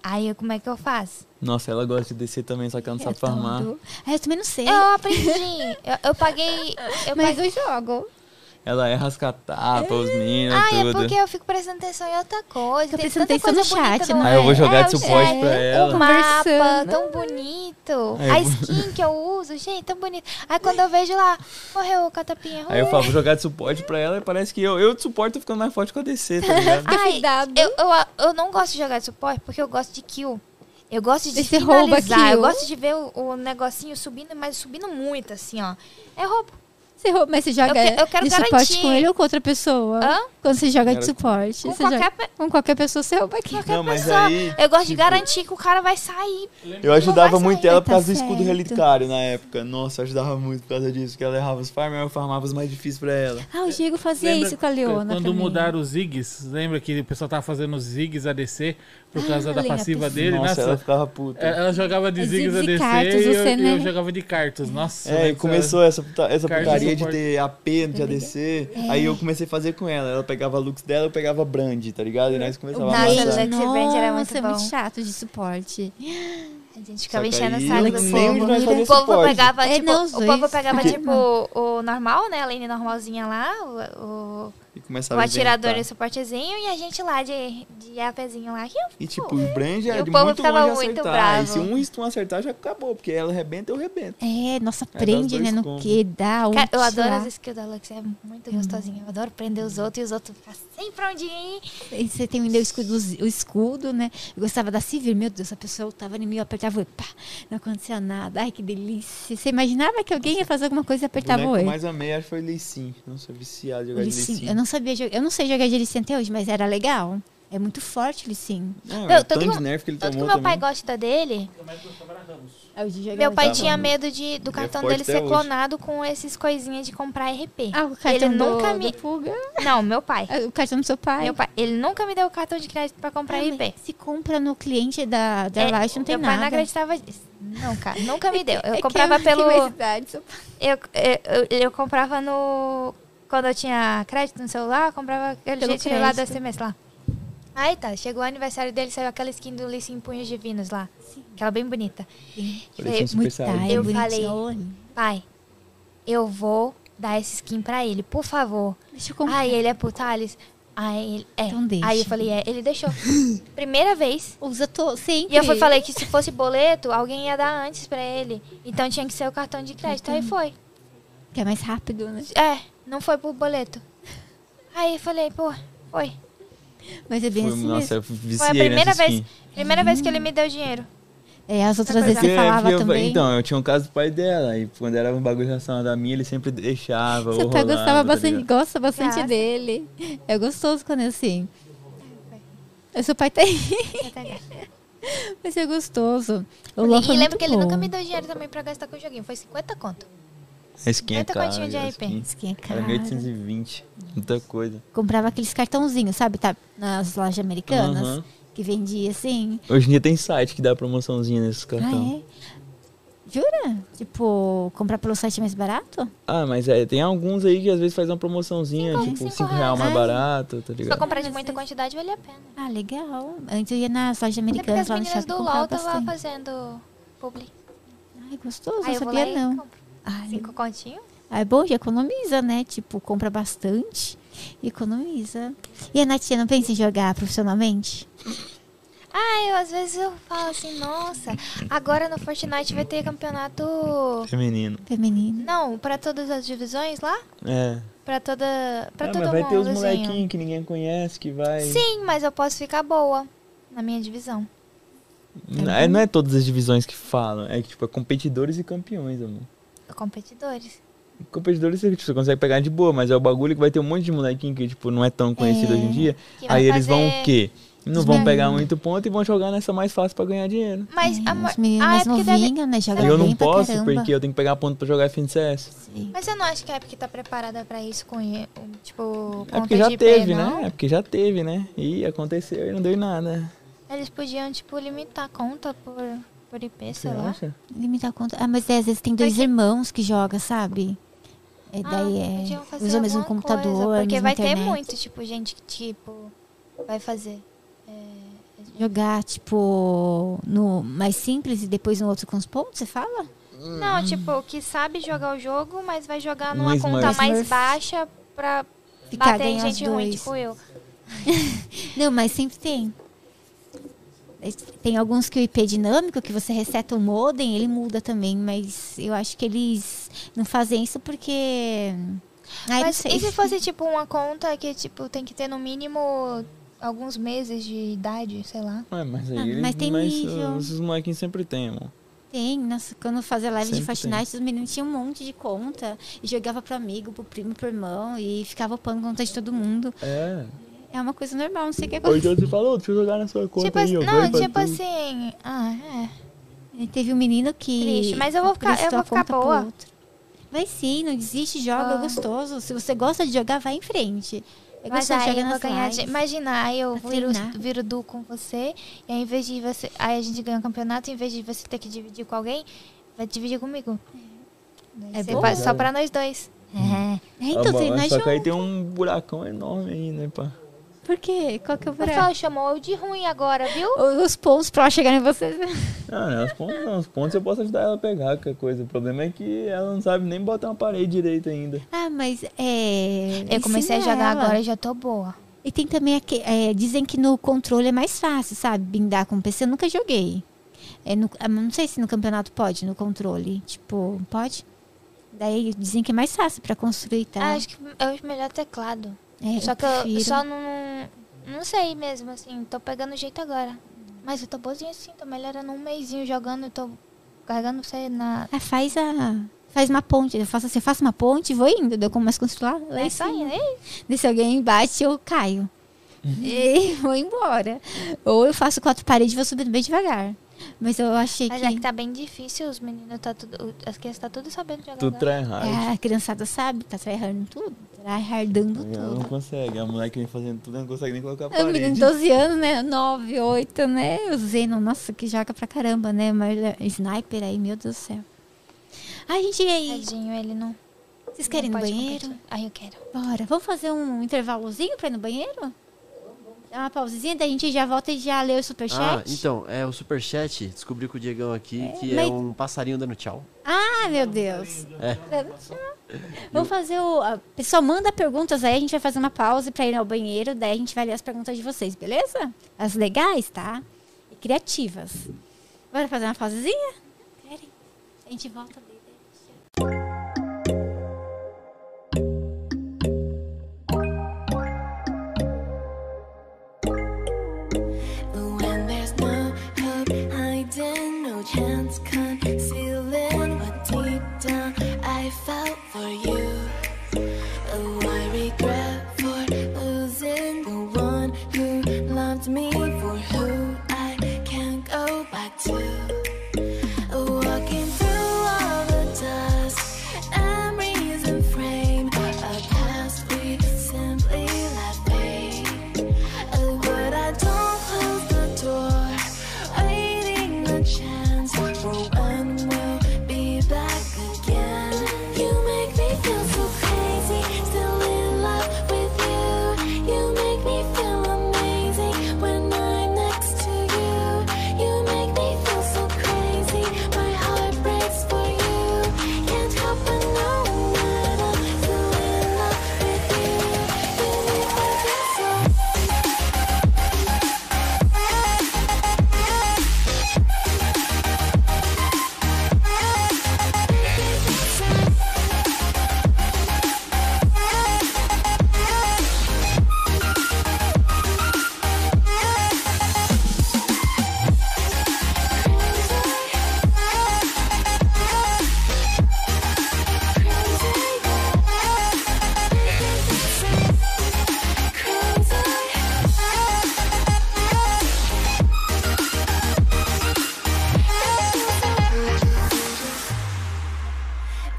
C: Aí eu- como é que eu faço?
D: Nossa, ela gosta de descer também, só que ela não sabe farmar.
A: Tudo. Ah, eu também não sei.
C: Eu aprendi. eu, eu paguei. Eu
A: mas
C: paguei.
A: eu jogo.
D: Ela erra as catapas, os meninos,
C: Ah, é
D: tudo.
C: porque eu fico prestando atenção em outra coisa.
A: Fica
C: Tem
A: prestando
C: tanta
A: atenção no
C: coisa bonita
A: chat,
C: no-
A: não
D: Aí Ah, eu vou jogar
C: É,
D: de suporte pra
C: é,
D: ela.
C: O mapa,
A: Conversando.
C: tão bonito.
D: Aí eu
C: A
D: vou-
C: skin que eu uso, gente, tão bonito. Aí quando eu vejo lá, morreu o catapinha.
D: Aí eu
C: Uh,
D: falo, vou jogar de suporte pra ela e parece que eu, eu de suporte tô ficando mais forte que a DC, tá ligado?
C: Ai,
A: Cuidado.
C: eu, eu, eu não gosto de jogar de suporte porque eu gosto de kill. Eu gosto de
A: Você
C: finalizar.
A: rouba kill.
C: Eu gosto de ver o, o negocinho subindo, mas subindo muito, assim, ó. É roubo.
A: Você rouba, mas você joga
C: Eu que- eu quero
A: de suporte
C: garantir.
A: com ele ou com outra pessoa?
C: Hã?
A: Quando você joga de
D: Quero-
A: suporte.
C: Com
A: você
C: qualquer
A: joga-
C: pe-
A: com qualquer pessoa, você rouba aqui.
C: qualquer
D: Não, mas
C: pessoa.
D: aí,
C: eu gosto de
D: tipo-
C: garantir que o cara vai sair.
D: Eu
C: Não
D: ajudava
C: vai
D: muito
C: sair,
D: ela por
A: tá
D: causa do escudo
A: certo.
D: relicário na época. Nossa, eu ajudava muito por causa disso, que ela errava os farm, aí eu farmava os mais difíceis pra ela.
A: Ah, o Diego fazia
E: Lembra
A: isso com a Leona.
E: Quando
A: pra mim.
E: mudaram os zigs, lembra que o pessoal tava fazendo os zigs ADC por
A: Ah,
E: causa da
A: lembra,
E: passiva
A: pessoal.
E: dele? né?
D: Nossa,
E: Nossa,
D: ela ficava puta.
E: ela, ela jogava de
A: É
E: zigs
A: zigs e
E: ADC
A: cartas,
E: e eu,
A: você, né?
E: eu jogava de cartas. Nossa,
D: É, e
E: velho,
D: começou essa, puta- essa
E: Card
D: putaria de
E: support.
D: ter AP de ADC.
C: é.
D: Aí eu comecei a fazer com ela. Ela pegava Lux dela, eu pegava Brand, tá ligado? E nós começava a
C: Nossa,
D: amassar.
C: Lux e Brand era muito
A: Nossa, é muito
C: bom.
A: chato de suporte.
C: A gente ficava
D: Só que
C: enchendo o
D: aí
C: saco
D: eu
C: do
D: nem onde vai fazer
C: povo. O povo
D: suporte.
C: pegava,
A: É,
C: tipo,
A: não, os
C: o povo
A: dois.
C: pegava,
A: Porque-
C: tipo, o, o normal, né? A lane normalzinha lá, o, o,
D: E
C: o
D: começava a tá?
C: atirador
D: inventar.
C: e o suportezinho, e a gente lá de, de APzinho lá. que
D: E tipo, o Brand é
C: E o
D: de
C: povo
D: muito
C: ficava
D: longe
C: muito
D: acertar.
C: bravo.
D: E se um stun acertar, já acabou. Porque ela arrebenta, eu arrebento.
A: É, nossa,
D: dá
A: prende,
D: dois
A: né? No
D: combos.
A: que dá.
C: Cara, eu
A: onde
C: adoro
A: lá.
C: as skills da Lux, é muito gostosinho. Eu adoro prender os outros e os outros ficar sem pra onde ir.
A: E você tem ainda o escudo, o escudo, né? Eu gostava da Civir, meu Deus, a pessoa tava em mim, eu apertava o E, pá, não acontecia nada. Ai, que delícia. Você imaginava que alguém ia fazer alguma coisa e
D: O
A: apertava
D: boneco
A: o
D: que eu
A: E?
D: mais amei, acho que foi Lee Sin. Nossa, eu viciado em jogar de Lee
A: Lee Sin.
D: Sin.
A: Eu não sabia jogar, eu não sei jogar de Lee Sin até hoje, mas era legal. É muito forte ele sim.
D: É,
C: Não,
D: o
C: tanto
D: tanto
C: que
D: de
C: meu-
D: nerf que ele
C: Tanto que
D: tomou
C: meu pai
D: também.
C: gosta dele.
A: É o Didi
C: Meu pai
A: Gaga.
C: tinha medo de, do
D: tá é
C: cartão
D: forte
C: dele ser
D: até hoje.
C: clonado com esses coisinhas de comprar RP.
A: Ah, o cartão
C: Ele
A: do,
C: nunca
A: do
C: me-
A: Puga.
C: Não, meu pai.
A: Ah, O cartão do seu pai.
C: Meu pai. Ele nunca me deu o cartão de crédito pra comprar
A: Ah, mas
C: RP.
A: Se compra no cliente da, da
C: É,
A: Light, não tem
C: meu pai não
A: nada.
C: acreditava disso. Não, cara, nunca me deu. Eu
A: É que
C: comprava
A: é uma
C: pelo.
A: imensidade, seu pai.
C: Eu, eu, eu- eu comprava no. Quando eu tinha crédito no celular, eu comprava aquele
A: Pelo
C: jeito lá do
A: crédito.
C: SMS lá. Aí tá, chegou o aniversário dele, saiu aquela skin do Lee em Punhos Divinos lá. Aquela bem bonita.
D: Parecia um
C: Eu-
D: super
A: Muito
D: saiyajin.
A: tarde,
C: Eu
A: bonitinho.
C: Pai, eu vou dar essa skin pra ele, por favor.
A: Deixa eu comprar.
C: Aí ele é pro Thales. Aí ele. É.
A: Então deixa.
C: Aí eu falei, é, ele deixou. Primeira vez.
A: Usa to... sempre.
C: E eu fui- falei que se fosse boleto, alguém ia dar antes pra ele. Então tinha que ser o cartão de crédito. Aí foi.
A: Que é mais rápido, né?
C: É, não foi por boleto. Aí eu falei, pô, foi.
A: Mas é bem
D: Foi-
A: assim mesmo.
D: Nossa, eu viciei
C: Foi a primeira
D: nessa
C: vez,
D: skin.
C: primeira vez que ele me deu dinheiro.
A: É, as outras vezes
C: coisa.
A: você falava
D: eu-
A: também.
D: Então, eu tinha um caso do pai dela, e quando era um bagulho relacionado a mim, ele sempre deixava.
A: Seu
D: ou
A: pai
D: rolava,
A: gostava
D: tá
A: bastante,
D: ligado?
A: gosta bastante
C: Graças.
A: dele. É gostoso quando é assim. O seu pai tá aí, mas é gostoso. O Luan
C: E
A: foi
C: lembro
A: muito
C: que ele nunca
A: bom.
C: me deu dinheiro também pra gastar com o joguinho. Foi 50 conto.
D: A skin é
C: 50
D: cara,
C: continhas assim, de
D: a
C: RP.
D: skin.
A: Skin é
D: Era
A: caro.
D: 1820, muita coisa.
A: Comprava aqueles cartãozinhos, sabe? Tá nas lojas americanas.
D: Aham.
A: Que vendia assim.
D: Hoje em dia tem site que dá promoçãozinha nesses
A: Ah,
D: cartão.
A: é? Jura? Tipo, comprar pelo site mais barato?
D: Ah, mas é, tem alguns aí que às vezes faz uma promoçãozinha,
C: Cinco-
D: tipo
C: cinco
D: 5 reais mais
A: reais.
D: barato, tá
C: Só
D: ligado?
C: comprar de
A: Mas
C: muita
A: esse-
C: quantidade vale a pena.
A: Ah, legal. Antes eu ia nas lojas
C: assim. Até porque
A: americanas
C: as
A: lá no
C: meninas
A: shopping
C: do
A: comprar
C: LOL tava
A: bastante.
C: fazendo publi.
A: Ai, gostoso, não
C: Aí eu vou lá
A: sabia
C: e
A: não.
C: compro.
A: Ai,
C: Cinco continhos.
A: Ah, É bom, já economiza, né? Tipo, compra bastante e economiza. E a Natinha não pensa em jogar profissionalmente?
C: Ah, eu às vezes eu falo assim, nossa, agora no Fortnite vai ter campeonato. um.
D: Feminino.
A: Feminino.
C: Não, pra todas as divisões lá?
D: É.
C: Pra toda. Pra
D: Ah,
C: todo
D: mas vai ter os
C: mundozinho.
D: molequinhos que ninguém conhece, que vai.
C: Sim, mas eu posso ficar boa na minha divisão.
D: Não é, não é todas as divisões que falam, é que tipo, é competidores e campeões, amor.
C: Competidores.
D: Competidores você, tipo, você consegue pegar de boa, mas é o bagulho que vai ter um monte de molequinho que, tipo, não é tão conhecido
A: É.
D: hoje em dia.
C: Que vai
D: Aí eles vão
C: fazer-
D: o quê? Não vão
A: Esmeralda.
D: pegar muito ponto e vão jogar nessa mais fácil pra ganhar dinheiro.
C: Mas,
A: É,
C: amor,
A: os meninos
C: ah, é
A: mais
C: porque
A: novinhos,
C: deve...
A: né? Joga
D: E eu
A: bem
D: não
A: pra
D: posso
A: caramba.
D: porque eu tenho que pegar ponto pra jogar FNCS.
C: Mas eu não acho que a Epic tá preparada pra isso com, e- um, tipo,
D: É porque
C: contas
D: já
C: de IP,
D: teve,
C: não?
D: né? É porque já teve, né? E aconteceu e não deu em nada.
C: Eles podiam, tipo, limitar a conta por, por IP,
D: Você
C: sei lá.
D: acha?
A: Limitar a conta. Ah, mas é, às vezes tem dois
C: Porque-
A: irmãos que jogam, sabe? É, daí
C: Ah, podiam
A: é.
C: fazer
A: Usa o mesmo
C: alguma coisa,
A: computador,
C: Porque
A: mesma
C: vai
A: internet.
C: ter muito, tipo, gente que, tipo, vai fazer. É,
A: Jogar, tipo, no mais simples e depois no outro com os pontos, você fala?
D: Hum.
C: Não, tipo, que sabe jogar o jogo, mas vai jogar
D: No
C: numa
D: Smurf.
C: conta mais
A: Smurf.
C: baixa pra
A: Ficar
C: bater
A: ganhar
C: em
A: os
C: Ah, gente ruim,
A: dois.
C: tipo eu.
A: Não, mas sempre tem. Tem alguns que o IP é dinâmico, que você reseta o modem, ele muda também, mas eu acho que eles não fazem isso porque. Ai, não
C: mas
A: sei.
C: e se fosse, tipo, uma conta que, tipo, tem que ter no mínimo alguns meses de idade, sei lá.
D: Ué, mas aí
A: Ah,
D: eles,
A: mas tem
D: mas,
A: nível.
D: uh, esses molequinhos sempre tem, amor.
A: Tem, nossa, quando eu fazia live de
D: Sempre tem.
A: Fortnite, os meninos tinham um monte de conta e jogava pro amigo, pro primo, pro irmão e ficava upando conta de todo mundo.
D: É.
A: É uma coisa normal, não sei o que
D: Hoje
A: acontece.
D: você É falou, deixa eu jogar na sua conta
C: tipo,
D: aí,
C: assim-
D: eu
C: não,
D: ganho pra
C: tipo
D: tu.
C: assim. Ah, é.
A: E Teve um menino que.
C: Triste, mas eu vou ficar- eu
A: emprestou
C: vou
A: a conta
C: ficar
A: pro
C: boa.
A: outro. Vai sim, não desiste, joga,
C: Ah.
A: é gostoso. Se você gosta de jogar, vai em frente. É
C: Mas
A: gostoso,
C: aí
A: joga
C: eu vou
A: nas
C: ganhar.
A: lives.
C: De, imagina, aí eu
A: Pra
C: viro,
A: treinar.
C: viro duo com você, e aí, em vez de você. Aí a gente ganha o campeonato, em vez de você ter que dividir com alguém, vai dividir comigo. Daí
A: É
C: você
A: bom.
C: faz só pra nós dois. É.
A: É, então
D: Ah,
A: treinar
D: mas Só que aí
A: junto.
D: tem um buracão enorme aí, né, pá?
A: Por quê? Qual que é o
C: O
A: buraco?
C: pessoal chamou eu de ruim agora, viu?
A: Os pontos pra chegar em vocês.
D: Não, não, os Ah, né, pontos não. Os pontos eu posso ajudar ela a pegar qualquer coisa. O problema é que ela não sabe nem botar uma parede direito ainda.
A: Ah, mas é.
C: Eu comecei a
A: ensina
C: jogar
A: ela.
C: agora e já tô boa.
A: E tem também aqui. é, dizem que no controle é mais fácil, sabe? Bindar com o PC. Eu nunca joguei. É no- ah, não sei se no campeonato pode, no controle. Tipo, pode? Daí dizem que é mais fácil pra construir e tal.
C: Ah, acho que é o melhor teclado.
A: É,
C: só que eu
A: prefiro.
C: só não. Não sei mesmo, assim, tô pegando jeito agora. Mas eu tô boazinha assim, tô melhorando um mêsinho jogando, tô carregando você na.
A: Ah, faz a. Faz uma ponte. Eu faço assim, eu faço uma ponte e vou indo. Daí eu começo a construir lá. lá em
C: É isso aí,
A: cima.
C: né?
A: Daí se alguém bate, eu caio.
F: Uhum.
A: e vou embora. Ou eu faço quatro paredes e vou subindo bem devagar. Mas eu achei
C: Mas
A: que.
C: é que tá bem difícil, os meninos tá tudo. As crianças tá tudo sabendo jogar.
F: Tu
C: agora.
F: try hard.
A: É, a criançada sabe, tá tryhardando tudo. Tryhardando
F: Ela não
A: é tudo.
F: consegue. A moleque vem fazendo tudo, não consegue nem colocar a
A: É um menino
F: parede.
A: de 12 anos, né? 9, 8, né? O Zeno, nossa, que joga pra caramba, né? Mas ele é sniper aí, meu Deus do céu. Ai, gente, e aí?
C: Tadinho, ele não.
A: Vocês querem ir
C: não
A: no
C: É, pode
A: banheiro?
C: competir. Ai, eu quero.
A: Bora, vamos fazer um intervalozinho pra ir no banheiro? Dá uma pausezinha, daí a gente já volta e já lê o
H: Ah,
A: superchat.
H: então, é o superchat. Descobri com o Diegão aqui que
A: mas-
H: é um passarinho dando tchau.
A: Ah, meu Deus.
H: É.
A: Vamos fazer o. a- Pessoal, manda perguntas aí, a gente vai fazer uma pausa pra ir ao banheiro, daí a gente vai ler as perguntas de vocês, beleza? As legais, tá? E criativas. Bora fazer uma pausazinha? Querem? A gente volta ali.
I: But when there's no hope hiding, no chance concealing what deep down I felt for you. Oh, I regret for losing the one who loved me, for who I can't go back to. Walking through all the dust, memories and frame, a past we simply left pain. And what I don't close the door, waiting the chance for when we'll be back again. You make me feel so crazy, still in love with you. You make me feel amazing when I'm next to you. You make me feel so crazy, my heart breaks for you. Can't help but know that I'm still in love with you. You make me feel so.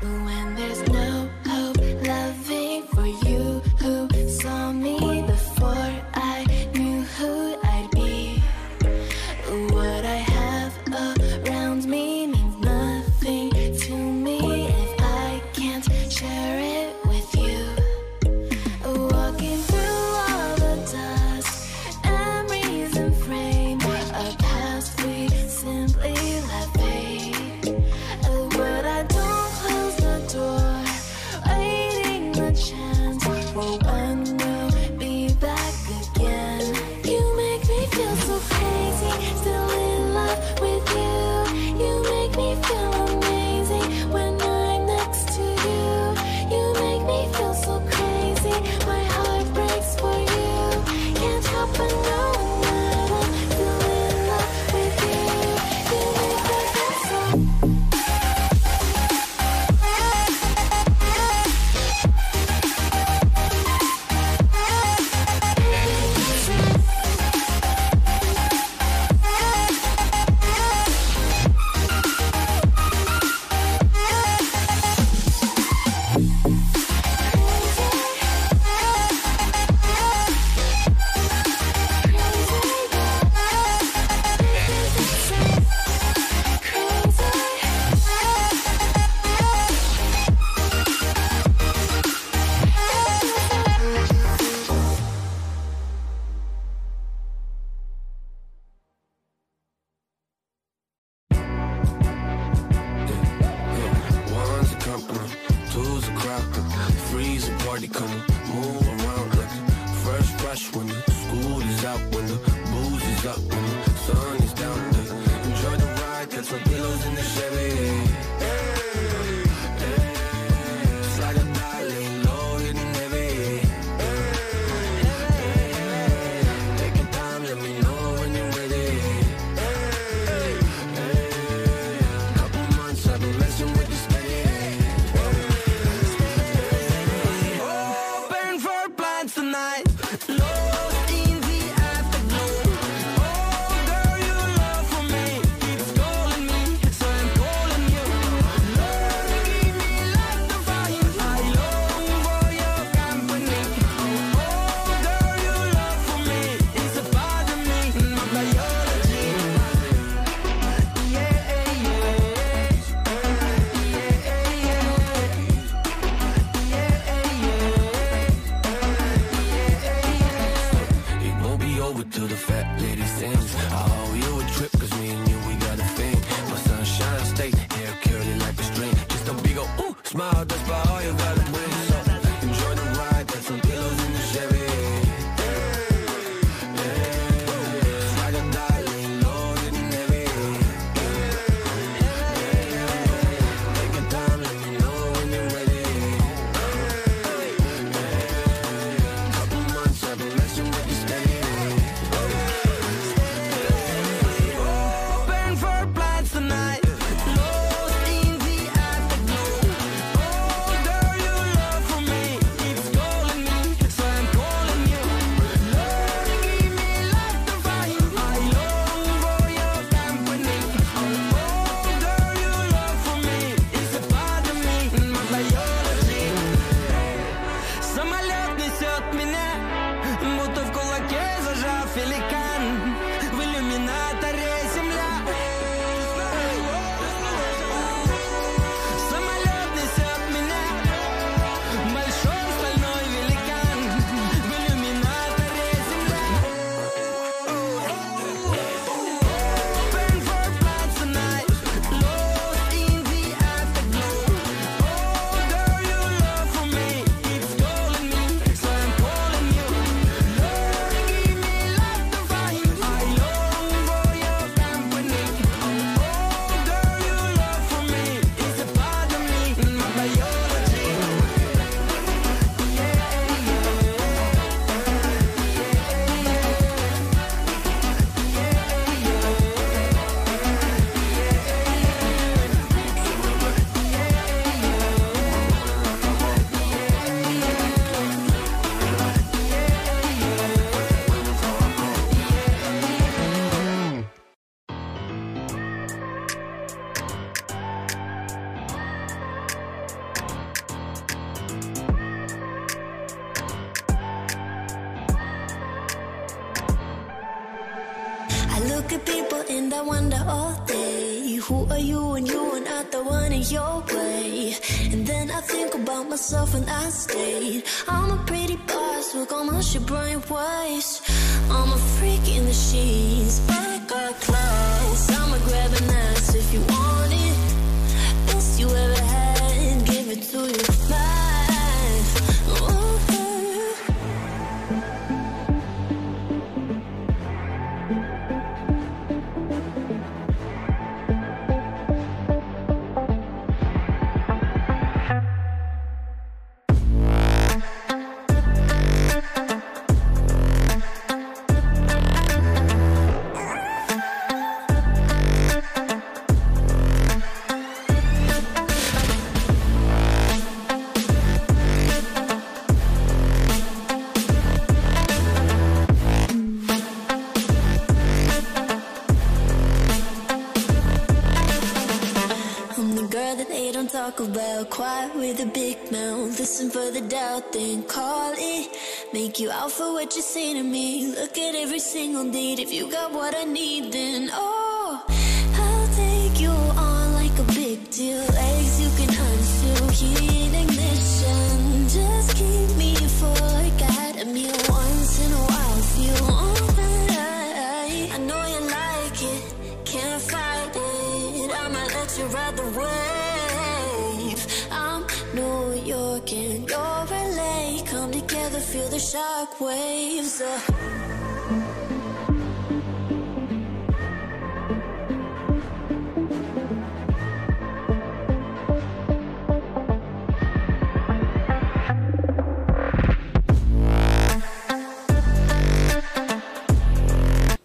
I: When there's no hope, loving for you who saw me before I knew who I'd be. What I have around me means nothing to me if I can't share it with you. Walking through all the dust, memories and frame, a past we simply left pain. And what I don't close the door, waiting the chance for when we'll be back again. You make me feel so crazy, still in love with you. You make me feel amazing when I'm next to you. You make me feel so crazy, my heart breaks for you. Can't help but know that I'm still in love with you. You make me feel so.
J: One's a company, two's a cropper, three's a party coming, move around like fresh fresh when the school is out, when the booze is up, when the sun is down. Like, enjoy the ride, catch my pillows in the Chevy. Hey, hey. Slide a by, lay low, hitting heavy. Hey, hey. Take your time, let me know when you're ready. Hey, hey. Couple months I've been messing with this thing. Open for plans tonight. Lost in smile, that's about all you gotta bring. So enjoy the ride, got some pillows in the Chevy. Yeah, yeah. Ride or die, lean loaded and heavy. Yeah, yeah. Take your time, let me know when you're ready. Yeah. Couple months, I've been messing with you steady. Open for plans tonight. Lost in the afterglow. Older you love for me, it's calling me, so I'm calling you. Lord, give me love to find. I long for your company. Older you love for me, it's a part of me, my biology. Самолет несет меня, будто в кулаке зажав великан. В иллюминаторе земля. Самолет несет меня, большой стальной великан. В иллюминаторе земля. Open for flights tonight, lost in the afterglow. Older you love for me, it's calling me, so I'm calling you. Lord, give me love to find. I long for your company. Older you love for me, it's a part of me, my biology.
I: I look at people and I wonder all day Who are you and you are not the one in your way And then I think about myself and I state I'm a pretty boss, look almost your brain waves I'm a freak in the sheets, back or close I'ma grab an ass if you want it Best you ever had, give it to you Bye. Ooh. I'm the girl that they don't talk about. Quiet with a big mouth. Listen for the doubt, then call it. Make you out for what you say to me. Look at every single deed. If you got what I need, then oh, I'll take you on like a big deal. Eggs you can unseal. Heat ignition. Just keep me for like I had a meal once in a while. Feel all right. I know you like it. Can't fight it. I'ma let you ride the wave. I'm New York and you're LA. Come together, feel the shock waves. Uh,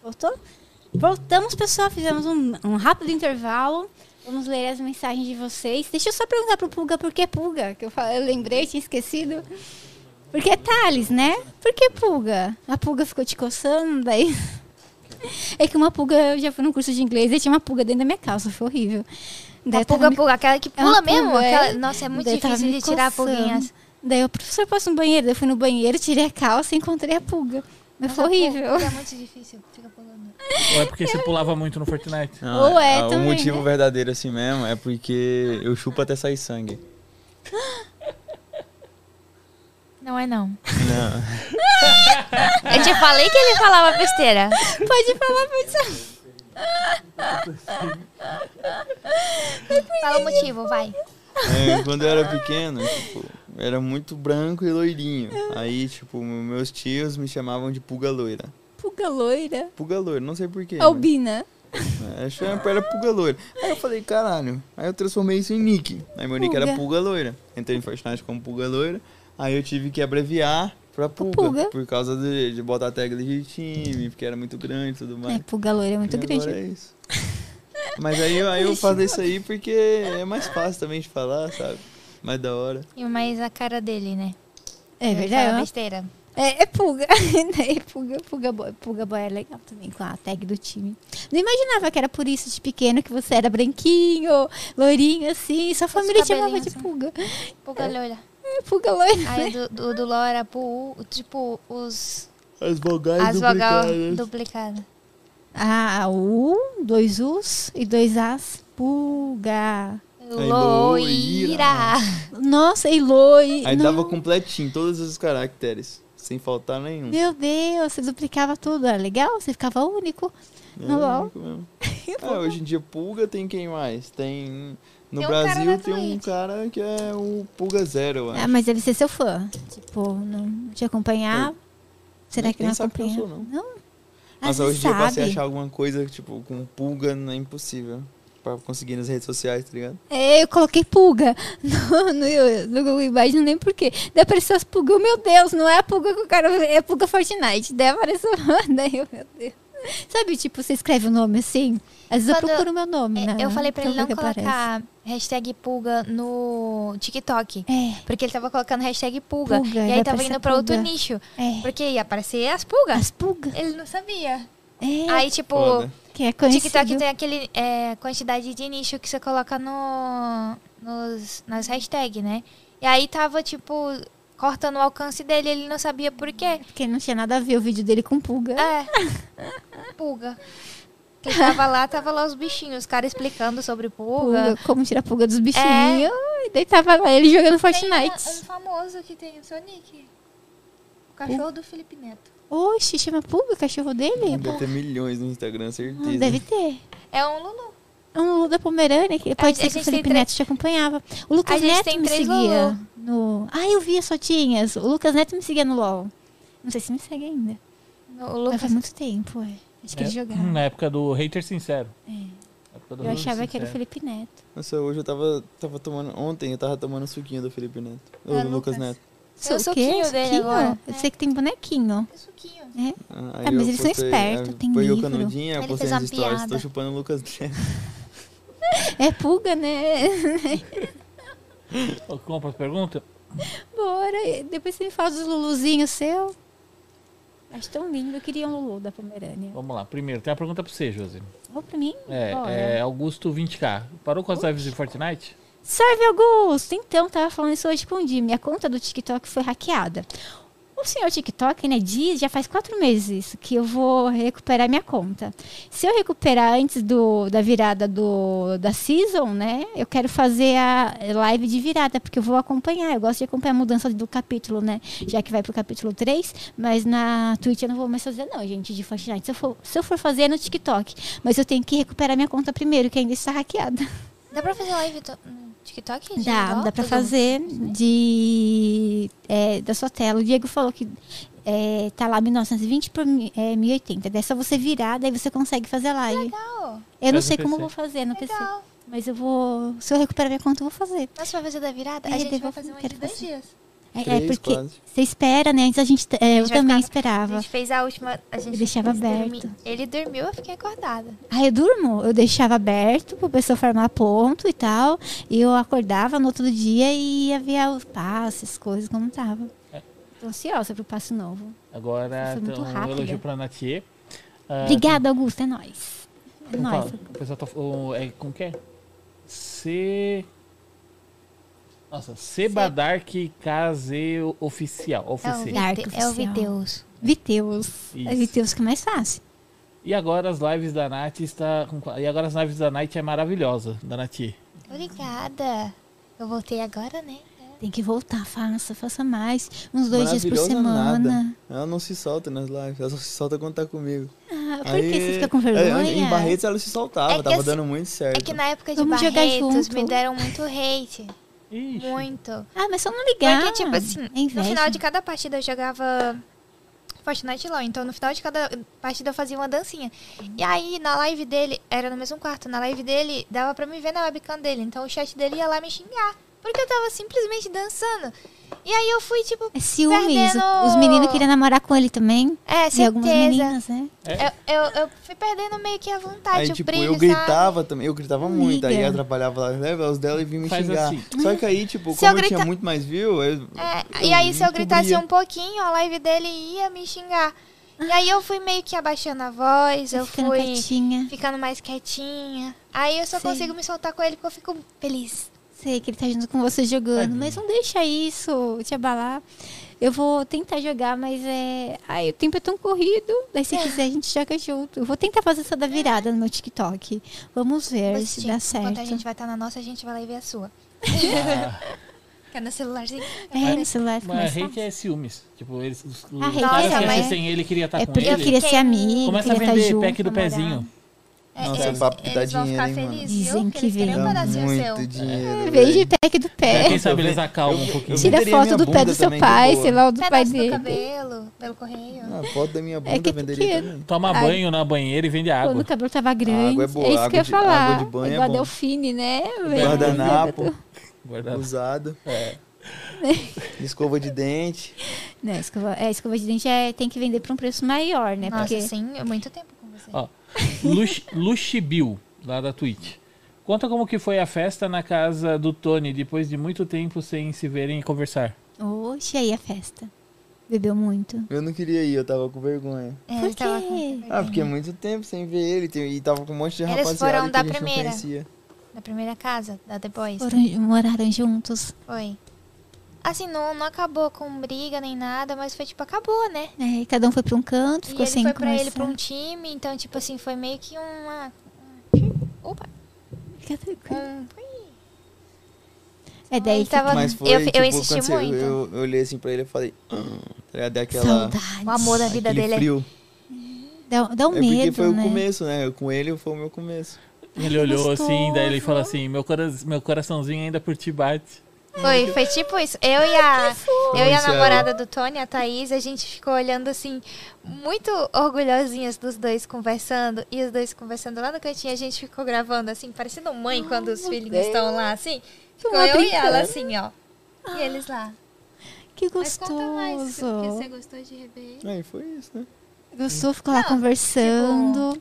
A: Voltou? Voltamos, pessoal. Fizemos um, um rápido intervalo. Vamos ler as mensagens de vocês. Deixa eu só perguntar pro Pulga por que Pulga? Que eu, fa- eu lembrei, tinha esquecido. Porque é Thales, né? Por que Pulga? A Pulga ficou te coçando, daí. É que uma pulga, eu já fui num curso de inglês e tinha uma pulga dentro da minha calça, foi horrível. Daí
C: A
A: eu tava
C: pulga,
A: me-
C: pulga, aquela que
A: tá É
C: pula
A: uma
C: mesmo?
A: pulga, é.
C: aquela- Nossa, é muito
A: Daí eu tava
C: difícil
A: me
C: de tirar a
A: coçando.
C: pulguinha. assim.
A: Daí o professor passa no banheiro, daí eu fui no banheiro, tirei a calça e encontrei a pulga. Mas foi horrível.
C: É muito difícil, fica pulando.
E: Ou é porque você pulava muito no Fortnite?
F: Não,
A: Ou é
F: ah,
A: também,
F: O motivo
A: né?
F: verdadeiro assim mesmo é porque eu chupo até sair sangue.
C: Não é não.
F: Não.
C: Eu te falei que ele falava besteira.
A: Pode falar, professor.
C: Fala o motivo, vai.
D: É, quando eu era pequeno, tipo, era muito branco e loirinho. Aí, tipo, meus tios me chamavam de Puga Loira.
A: Puga loira.
D: Puga Loira, não sei porquê.
A: É Albina.
D: é, Acho que era Puga Loira. Aí eu falei, caralho. Aí eu transformei isso em nick. Aí meu nick era
A: Puga.
D: Puga Loira. Entrei em Fortnite como Puga Loira. Aí eu tive que abreviar pra Puga.
A: Puga.
D: Por causa de, de botar a tag de time, porque era muito grande e tudo mais.
A: É, puga loira é muito
D: E
A: grande.
D: agora é isso. Mas aí, eu- aí eu faço isso aí porque é mais fácil também de falar, sabe? Mais da hora.
C: E mais a cara dele, né?
A: É
C: Ele
A: verdade.
C: fala
A: ó.
C: besteira.
A: É, é Puga. É Puga, Puga Boy. Puga Boy é legal também, com a tag do time. Não imaginava que era por isso de pequeno que você era branquinho, loirinho, assim. Sua família te chamava de
C: cabelinhos, assim.
A: Puga.
C: Puga loira.
A: É Puga loira.
C: Aí do, do, do Ló era pu, tipo, os.
D: As vogais
C: As vogal
D: duplicadas.
C: duplicadas.
A: Ah, U, dois Us e dois As. Puga.
C: Loira.
A: Nossa, e loi.
D: Aí
A: Não.
D: dava completinho, todos os caracteres. Sem faltar nenhum.
A: Meu Deus, você duplicava tudo. Era legal? Você ficava único.
D: Era
A: no LOL.
D: único é mesmo. É, hoje em dia, Pulga tem quem mais? Tem. No
C: Tem um cara
D: Brasil
C: na
D: tem um
C: Twitch.
D: cara que é o Pulga Zero, eu acho.
A: Ah, mas deve ser seu fã. Tipo, não te acompanhar. Será
D: É. Nem- é
A: que não
D: nem sabe quem eu
A: acompanha?
D: sou, não.
A: Ah,
D: Nossa,
A: você
D: hoje em dia, pra você
A: sabe.
D: achar alguma coisa, tipo, com Pulga, não é impossível. Pra conseguir nas redes sociais, tá ligado?
A: É, eu coloquei pulga no, no, no Google Imagens, não lembro por quê. Daí apareceu as pulgas, eu, meu Deus, não é a pulga que eu quero ver, é a pulga Fortnite. Daí apareceu, daí eu, meu Deus. Sabe, tipo, você escreve o nome assim? Às vezes eu
C: Quando-
A: procuro o meu nome, né?
C: É, Eu falei pra ele não
A: que aparece.
C: colocar hashtag pulga no TikTok.
A: É,
C: Porque ele tava colocando hashtag pulga.
A: Pulga,
C: e
A: vai
C: aí tava
A: aparecer
C: indo pra outro
A: pulga.
C: nicho.
A: é.
C: Porque ia aparecer as pulgas.
A: As pulgas.
C: Ele não sabia.
A: É,
C: Aí, tipo,
D: Foda.
A: que é
C: o
A: conhecido.
C: TikTok tem aquele é, quantidade de nicho que você coloca no, nos, nas hashtags, né? E aí tava, tipo, cortando o alcance dele, ele não sabia por quê.
A: Porque não tinha nada a ver o vídeo dele com pulga.
C: É. Pulga. Ele tava lá, tava lá os bichinhos, os caras explicando sobre pulga. É.
A: Pulga, como tirar a pulga dos bichinhos. E daí tava lá ele jogando
C: Tem uma- um
A: Fortnite.
C: famoso que tem o seu nick. O cachorro do Felipe Neto.
A: Oxe, chama pulga o cachorro dele?
D: Deve ter milhões no Instagram,
A: Ah,
D: certeza.
A: Deve ter.
C: É um Lulu.
A: É um Lulu da Pomerânia, que pode ser que
C: gente- a
A: o
C: gente tem
A: Felipe
C: três-
A: Neto te acompanhava. O Lucas
C: A gente
A: Neto
C: tem
A: me
C: três
A: seguia
C: Lulu.
A: no. Ah, eu vi as fotinhas. O Lucas Neto me seguia no LOL. Não sei se me segue ainda.
C: O
A: Mas
C: Lucas
A: faz muito tempo, é. Acho que ele jogava. é.
E: Na época do hater sincero. Na época do
A: Eu
E: hater
A: achava que era o
E: sincero.
A: Felipe Neto.
D: Nossa, hoje eu tava, tava tomando. Ontem eu tava tomando suquinho do Felipe Neto. Ou
C: É,
D: do Lucas
C: Lucas.
D: Neto.
C: Tem o
A: Su-
C: suquinho dele
A: Suquinho?
C: agora.
A: Eu sei que tem bonequinho.
C: Suquinho.
D: Ah,
A: Ah, mas
D: eu
A: eles são
D: postei-
A: espertos,
D: aí
A: tem
D: Peguei o
A: livro.
D: canudinho, eu
C: Ele
D: postei
C: fez uma
D: nos stories. Tô
C: piada.
D: chupando o Lucas Neto.
A: É pulga, né?
E: Ô, Vamos para as perguntas?
A: Bora. E Depois você me fala dos Luluzinhos seu. Acho tão lindo. Eu queria um Lulu da Pomerânia.
E: Vamos lá. Primeiro, tem uma pergunta pra você, Josi.
A: Ou pra mim?
E: É,
A: Bora.
E: é Augusto 20k. Parou com as lives de Fortnite?
A: Serve Augusto! Então, tava falando isso hoje com o Jim. Minha conta do TikTok foi hackeada. O senhor TikTok, né, diz, já faz quatro meses isso, que eu vou recuperar minha conta. Se eu recuperar antes do, da virada do, da season, né, eu quero fazer a live de virada, porque eu vou acompanhar. Eu gosto de acompanhar a mudança do capítulo, né, já que vai pro capítulo 3, mas na Twitch eu não vou mais fazer não, gente, de Fortnite. Se eu for, se eu for fazer, é no TikTok. Mas eu tenho que recuperar minha conta primeiro, que ainda está hackeada.
C: Dá pra fazer live to- no TikTok? de
A: Dá,
C: igual?
A: dá pra
C: Todo
A: fazer
C: mundo faz, né?
A: de, é, da sua tela. O Diego falou que é, tá lá 1920 por mi- é, 1080. Daí é só você virar, daí você consegue fazer a live.
C: Legal,
A: Eu não
E: Faz no
A: sei como eu
E: PC.
A: vou fazer no PC.
C: legal.
A: Mas eu vou. Se eu recuperar minha conta, eu vou fazer.
C: Nossa, vai fazer da virada?
A: Ai,
C: A gente vai
A: devolve-
C: fazer uma
A: quero
C: de dois
A: fazer.
C: dias.
A: É, é
D: Três,
A: porque
D: quase.
A: você espera, né? Antes a gente. é, eu
C: vai
A: também
C: ficar-
A: esperava.
C: A gente fez a última... A gente
A: Eu deixava
C: fez dormir.
A: aberto.
C: Ele dormiu, eu fiquei acordada.
A: Aí Ah, eu durmo, eu deixava aberto pro pessoal formar ponto e tal. E eu acordava no outro dia e ia ver os passos, as coisas como tava. Tô ansiosa pro passo novo.
E: Agora,
A: Foi muito
E: então, um
A: rápida.
E: elogio pra Natie. Ah,
A: Obrigada, Augusto, é nóis. É
D: Então
E: tem-
A: nóis.
E: o pessoal tá. o- é, como que é? C. Nossa, Sebadark KZ Oficial.
C: É
A: Dark
C: o,
E: Oficial.
C: Vite... é o
A: oficial.
C: Videus.
A: Viteus. É
E: Isso.
A: Viteus que é mais fácil.
E: E agora as lives da Nath está. com qua- E agora as lives da Nath é maravilhosa, da Nath.
C: Obrigada. Eu voltei agora, né?
A: Tem que voltar, faça, faça mais. Uns dois dias por
D: Maravilhosa
A: semana.
D: nada. Ela não se solta nas lives, ela só se solta quando tá comigo.
A: Ah, por
D: Aí-
A: que você fica com
D: é,
A: vergonha?
D: Em Barretos ela se soltava,
C: É que
D: tava
C: assim-
D: dando muito certo.
C: É que na época de
A: Vamos jogar
C: Barretos
A: junto.
C: me deram muito hate.
E: Ixi.
C: É, Muito.
A: Ah, mas só não ligar.
C: Porque, tipo assim,
A: É inveja.
C: no final de cada partida eu jogava Fortnite LOL. Então, no final de cada partida eu fazia uma dancinha. E aí, na live dele, era no mesmo quarto, na live dele, dava pra me ver na webcam dele. Então, o chat dele ia lá me xingar. Porque eu tava simplesmente dançando. E aí eu fui, tipo,
A: É ciúmes.
C: Perdendo-
A: Os meninos queriam namorar com ele também.
C: é,
A: E algumas
C: certeza.
A: meninas, né?
C: Eu, eu, eu fui perdendo meio que a vontade,
D: Aí,
C: o
D: tipo,
C: brilho,
D: eu
C: sabe?
D: gritava também, eu gritava muito, aí
A: Amiga.
D: atrapalhava lá né, os levels dela e vinha me
E: Faz
D: xingar.
E: assim.
D: Só que aí, tipo,
C: Se
D: como eu,
C: eu grita-
D: tinha muito mais view, eu,
C: É,
D: eu
C: e aí, se eu
D: encobria.
C: gritasse um pouquinho, a live dele ia me xingar. E aí eu fui meio que abaixando a voz, eu
A: Ficando
C: fui
A: quietinha.
C: ficando mais quietinha. Aí eu só
A: Sim.
C: consigo me soltar com ele porque eu fico feliz.
A: Sei que ele tá junto com você jogando. Mas não deixa isso te abalar. Eu vou tentar jogar, mas é. Ai, o tempo é tão corrido. Daí
C: É.
A: se quiser, a gente joga junto. Eu vou tentar fazer essa da virada no meu TikTok. Vamos ver
C: Mas,
A: se
C: gente,
A: dá
C: É. Enquanto
A: certo.
C: a gente vai estar na nossa, a gente vai lá e ver a sua. Que é no celularzinho.
A: É, no celular fica mais
E: Mas
A: fácil.
E: hate é ciúmes. Tipo, eles, os, os
A: hate
E: caras
A: é-
E: que
C: mas-
E: assistem ele queria
C: tá
E: estar
A: É
E: com
A: porque eu
E: ele.
A: queria ser amigo,
E: Começa a
A: queria estar
E: vender
A: junto.
E: pack do
A: namorar.
E: pezinho.
C: É,
D: Nossa,
C: eles,
D: papo que dá
C: eles vão
D: dinheiro,
C: ficar
D: hein, mano?
C: felizes,
A: Dizem
C: viu?
A: que
C: eles querem
A: vem.
C: um
D: dá
C: pedacinho
D: muito
C: seu.
D: dinheiro.
A: É,
D: velho.
A: Vende pack do pé.
E: Quem sabe eles acalmam um
D: Eu
E: pouquinho.
A: Tira
D: venderia minha
A: foto do pé
D: bunda
A: do seu
D: também, de
A: pai,
D: boa.
A: sei lá, ou do pai
C: Pedaço do
A: dele.
C: cabelo, pelo correio.
D: Ah, foto da minha bunda
A: que é
D: venderia
A: pequeno.
D: também.
E: Toma
A: Ai.
E: banho na banheira e vende
A: Quando
E: água.
A: o cabelo tava grande.
D: Água
A: é,
D: é boa,
A: isso que
D: água
A: eu ia
D: de-
A: falar.
D: água de banho é
A: Igual a
D: bom.
A: Delfine, né? Vem,
D: Guardanapo,
E: Guardado.
D: usado. Escova de dente.
A: Não, escova, é, escova de dente é, tem que vender por um preço maior, né?
C: Nossa,
A: Porque
C: sim, é muito tempo com você.
E: Ó, Lux- Luxibil, lá da Twitch. Conta como que foi a festa na casa do Tony, depois de muito tempo sem se verem e conversar.
A: hoje aí a
C: é
A: festa. Bebeu muito.
D: Eu não queria ir, eu tava com vergonha.
C: É,
A: Por
C: ele tava com
A: quê?
C: vergonha.
D: Ah, porque é muito tempo sem ver ele tem- e tava com um monte de
C: Eles
D: rapaziada
C: foram
D: que
C: da
D: a gente não
C: primeira.
D: conhecia.
C: Na primeira casa, da The Boys.
A: Foram, moraram juntos.
C: Foi. Assim, não, não acabou com briga nem nada, mas foi tipo, acabou, né?
A: né? E cada um foi pra um canto, ficou
C: e ele
A: sem
C: foi pra
A: conversar.
C: ele pra um time, então, tipo assim, foi meio que uma. Opa!
A: Fica tranquilo.
C: Um...
A: É daí
C: Ele
A: que
C: tava-
D: Mas foi,
C: Eu- eu
D: tipo,
C: insisti
D: quando você-
C: muito.
D: Eu, eu olhei assim pra ele e falei... Ah, deu aquela...
A: saudade.
C: O amor da vida
D: aquele
C: dele é.
D: frio.
A: Dá, dá um
D: É porque
A: medo, né?
D: foi o começo, né? Eu Com ele foi o meu começo.
E: Ele olhou assim, daí ele
A: gostoso.
E: falou assim: meu, cora- meu coraçãozinho ainda por ti bate.
C: Foi, foi tipo isso. Eu e a, eu e a
D: Isso é-
C: namorada do Tony, a Thaís, a gente ficou olhando assim, muito orgulhosinhas dos dois conversando. E os dois conversando lá no cantinho, a gente ficou gravando assim, parecendo mãe quando os filhinhos estão lá, assim. Ficou
A: lá
C: eu e
A: brincando.
C: ela assim, ó. E eles lá.
A: Que
C: Mas conta mais, que
A: gostoso.
C: você gostou de rever.
D: Aí foi isso, né?
A: Gostou, ficou lá conversando.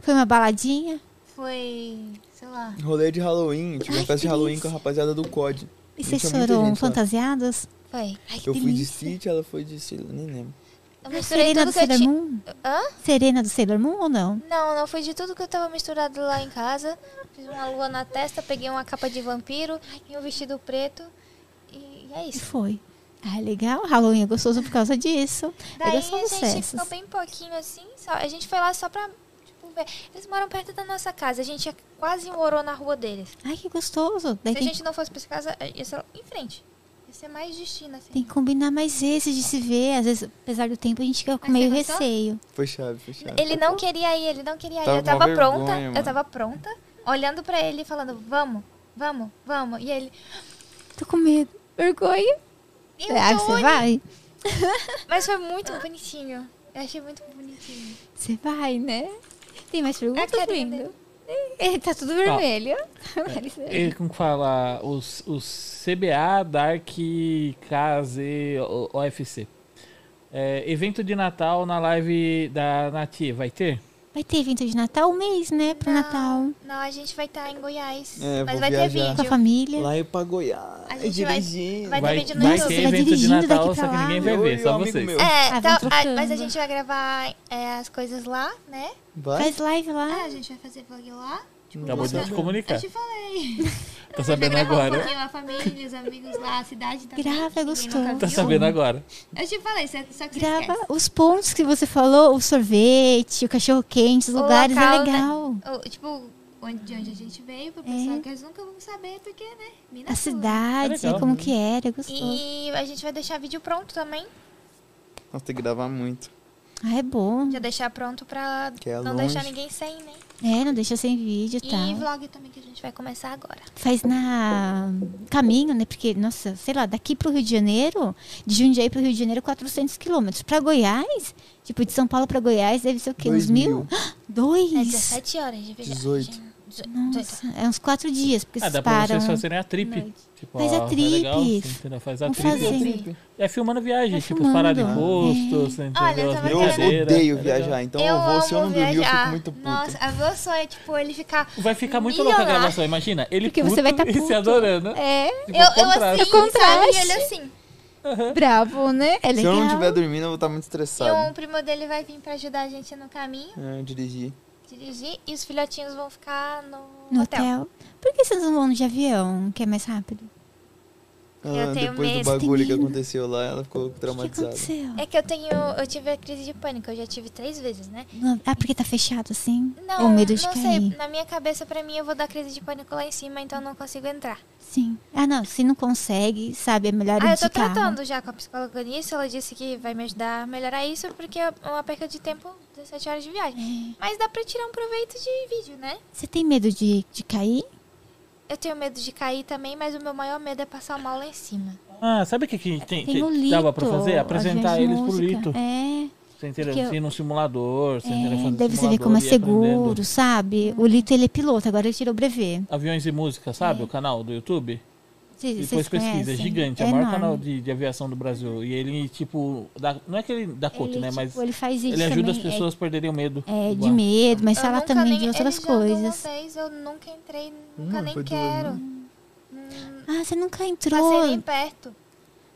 A: Foi uma baladinha.
C: Foi, sei lá.
D: Rolê de Halloween. Tive
A: Ai,
D: uma
A: que
D: festa de Halloween com
A: delícia.
D: a rapaziada do COD.
A: E vocês
D: Tinha é muita
A: foram
D: gente lá.
A: fantasiados?
C: Foi.
A: Ai, que
D: Eu fui de
A: delícia.
D: City, ela foi de... sei lá, Nem lembro.
A: Ah,
C: Eu misturei
A: Serena do
C: tudo que
A: Sailor
C: eu tinha.
A: Moon?
C: Hã?
A: Serena do Sailor Moon ou não?
C: Não, não, foi de tudo que eu tava misturado lá em casa. Fiz uma lua na testa, peguei uma capa de vampiro e um vestido preto. E, e é
A: E
C: isso.
A: foi. Ah, legal. Halloween é gostoso por causa disso.
C: Daí a
A: Eles são
C: gente
A: sucessos.
C: ficou bem pouquinho assim. só- a gente foi lá só pra tipo, ver. Eles moram perto da nossa casa. A gente é quase morou na rua deles.
A: Ai, que gostoso. Daí
C: Se a
A: tem,
C: gente não fosse pra essa casa, é, ia ser em frente. Ia ser mais destino, assim.
A: tem que combinar mais vezes de se ver. Às vezes, apesar do tempo, a gente fica com
C: Mas
A: meio
C: você gostou?
A: receio.
D: Foi chave, foi chave.
C: Ele não queria ir, ele não queria ir.
D: Tava
C: eu
D: com uma
C: tava
D: vergonha,
C: pronta,
D: mano.
C: eu tava pronta, olhando pra ele e falando, vamos, vamos, vamos. E ele,
A: Tô com medo. Vergonha.
C: eu
A: Ah,
C: tô
A: você
C: olhando.
A: vai?
C: Mas foi muito bonitinho. Eu achei muito bonitinho.
A: Você vai, né? Tem mais perguntas,
C: É a carinha
A: Bingo? Ih, Tá tudo vermelho. é.
E: Ele, É, como que fala? Os, os CBA, Dark, KZ, O- OFC. É, evento de Natal na live da Nati, vai ter?
A: Vai ter evento de Natal um mês, né? Pro
C: Não.
A: Natal.
C: Não, a gente vai estar em Goiás.
D: É,
C: mas
D: vou
C: vai ter
D: viajar.
A: Com a
C: vídeo.
A: família.
D: Lá é pra Goiás.
C: A gente vai-
D: dirigindo.
C: vai- ter vídeo no
E: vai
A: YouTube.
E: ter
A: Você vai
E: evento de
A: dirigindo
E: Natal,
A: daqui
E: só
A: pra
E: que
A: lá.
E: ninguém vai
D: Eu
E: ver,
D: e o
E: só
D: um amigo
E: vocês.
D: meu.
C: É,
A: Ah,
C: tá-
A: vão trocando.
C: a- mas a gente vai gravar é, as coisas lá, né?
D: Vai?
A: Faz live lá.
C: Ah, a gente vai fazer vlog lá.
D: um
C: Tipo,
E: Acabou Tá de
C: mostrar-
E: te
C: Eu
D: É.
E: comunicar.
C: te falei.
E: Tá sabendo
C: vai gravar um
E: agora.
C: pouquinho a família, os amigos lá, a cidade tá também.
A: Grava,
C: que ninguém
A: gostoso.
C: nunca
E: Tá
C: viu.
E: sabendo
A: Hum.
E: agora.
C: né?
D: Tá
C: Eu te falei, só que você
A: Grava
C: esquece.
A: os pontos que você falou, o sorvete, o cachorro-quente, os
C: O
A: lugares,
C: local,
A: é
C: né?
A: legal.
C: Ou, tipo, onde, de onde a gente veio, pro pessoal que eles nunca vão saber, porque, né? Minas
A: É. A
C: Gerais.
A: cidade,
E: legal,
A: como
E: né?
A: que era, é gostoso.
C: E a gente vai deixar vídeo pronto também.
D: Nossa, tem que gravar muito.
A: Ah, é bom.
C: Já deixar pronto pra
D: Que é
C: não
D: longe.
C: deixar ninguém sem, né?
A: É, não deixa sem vídeo e
C: E
A: tal.
C: vlog também que a gente vai começar agora.
A: Faz na caminho, né? Porque, nossa, sei lá, daqui pro Rio de Janeiro, de Jundiaí pro Rio de Janeiro, 400 quilômetros. Pra Goiás, tipo, de São Paulo pra Goiás, deve ser o quê? uns
D: Dois
A: mil?
D: mil.
A: Ah,
C: É
A: Dois!
C: 17 horas de viagem.
D: 18.
C: Dezo- 18.
A: Nossa, é uns quatro dias, porque
E: Ah,
A: vocês
E: dá pra
A: param.
E: vocês fazerem a trip.
A: noite.
E: Tipo,
A: Faz a
E: ó, é
A: trip.
E: legal, você entendeu? Faz a
A: Vamos
E: trip.
A: fazer.
E: É filmando viagem,
A: Vai
E: tipo,
A: filmando. É. tá
E: parar de postos, entendeu?
C: Olha, eu
E: As
C: tava
D: Eu
E: brincadeiras,
D: odeio
E: é
D: viajar,
E: legal.
D: então eu vou, se eu não dormir, eu fico muito puto.
C: Nossa, a meu sonho é, tipo, ele ficar...
E: Vai ficar muito louca a
C: Milionário.
E: gravação, imagina. Ele
A: Porque você vai
E: puto
A: tá
E: e se
A: puto.
E: adorando.
A: É,
E: Tipo,
C: Eu,
E: o
C: eu
E: contraste.
C: assim,
A: O contraste.
C: sabe? E ele assim.
A: bravo, né? É legal.
D: se eu não estiver dormindo, eu vou estar muito
C: E
D: estressado.
C: um primo dele vai vir pra ajudar a gente no caminho,
D: É, dirigir.
C: dirigir, e os filhotinhos vão ficar no,
A: no
C: hotel.
A: hotel. Por que vocês não vão de avião, que é mais rápido?
D: Ah,
C: tenho
D: depois
C: medo,
D: do bagulho que
A: menino.
D: aconteceu lá, ela ficou
A: O que que
D: traumatizada.
A: aconteceu?
C: É que eu tenho. Eu tive a crise de pânico, eu já tive três vezes, né?
A: Não- Ah, porque tá fechado assim?
C: Não,
A: o medo de
C: não
A: cair.
C: sei. Na minha cabeça, pra mim, eu vou dar crise de pânico lá em cima, então eu não consigo entrar.
A: Sim. Ah, não. Se não consegue, sabe, é melhor
C: Ah, eu tô
A: indicar.
C: tratando já com a psicóloga nisso, ela disse que vai me ajudar a melhorar isso, porque é uma perca de tempo, 17 horas de viagem. Mas dá pra tirar um proveito de vídeo, né?
A: É. Você tem medo de, de cair?
C: Eu tenho medo de cair também, mas o meu maior medo é passar mal lá em cima.
E: Ah, sabe o que, que,
A: Tem
E: tem, que
A: o
C: um
A: Lito.
E: dava pra fazer?
A: a
E: Apresentar
A: gente
E: eles pro
A: música.
E: Lito.
A: É.
E: Você entendeu?
A: Porque eu-
E: Assim, num simulador, você um entendeu?
A: é
E: Fazer
A: deve você ver
E: simulador
A: como é
E: e ir aprendendo.
A: seguro, sabe? O Lito, ele é piloto. Agora ele tirou o brevet.
E: Aviões e Música, sabe? O canal do YouTube.
A: É. Vocês,
E: Depois
A: vocês
E: pesquisa,
A: conhecem?
E: é gigante. É o
A: enorme.
E: maior canal de, de aviação do Brasil. E ele, tipo, dá- não é que ele dá coto,
A: Ele,
E: né?
A: tipo,
E: Mas
A: ele faz isso
E: ele ajuda
A: também,
E: as pessoas a perderem o medo.
A: É, é
E: do
A: de
E: ar.
A: medo, mas
C: Eu
A: fala
C: nunca
A: também
C: nem-
A: de outras
C: ele já andou
A: coisas.
C: Uma vez, eu nunca entrei, nunca
D: Hum,
C: nem
D: foi doido,
C: quero.
A: Ah, você nunca entrou.
C: Passei nem perto.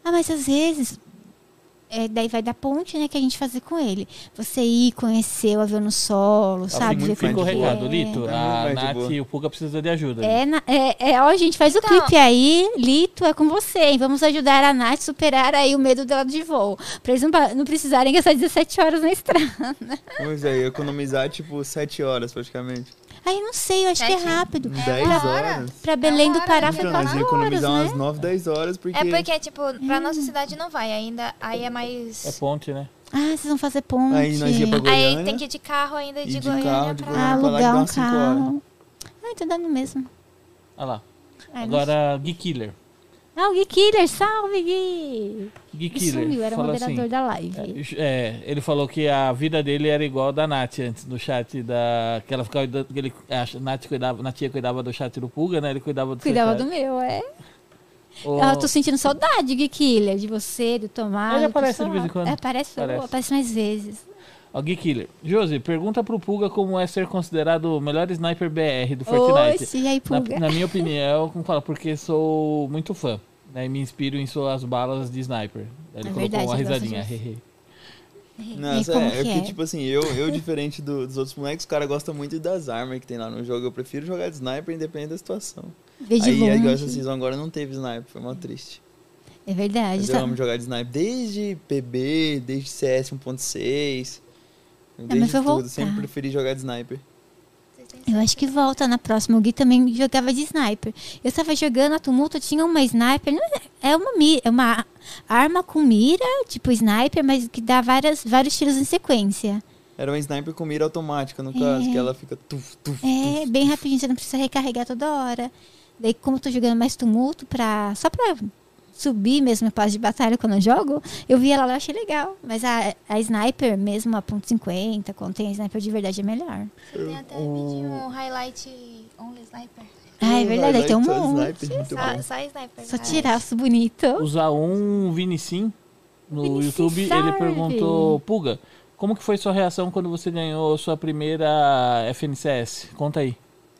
A: Ah, mas às vezes. é, daí vai da ponte, né, que a gente fazer com ele. Você ir, conhecer o avião no solo,
E: Tá,
A: sabe?
D: muito
A: Ver como
E: Fica
A: que
E: o
D: mais de
E: recado,
A: é.
E: Lito.
D: Tá
E: A
D: muito mais de
E: Nath
D: boa.
E: e o Puga precisam de ajuda.
A: É, na- é, é, ó, gente, faz o
C: Então-
A: clipe aí, Lito, é com você, hein? Vamos ajudar a Nath a superar aí o medo dela de voo. Pra eles não, pa- não precisarem gastar 17 horas na estrada.
D: Vamos aí, é, economizar tipo 7 horas praticamente.
A: Aí não sei, eu acho que é
C: Sete.
A: rápido.
D: 10
C: uma hora?
D: horas.
A: Pra Belém do
C: hora,
A: Pará foi
D: Então, nós
A: 4
D: ia
A: horas,
D: economizar umas
A: né?
D: 9, 10 horas, porque.
C: É porque, tipo, pra nossa cidade não vai ainda. Aí é mais.
E: É ponte, né?
A: Ah, vocês vão fazer ponte.
D: Aí nós ia pra Goiânia.
C: Aí tem que ir de carro ainda
D: E
C: de,
D: de
C: Goiânia
D: carro, de
C: pra.
D: Goiânia.
A: Ah,
D: pra lá que
A: alugar
D: dá
A: um
D: umas cinco horas.
A: carro. Ah, então dá no mesmo.
E: Olha lá.
A: Ah, não
E: Agora, Gui Killer.
A: Ah, o Gui Killer, salve, Gui!
E: Gui
A: Ele
E: Killer.
A: sumiu, era o
E: fala
A: moderador
E: assim,
A: da live.
E: É, ele falou que a vida dele era igual a da Nath antes do chat da. Que ela ficava. cuidando- que Ele, a Nath cuidava, Natia cuidava do chat do Puga, né? Ele cuidava do seu
A: Cuidava do
E: chat.
A: meu, é.
E: O-
A: Eu tô sentindo saudade, Gui Killer, de você, do Tomás.
E: Ele
A: do
E: aparece
A: pessoal.
E: de vez em quando.
A: É, aparece,
E: Aparece.
A: oh, aparece mais vezes.
E: Ó, Gui Killer. Josi, pergunta pro Puga como é ser considerado o melhor sniper BR do Fortnite.
A: Oxe, e aí,
E: Na,
A: Pulga?
E: na minha opinião, como fala, porque sou muito fã. Né, e me inspiro em suas balas de sniper. Ele
A: É
E: colocou
A: verdade,
E: uma
A: eu gosto
E: risadinha.
A: disso.
E: hehe.
D: Não,
A: E
D: só-
A: como
D: é,
A: que
D: porque,
A: é?
D: tipo assim, eu, eu diferente do- dos outros moleques, os caras gostam muito das armas que tem lá no jogo. Eu prefiro jogar de sniper, independente da situação.
A: Vê É de
D: aí, aí, igual
A: longe.
D: essa
E: assim.
D: season agora não teve sniper, foi mó triste.
A: É verdade.
D: Mas
A: sabe?
D: eu amo jogar de sniper desde PB, desde CS 1.6. Desde
A: eu
D: tudo,
A: vou
D: sempre
A: voltar.
D: preferi jogar de sniper.
A: Eu acho que volta na próxima. O Gui também jogava de sniper. Eu estava jogando a tumulto, tinha uma sniper. não é- É uma, mi- é uma arma com mira, tipo sniper, mas que dá várias, vários tiros em sequência.
D: Era uma sniper com mira automática, no caso, que ela fica tuf, tuf,
A: É, bem rapidinho, você não precisa recarregar toda hora. Daí, como eu tô jogando mais tumulto, pra, só pra subir mesmo a paz de batalha quando eu jogo, eu vi ela lá, eu achei legal. Mas a, a sniper mesmo, a ponto .50, quando tem a sniper de verdade, é melhor.
C: Tem até vídeo, um highlight only sniper.
A: Ah, é verdade, aí tem um
D: Só
A: monte.
D: sniper, muito
C: Só,
D: bom.
C: só sniper.
A: Só
C: né?
A: tiraço bonito.
E: usar um Vinicim no
A: Vinicim
E: YouTube. Ele
A: Sarve.
E: perguntou, Puga, como que foi sua reação quando você ganhou sua primeira FNCS? Conta aí.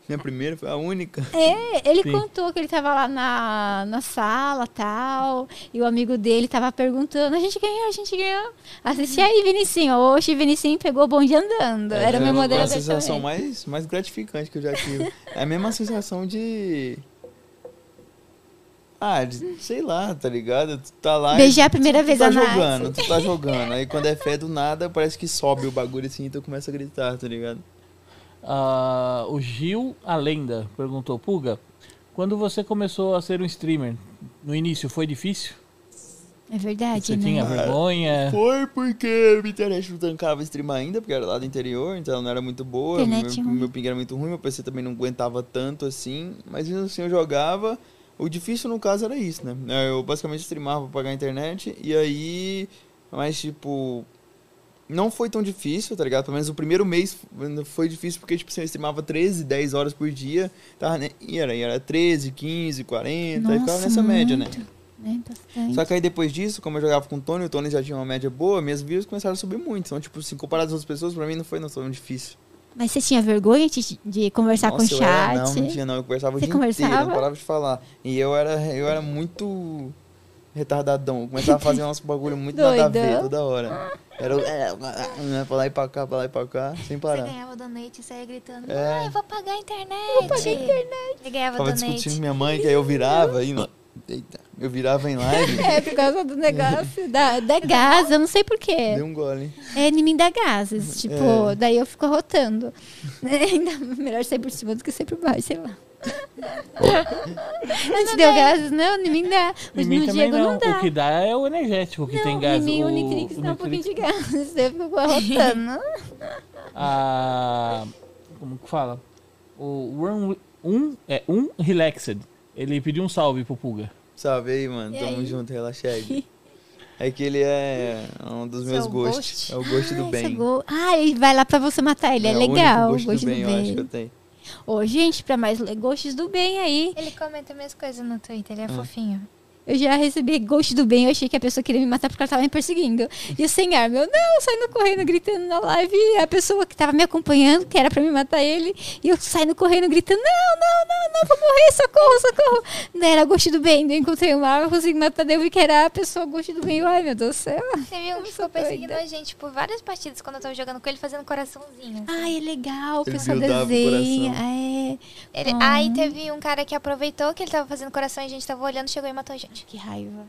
D: Minha primeira foi a única.
A: É, ele
E: Sim.
A: contou que ele tava lá na, na sala tal, e o amigo dele tava perguntando, a gente ganhou, a gente ganhou. Assisti aí, Vinicinho. Oxe, Vinicinho pegou o bonde andando. Era
D: É,
A: meu
D: foi
A: modelo
D: a sensação
A: também.
D: mais, mais gratificante que eu já tive. é a mesma sensação de. Ah, de- sei lá, tá ligado? Tu tá lá. e
A: Beijar a primeira
D: tu
A: vez
D: tá
A: a Nath.
D: jogando, tu tá jogando. Aí quando é fé do nada, parece que sobe o bagulho assim e tu começa a gritar, tá ligado?
E: Ah, o Gil, a lenda, perguntou, Puga, quando você começou a ser um streamer, no início foi difícil?
A: É verdade,
E: Você
A: né?
E: tinha vergonha?
D: Foi porque a minha internet não tancava streamar ainda, porque era lá do interior, então não era muito boa.
A: Internet
D: meu,
A: ruim.
D: meu ping era muito ruim, meu PC também não aguentava tanto assim. Mas mesmo assim eu jogava. O difícil no caso era isso, né? Eu basicamente streamava pra pagar a internet. E aí. Mas tipo. Não foi tão difícil, tá ligado? Pelo menos o primeiro mês foi difícil porque, tipo, assim, eu streamava 13, 10 horas por dia. Tava, né? E era, e era 13, 15, 40, e ficava
A: Nossa,
D: Então, nessa média, né?
A: muito, né? Bastante.
D: Só que aí depois disso, como eu jogava com o Tony, o Tony já tinha uma média boa, minhas views começaram a subir muito. Então, tipo, assim, comparado às outras pessoas, pra mim não foi não, tão difícil.
A: Mas você tinha vergonha de, de conversar Tá com o
D: Nossa, eu era-
A: chat?
D: não, não tinha não. Eu conversava o
A: Você
D: dia inteiro, eu
A: conversava?
D: não parava de falar. E eu era, eu era muito retardadão. Eu começava a fazer uns bagulho muito nada a ver
A: Doidão.
D: toda hora. Era o- é, pra lá e pra cá, pra lá e pra cá, sem
C: Você
D: parar.
C: ganhava donate e saía gritando,
D: É.
C: mãe, eu vou pagar a internet. Vou pagar a internet. E ganhava
D: Tava discutindo com
C: donate.
D: minha mãe, que aí eu virava e... Eita, eu virava em live,
A: É, por causa do negócio da, da gás, eu não sei porquê.
D: dei um gole. hein?
A: É inimigo da gases, tipo,
D: É.
A: daí eu fico rotando. Ainda melhor sair por cima do que sair por baixo, sei lá. Antes deu gases, não, é. inimigo dá.
E: Em
A: Mas
E: mim
A: no
E: também
A: Diego não,
E: não.
A: dá.
E: O que dá é o energético, que
A: não,
E: tem gás.
A: Em mim, o,
E: o
A: Nitrix
E: o
A: dá um pouquinho
E: Nitrix-
A: de gás. Eu fico rotando.
E: a Ah, como que fala? O One um é um relaxed. Ele pediu um salve pro Puga.
D: Salve aí, mano.
A: E
D: Tamo
A: aí?
D: junto, relaxa aí. É que ele é um dos
C: Seu
D: meus gostos.
C: ghost?
D: É o gosto do
A: Ai,
D: bem.
A: sacou? Ah, ele vai lá pra você matar ele. É,
D: o único
A: legal.
D: gosto, do bem, eu acho que eu
A: bem.
D: tenho.
A: Ô, gente, pra mais le- gostos do bem aí.
C: Ele comenta minhas coisas no Twitter,
D: Ah.
C: ele é fofinho.
A: Eu já recebi gosto do bem, eu achei que a pessoa queria me matar porque ela tava me perseguindo. E eu sem arma, eu não, saindo correndo, gritando na live. E a pessoa que tava me acompanhando, que era pra me matar ele, e eu saindo correndo, gritando, não, não, não, não, vou morrer, socorro, socorro. Não era gosto do bem, daí eu encontrei uma arma, consegui matar, daí eu vi que era a pessoa gosto do bem. Eu, Ai, meu Deus do céu.
C: Teve um que ficou perseguindo a gente por várias partidas quando eu tava jogando com ele, fazendo coraçãozinho.
D: Ah,
A: Ai, é legal, o
D: Ele
A: pessoal
D: grudava o
A: desenha.
D: coração.
A: É,
C: Ele-
A: Ah.
C: Aí teve um cara que aproveitou que ele tava fazendo coração e a gente tava olhando, chegou e matou a gente.
A: que raiva.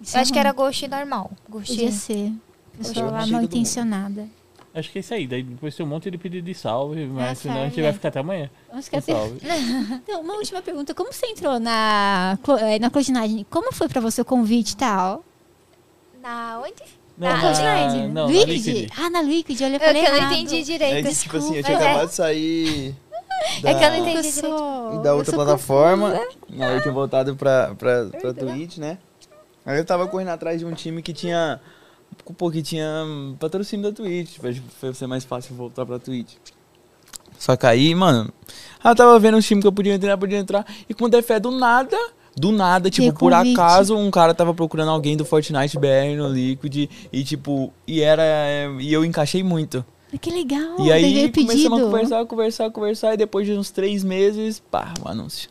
A: Isso é
C: Eu acho que
A: ruim.
C: era ghost normal. Ghost.
A: Podia ser. Pessoa
D: eu
A: lá
D: achei
A: mal
D: todo mundo.
A: intencionada.
E: Acho que é isso aí. Daí depois tem um monte de pedido de salve, mas senão a gente
A: salve,
E: vai
A: é.
E: ficar até amanhã.
A: Vamos
E: Um
A: ficar
E: salve.
A: Então, uma última pergunta. Como você entrou na, clo- eh, na clodinagem? Como foi pra você o convite e tal?
C: Na onde?
E: Não,
C: Ah,
E: na,
A: Cloud9?
E: não, na
A: Liquid?
E: Liquid.
A: Ah, na Liquid. Olha, eu
C: É
A: falei
C: que eu não
A: errado.
C: entendi
D: É
C: direito.
D: que, tipo assim, eu tinha
C: Mas é.
D: acabado de sair.
C: É que eu não
D: da-
C: entendi
A: Eu
C: direito.
A: sou...
D: Da
A: eu
D: outra
A: sou
D: plataforma.
A: confusa.
D: E aí eu tinha voltado pra, pra, pra
A: Eita.
D: Twitch, né? Aí eu tava correndo atrás de um time que tinha. Pô, que tinha patrocínio da Twitch. Pra pra ser mais fácil voltar pra Twitch. Só que aí, mano. Aí eu tava vendo um time que eu podia entrar, podia entrar. E com o fé do nada. Do nada, tipo, por
A: convite.
D: acaso, um cara tava procurando alguém do Fortnite BR no Liquid. E tipo, e era. E eu encaixei muito.
A: Ah, Que legal.
D: E
A: daí
D: aí
A: veio
D: começamos a
A: pedido.
D: conversar, conversar, conversar, e depois de uns três meses, pá, o anúncio.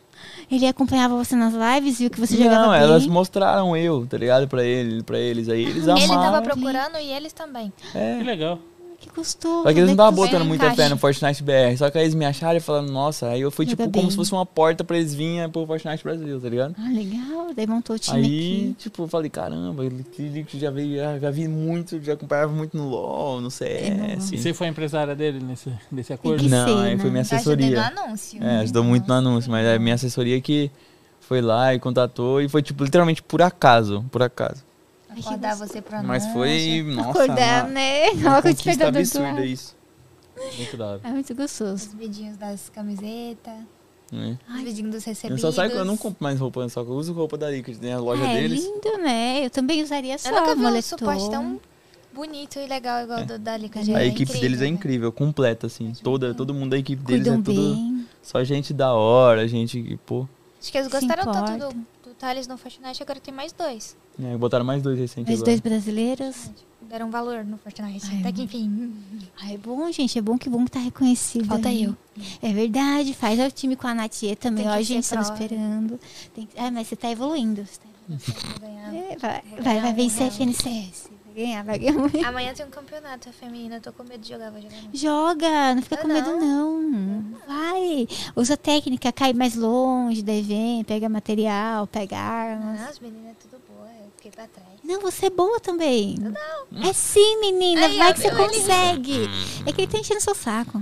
A: Ele acompanhava você nas lives, viu que você jogava
D: Não,
A: bem.
D: elas mostraram eu, tá ligado? Pra, ele, pra eles. Aí eles
C: Ele tava
D: amaram. né?
C: procurando e eles também.
D: É.
E: Que legal.
A: Que gostoso.
D: Só que eles não estavam
A: Daí que
D: botando
C: né, Bem no
D: muita fé
C: encaixe.
D: no Fortnite BR. Só que aí eles me acharam e falaram, nossa, aí eu fui
A: Joga
D: tipo
A: bem.
D: como se fosse uma porta pra eles virem é, pro Fortnite Brasil, tá ligado?
A: você- Ah, legal. Daí montou o time
D: Aí,
A: aqui.
D: tipo, eu falei, caramba, ele- que Liquid já veio, já, já vi muito, já acompanhava muito no LOL, no
C: É,
D: CS.
E: E você foi a empresária dele nesse, nesse acordo?
A: Preguiça.
D: Não, aí foi minha
C: Tá ajudando no
D: assessoria.
C: anúncio. né?
D: É, ajudou muito no anúncio, mas é minha assessoria que foi lá e contatou e foi, tipo, literalmente por acaso, por acaso.
C: Acordar você pro anúncio.
D: Mas foi, nossa,
A: Acordar,
D: uma-
A: né?
D: uma
A: Coloca o
D: conquista
A: despertador do
D: absurda
A: lado.
D: isso.
E: Muito da hora.
A: É muito gostoso.
C: Os vidinhos das camisetas,
D: né?
C: os vidinhos dos
D: Eu
C: recebidos.
D: só saio, eu não compro mais roupa, eu só uso roupa da Liquid, tem a loja
A: é
D: deles.
A: lindo, né? Eu também usaria só
C: Eu nunca vi um
A: moletom.
C: suporte tão bonito e legal igual do da Lica.
D: É. A equipe deles é incrível, completa, assim. Toda, todo mundo da equipe deles
A: né? Cuidam
D: é tudo.
A: bem.
D: Só gente da hora, gente que, pô.
C: Acho que eles
A: Se
C: gostaram tanto
A: importa.
C: do, do Thales no Fortnite, agora tem mais dois.
D: né, botaram mais dois recentes
A: Os
D: agora.
A: dois brasileiros.
C: Deram valor no Fortnite.
A: Ai,
C: até que enfim. hum,
A: Ah, é bom, gente. É bom que bom que tá reconhecido.
C: Falta
A: né?
C: eu.
A: É verdade. Faz o time com a Natie também.
C: Tem que
A: Ó,
C: ser
A: gente, estamos
C: pra lá.
A: esperando. Tem que- Ah, mas você tá evoluindo. Você tá evoluindo.
C: Vou ganhar.
A: É, vai, vai, vai
C: ganhar,
A: vencer a
C: vou ganhar.
A: FNCS. Vai ganhar, vai ganhar muito.
C: Amanhã tem um campeonato feminino, eu tô com medo de jogar, vou jogar. muito.
A: Joga, não fica
C: Ah,
A: com medo, não. Vai. Usa técnica, cai mais longe, daí vem, pega material, pega armas.
C: Não, as meninas é tudo boa, eu fiquei pra trás.
A: Não, você é boa também. Não. É sim, menina.
C: Aí,
A: vai
C: ó,
A: que você
C: viu? Ele-
A: consegue. É que ele tá enchendo seu saco.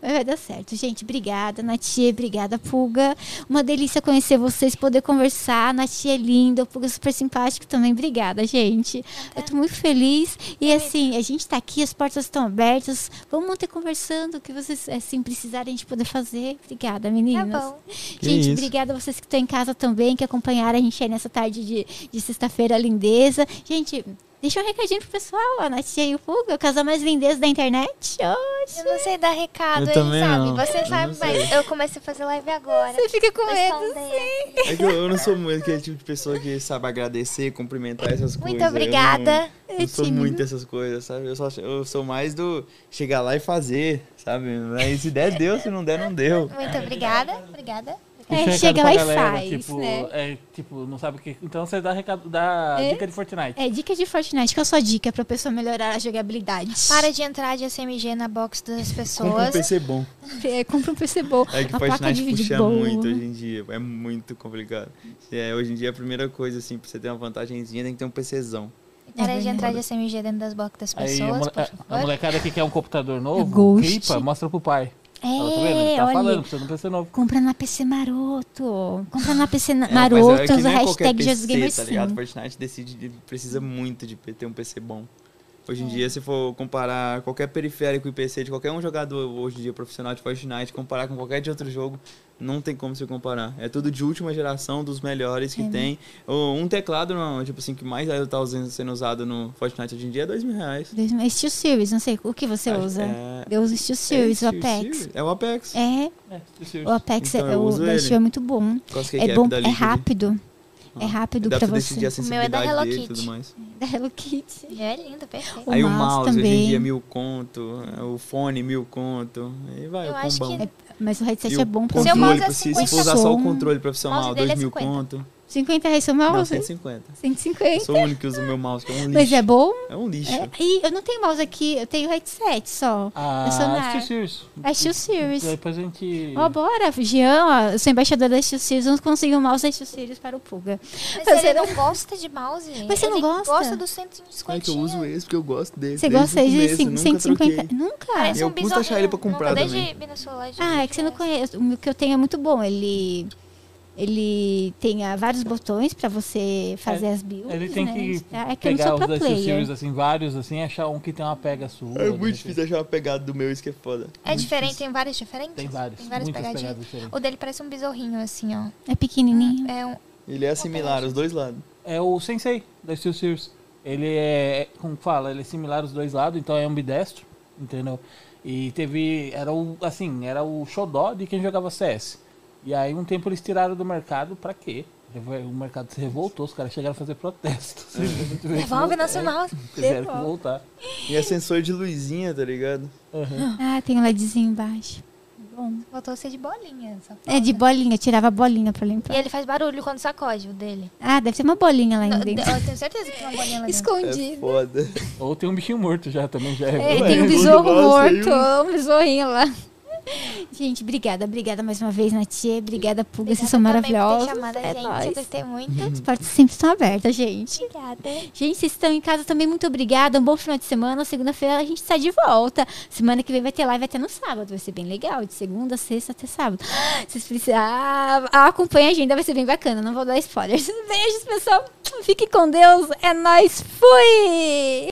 A: Mas vai dar certo. Gente, obrigada, Natie. Obrigada, Pulga. Uma delícia conhecer vocês, poder conversar. A Natie é linda, o Pulga é super simpático também. Obrigada, gente. Eu tô muito feliz. E assim, a gente tá aqui, as portas estão abertas. Vamos manter conversando o que vocês assim, precisarem de poder fazer. Obrigada,
C: Tá
A: meninas.
C: bom.
A: Gente,
F: isso.
A: obrigada a vocês que estão em casa também, que acompanharam a gente aí nessa tarde de, de sexta-feira lindeza. Gente, deixa um recadinho pro pessoal, a Natia e o Fuga, o casal mais lindeza da internet.
C: Eu
A: Hoje.
C: não sei dar recado,
F: Eu
C: hein,
F: também
C: sabe?
F: não.
C: Você
F: Eu
C: sabe,
F: não sei.
C: mas eu comecei a fazer live agora. um
A: Você fica com
C: Vou
A: medo.
C: esconder.
D: É que eu, eu não sou muito aquele tipo de pessoa que sabe agradecer, cumprimentar essas coisas.
C: Muito
D: é, Eu
C: obrigada.
D: não, não sou muito dessas coisas, sabe? Eu, só, eu sou mais do chegar lá e fazer, sabe? Mas se der, deu. Se não der, não deu.
C: Muito obrigada. Obrigada.
A: É,
E: Deixa um
A: chega
E: recado
A: lá
E: pra
A: e
E: galera,
A: faz,
E: tipo,
A: né?
E: é, tipo, não sabe o que. Então você dá recado, dá
A: É?
E: dica de Fortnite.
A: É dica de Fortnite, que é a sua dica pra pessoa melhorar a jogabilidade.
C: Para de entrar de SMG na box das
D: Compre um
C: pessoas.
D: PC bom.
A: É, compra um PC bom,
D: É que
A: uma placa de
D: Fortnite
A: vídeo
D: puxa
A: boa.
D: muito hoje em dia. É muito complicado. É, hoje em dia, a primeira coisa, assim, pra você ter uma vantagenzinha, tem que ter um PCzão.
C: Para de
A: É
C: entrar de SMG dentro das box das
E: Aí a,
C: pessoas,
E: mole-
C: por
E: a
C: favor.
E: molecada que quer um computador novo,
A: Ghost.
E: clipa, mostra pro pai. Fala, tá vendo? Ele
A: É,
E: tá
A: olha,
E: falando, precisa de um PC novo.
A: compra na PC maroto, compra na PC na-
D: É, mas
A: maroto,
D: é que
A: usa
D: não
A: a
D: é qualquer
A: hashtag Jesus
D: PC,
A: Gamer
D: tá
A: 5.
D: ligado? Fortnite decide, de- precisa muito de ter um PC bom.
A: É.
D: Hoje em dia, se for comparar qualquer periférico e PC de qualquer um jogador hoje em dia profissional de Fortnite, comparar com qualquer de outro jogo, não tem como se comparar. É tudo de última geração, dos melhores
A: É, né?
D: que tem. O- Um teclado, não, tipo assim, que mais tá usando- sendo usado no Fortnite hoje em dia é dois mil reais.
A: Dois- mas Steel Series, não sei o que você
D: Acho-
A: usa.
D: é-
A: Eu uso Steel Series,
D: É
A: o
D: isso,
A: Apex.
D: isso. É o Apex.
A: É,
E: É,
A: o Apex
D: Então,
A: é,
D: eu
A: o
D: uso
A: da
D: ele.
A: Steel é muito bom.
D: Qual que
A: É
D: a
A: bom,
D: da
A: é
D: Liga dele?
A: rápido. É rápido
D: Dá
A: pra
D: pra você decidir
A: você.
D: a
C: O meu é da
D: sensibilidade
C: Hello
D: dele e tudo
C: Kitty.
D: mais.
A: Da Hello Kitty.
C: É lindo, perfeito.
A: O
D: aí
A: mouse
D: o mouse hoje
A: também.
D: em dia mil conto, o fone mil conto, aí vai
C: Eu
D: o
C: acho
D: combão.
C: que
A: Mas o
D: E
A: headset
D: o
A: é bom É pra
C: Seu
D: controle,
C: mouse é
D: pra se, se for
A: 50.
D: usar só
A: Som.
D: o controle
C: O
D: profissional,
C: mouse dele é
D: dois mil
C: 50.
D: conto.
A: 50 reais seu mouse?
D: Não, 150.
A: 150.
D: Eu sou o único que usa o meu mouse, que é um lixo.
A: é Mas é bom?
D: É um lixo.
A: É. E eu não tenho mouse aqui, eu tenho headset só.
E: Ah,
A: Eu sou na-
E: Steel Series.
A: É Steel Series.
E: Depois a gente.
A: Ó, bora, Jean, ó, eu sou embaixadora da Steel Series, vamos conseguir um mouse da Steel Series para o Puga.
C: Mas
A: Fazer
C: ele não gosta de mouse.
A: Mas você não
C: ele
A: gosta?
C: gosta dos 150.
D: É que eu uso esse porque eu gosto dele.
A: Você
D: desde o
A: gosta de
D: começo,
A: cin-
D: nunca
A: 150?
D: troquei.
A: Nunca?
C: Parece
D: Eu
C: um
D: custa
C: besourrinho.
D: achar ele pra comprar
C: Nunca dei
D: também.
C: de Venezuela, de
A: Ah, é que você não
C: Venezuela.
A: conhece. O que eu tenho é muito bom. Ele, ele tem ah, vários botões pra você fazer as builds.
E: É, Ele tem
A: né?
E: que
A: Ah, É que eu não
E: pegar
A: sou
E: os
A: pro
E: da Steel
A: player.
E: Series, assim, vários, assim, e achar um que tem uma pega sua. assim,
D: É
E: de
D: muito
E: repente.
D: difícil achar uma pegada do meu, isso que é foda.
C: É diferente, tem vários diferentes?
E: Tem vários.
C: Tem várias
E: muitas
C: pegadinhas.
E: pegadas diferentes.
C: O dele parece um besourrinho, assim, ó.
A: É pequenininho.
C: É um...
D: Ele é similar, os dois lados.
E: É o Sensei da Steel Series. Ele é, como fala, ele é similar os dois lados, então é ambidestro, entendeu? E teve, era o, assim, era o xodó de quem jogava CS. E aí um tempo eles tiraram do mercado, pra quê? Revo- O mercado se revoltou, os caras chegaram a fazer protesto.
C: Devolve nosso mouse.
E: Tiveram que voltar.
D: E é sensor de luzinha, tá ligado?
C: é.
E: Uhum.
A: Ah, tem um ledzinho embaixo. Bom.
C: Voltou a ser de bolinha. Só
A: É de bolinha, eu tirava a bolinha pra
C: E
A: limpar.
C: ele faz barulho quando sacode o dele.
A: Ah, deve ter uma bolinha lá
C: Não,
A: ainda.
C: de-
A: dentro.
C: eu tenho certeza que tem uma bolinha lá dentro.
D: É
A: Escondido.
D: foda.
E: Ou tem um bichinho morto já também, já é.
A: É,
D: Ué,
A: tem um
D: bom
A: besouro
D: demais,
A: morto,
D: tem
A: um besorrinho lá. Gente, obrigada, obrigada mais uma vez, Natie. Obrigada, Puga, vocês são
C: Obrigada também
A: maravilhosos.
C: Por ter chamado a
A: É
C: gente. Eu
A: nóis. Uhum.
C: gostei muito.
A: As portas sempre estão abertas, gente.
C: Obrigada.
A: Gente, vocês estão em casa também, muito obrigada. Um bom final de semana. Segunda-feira a gente está de volta. Semana que vem vai ter live até no sábado. Vai ser bem legal. De segunda, sexta até sábado. Vocês precisam. Ah, acompanha a agenda, vai ser bem bacana. Não vou dar spoilers. Beijos, pessoal. Fique com Deus. É nóis. Fui!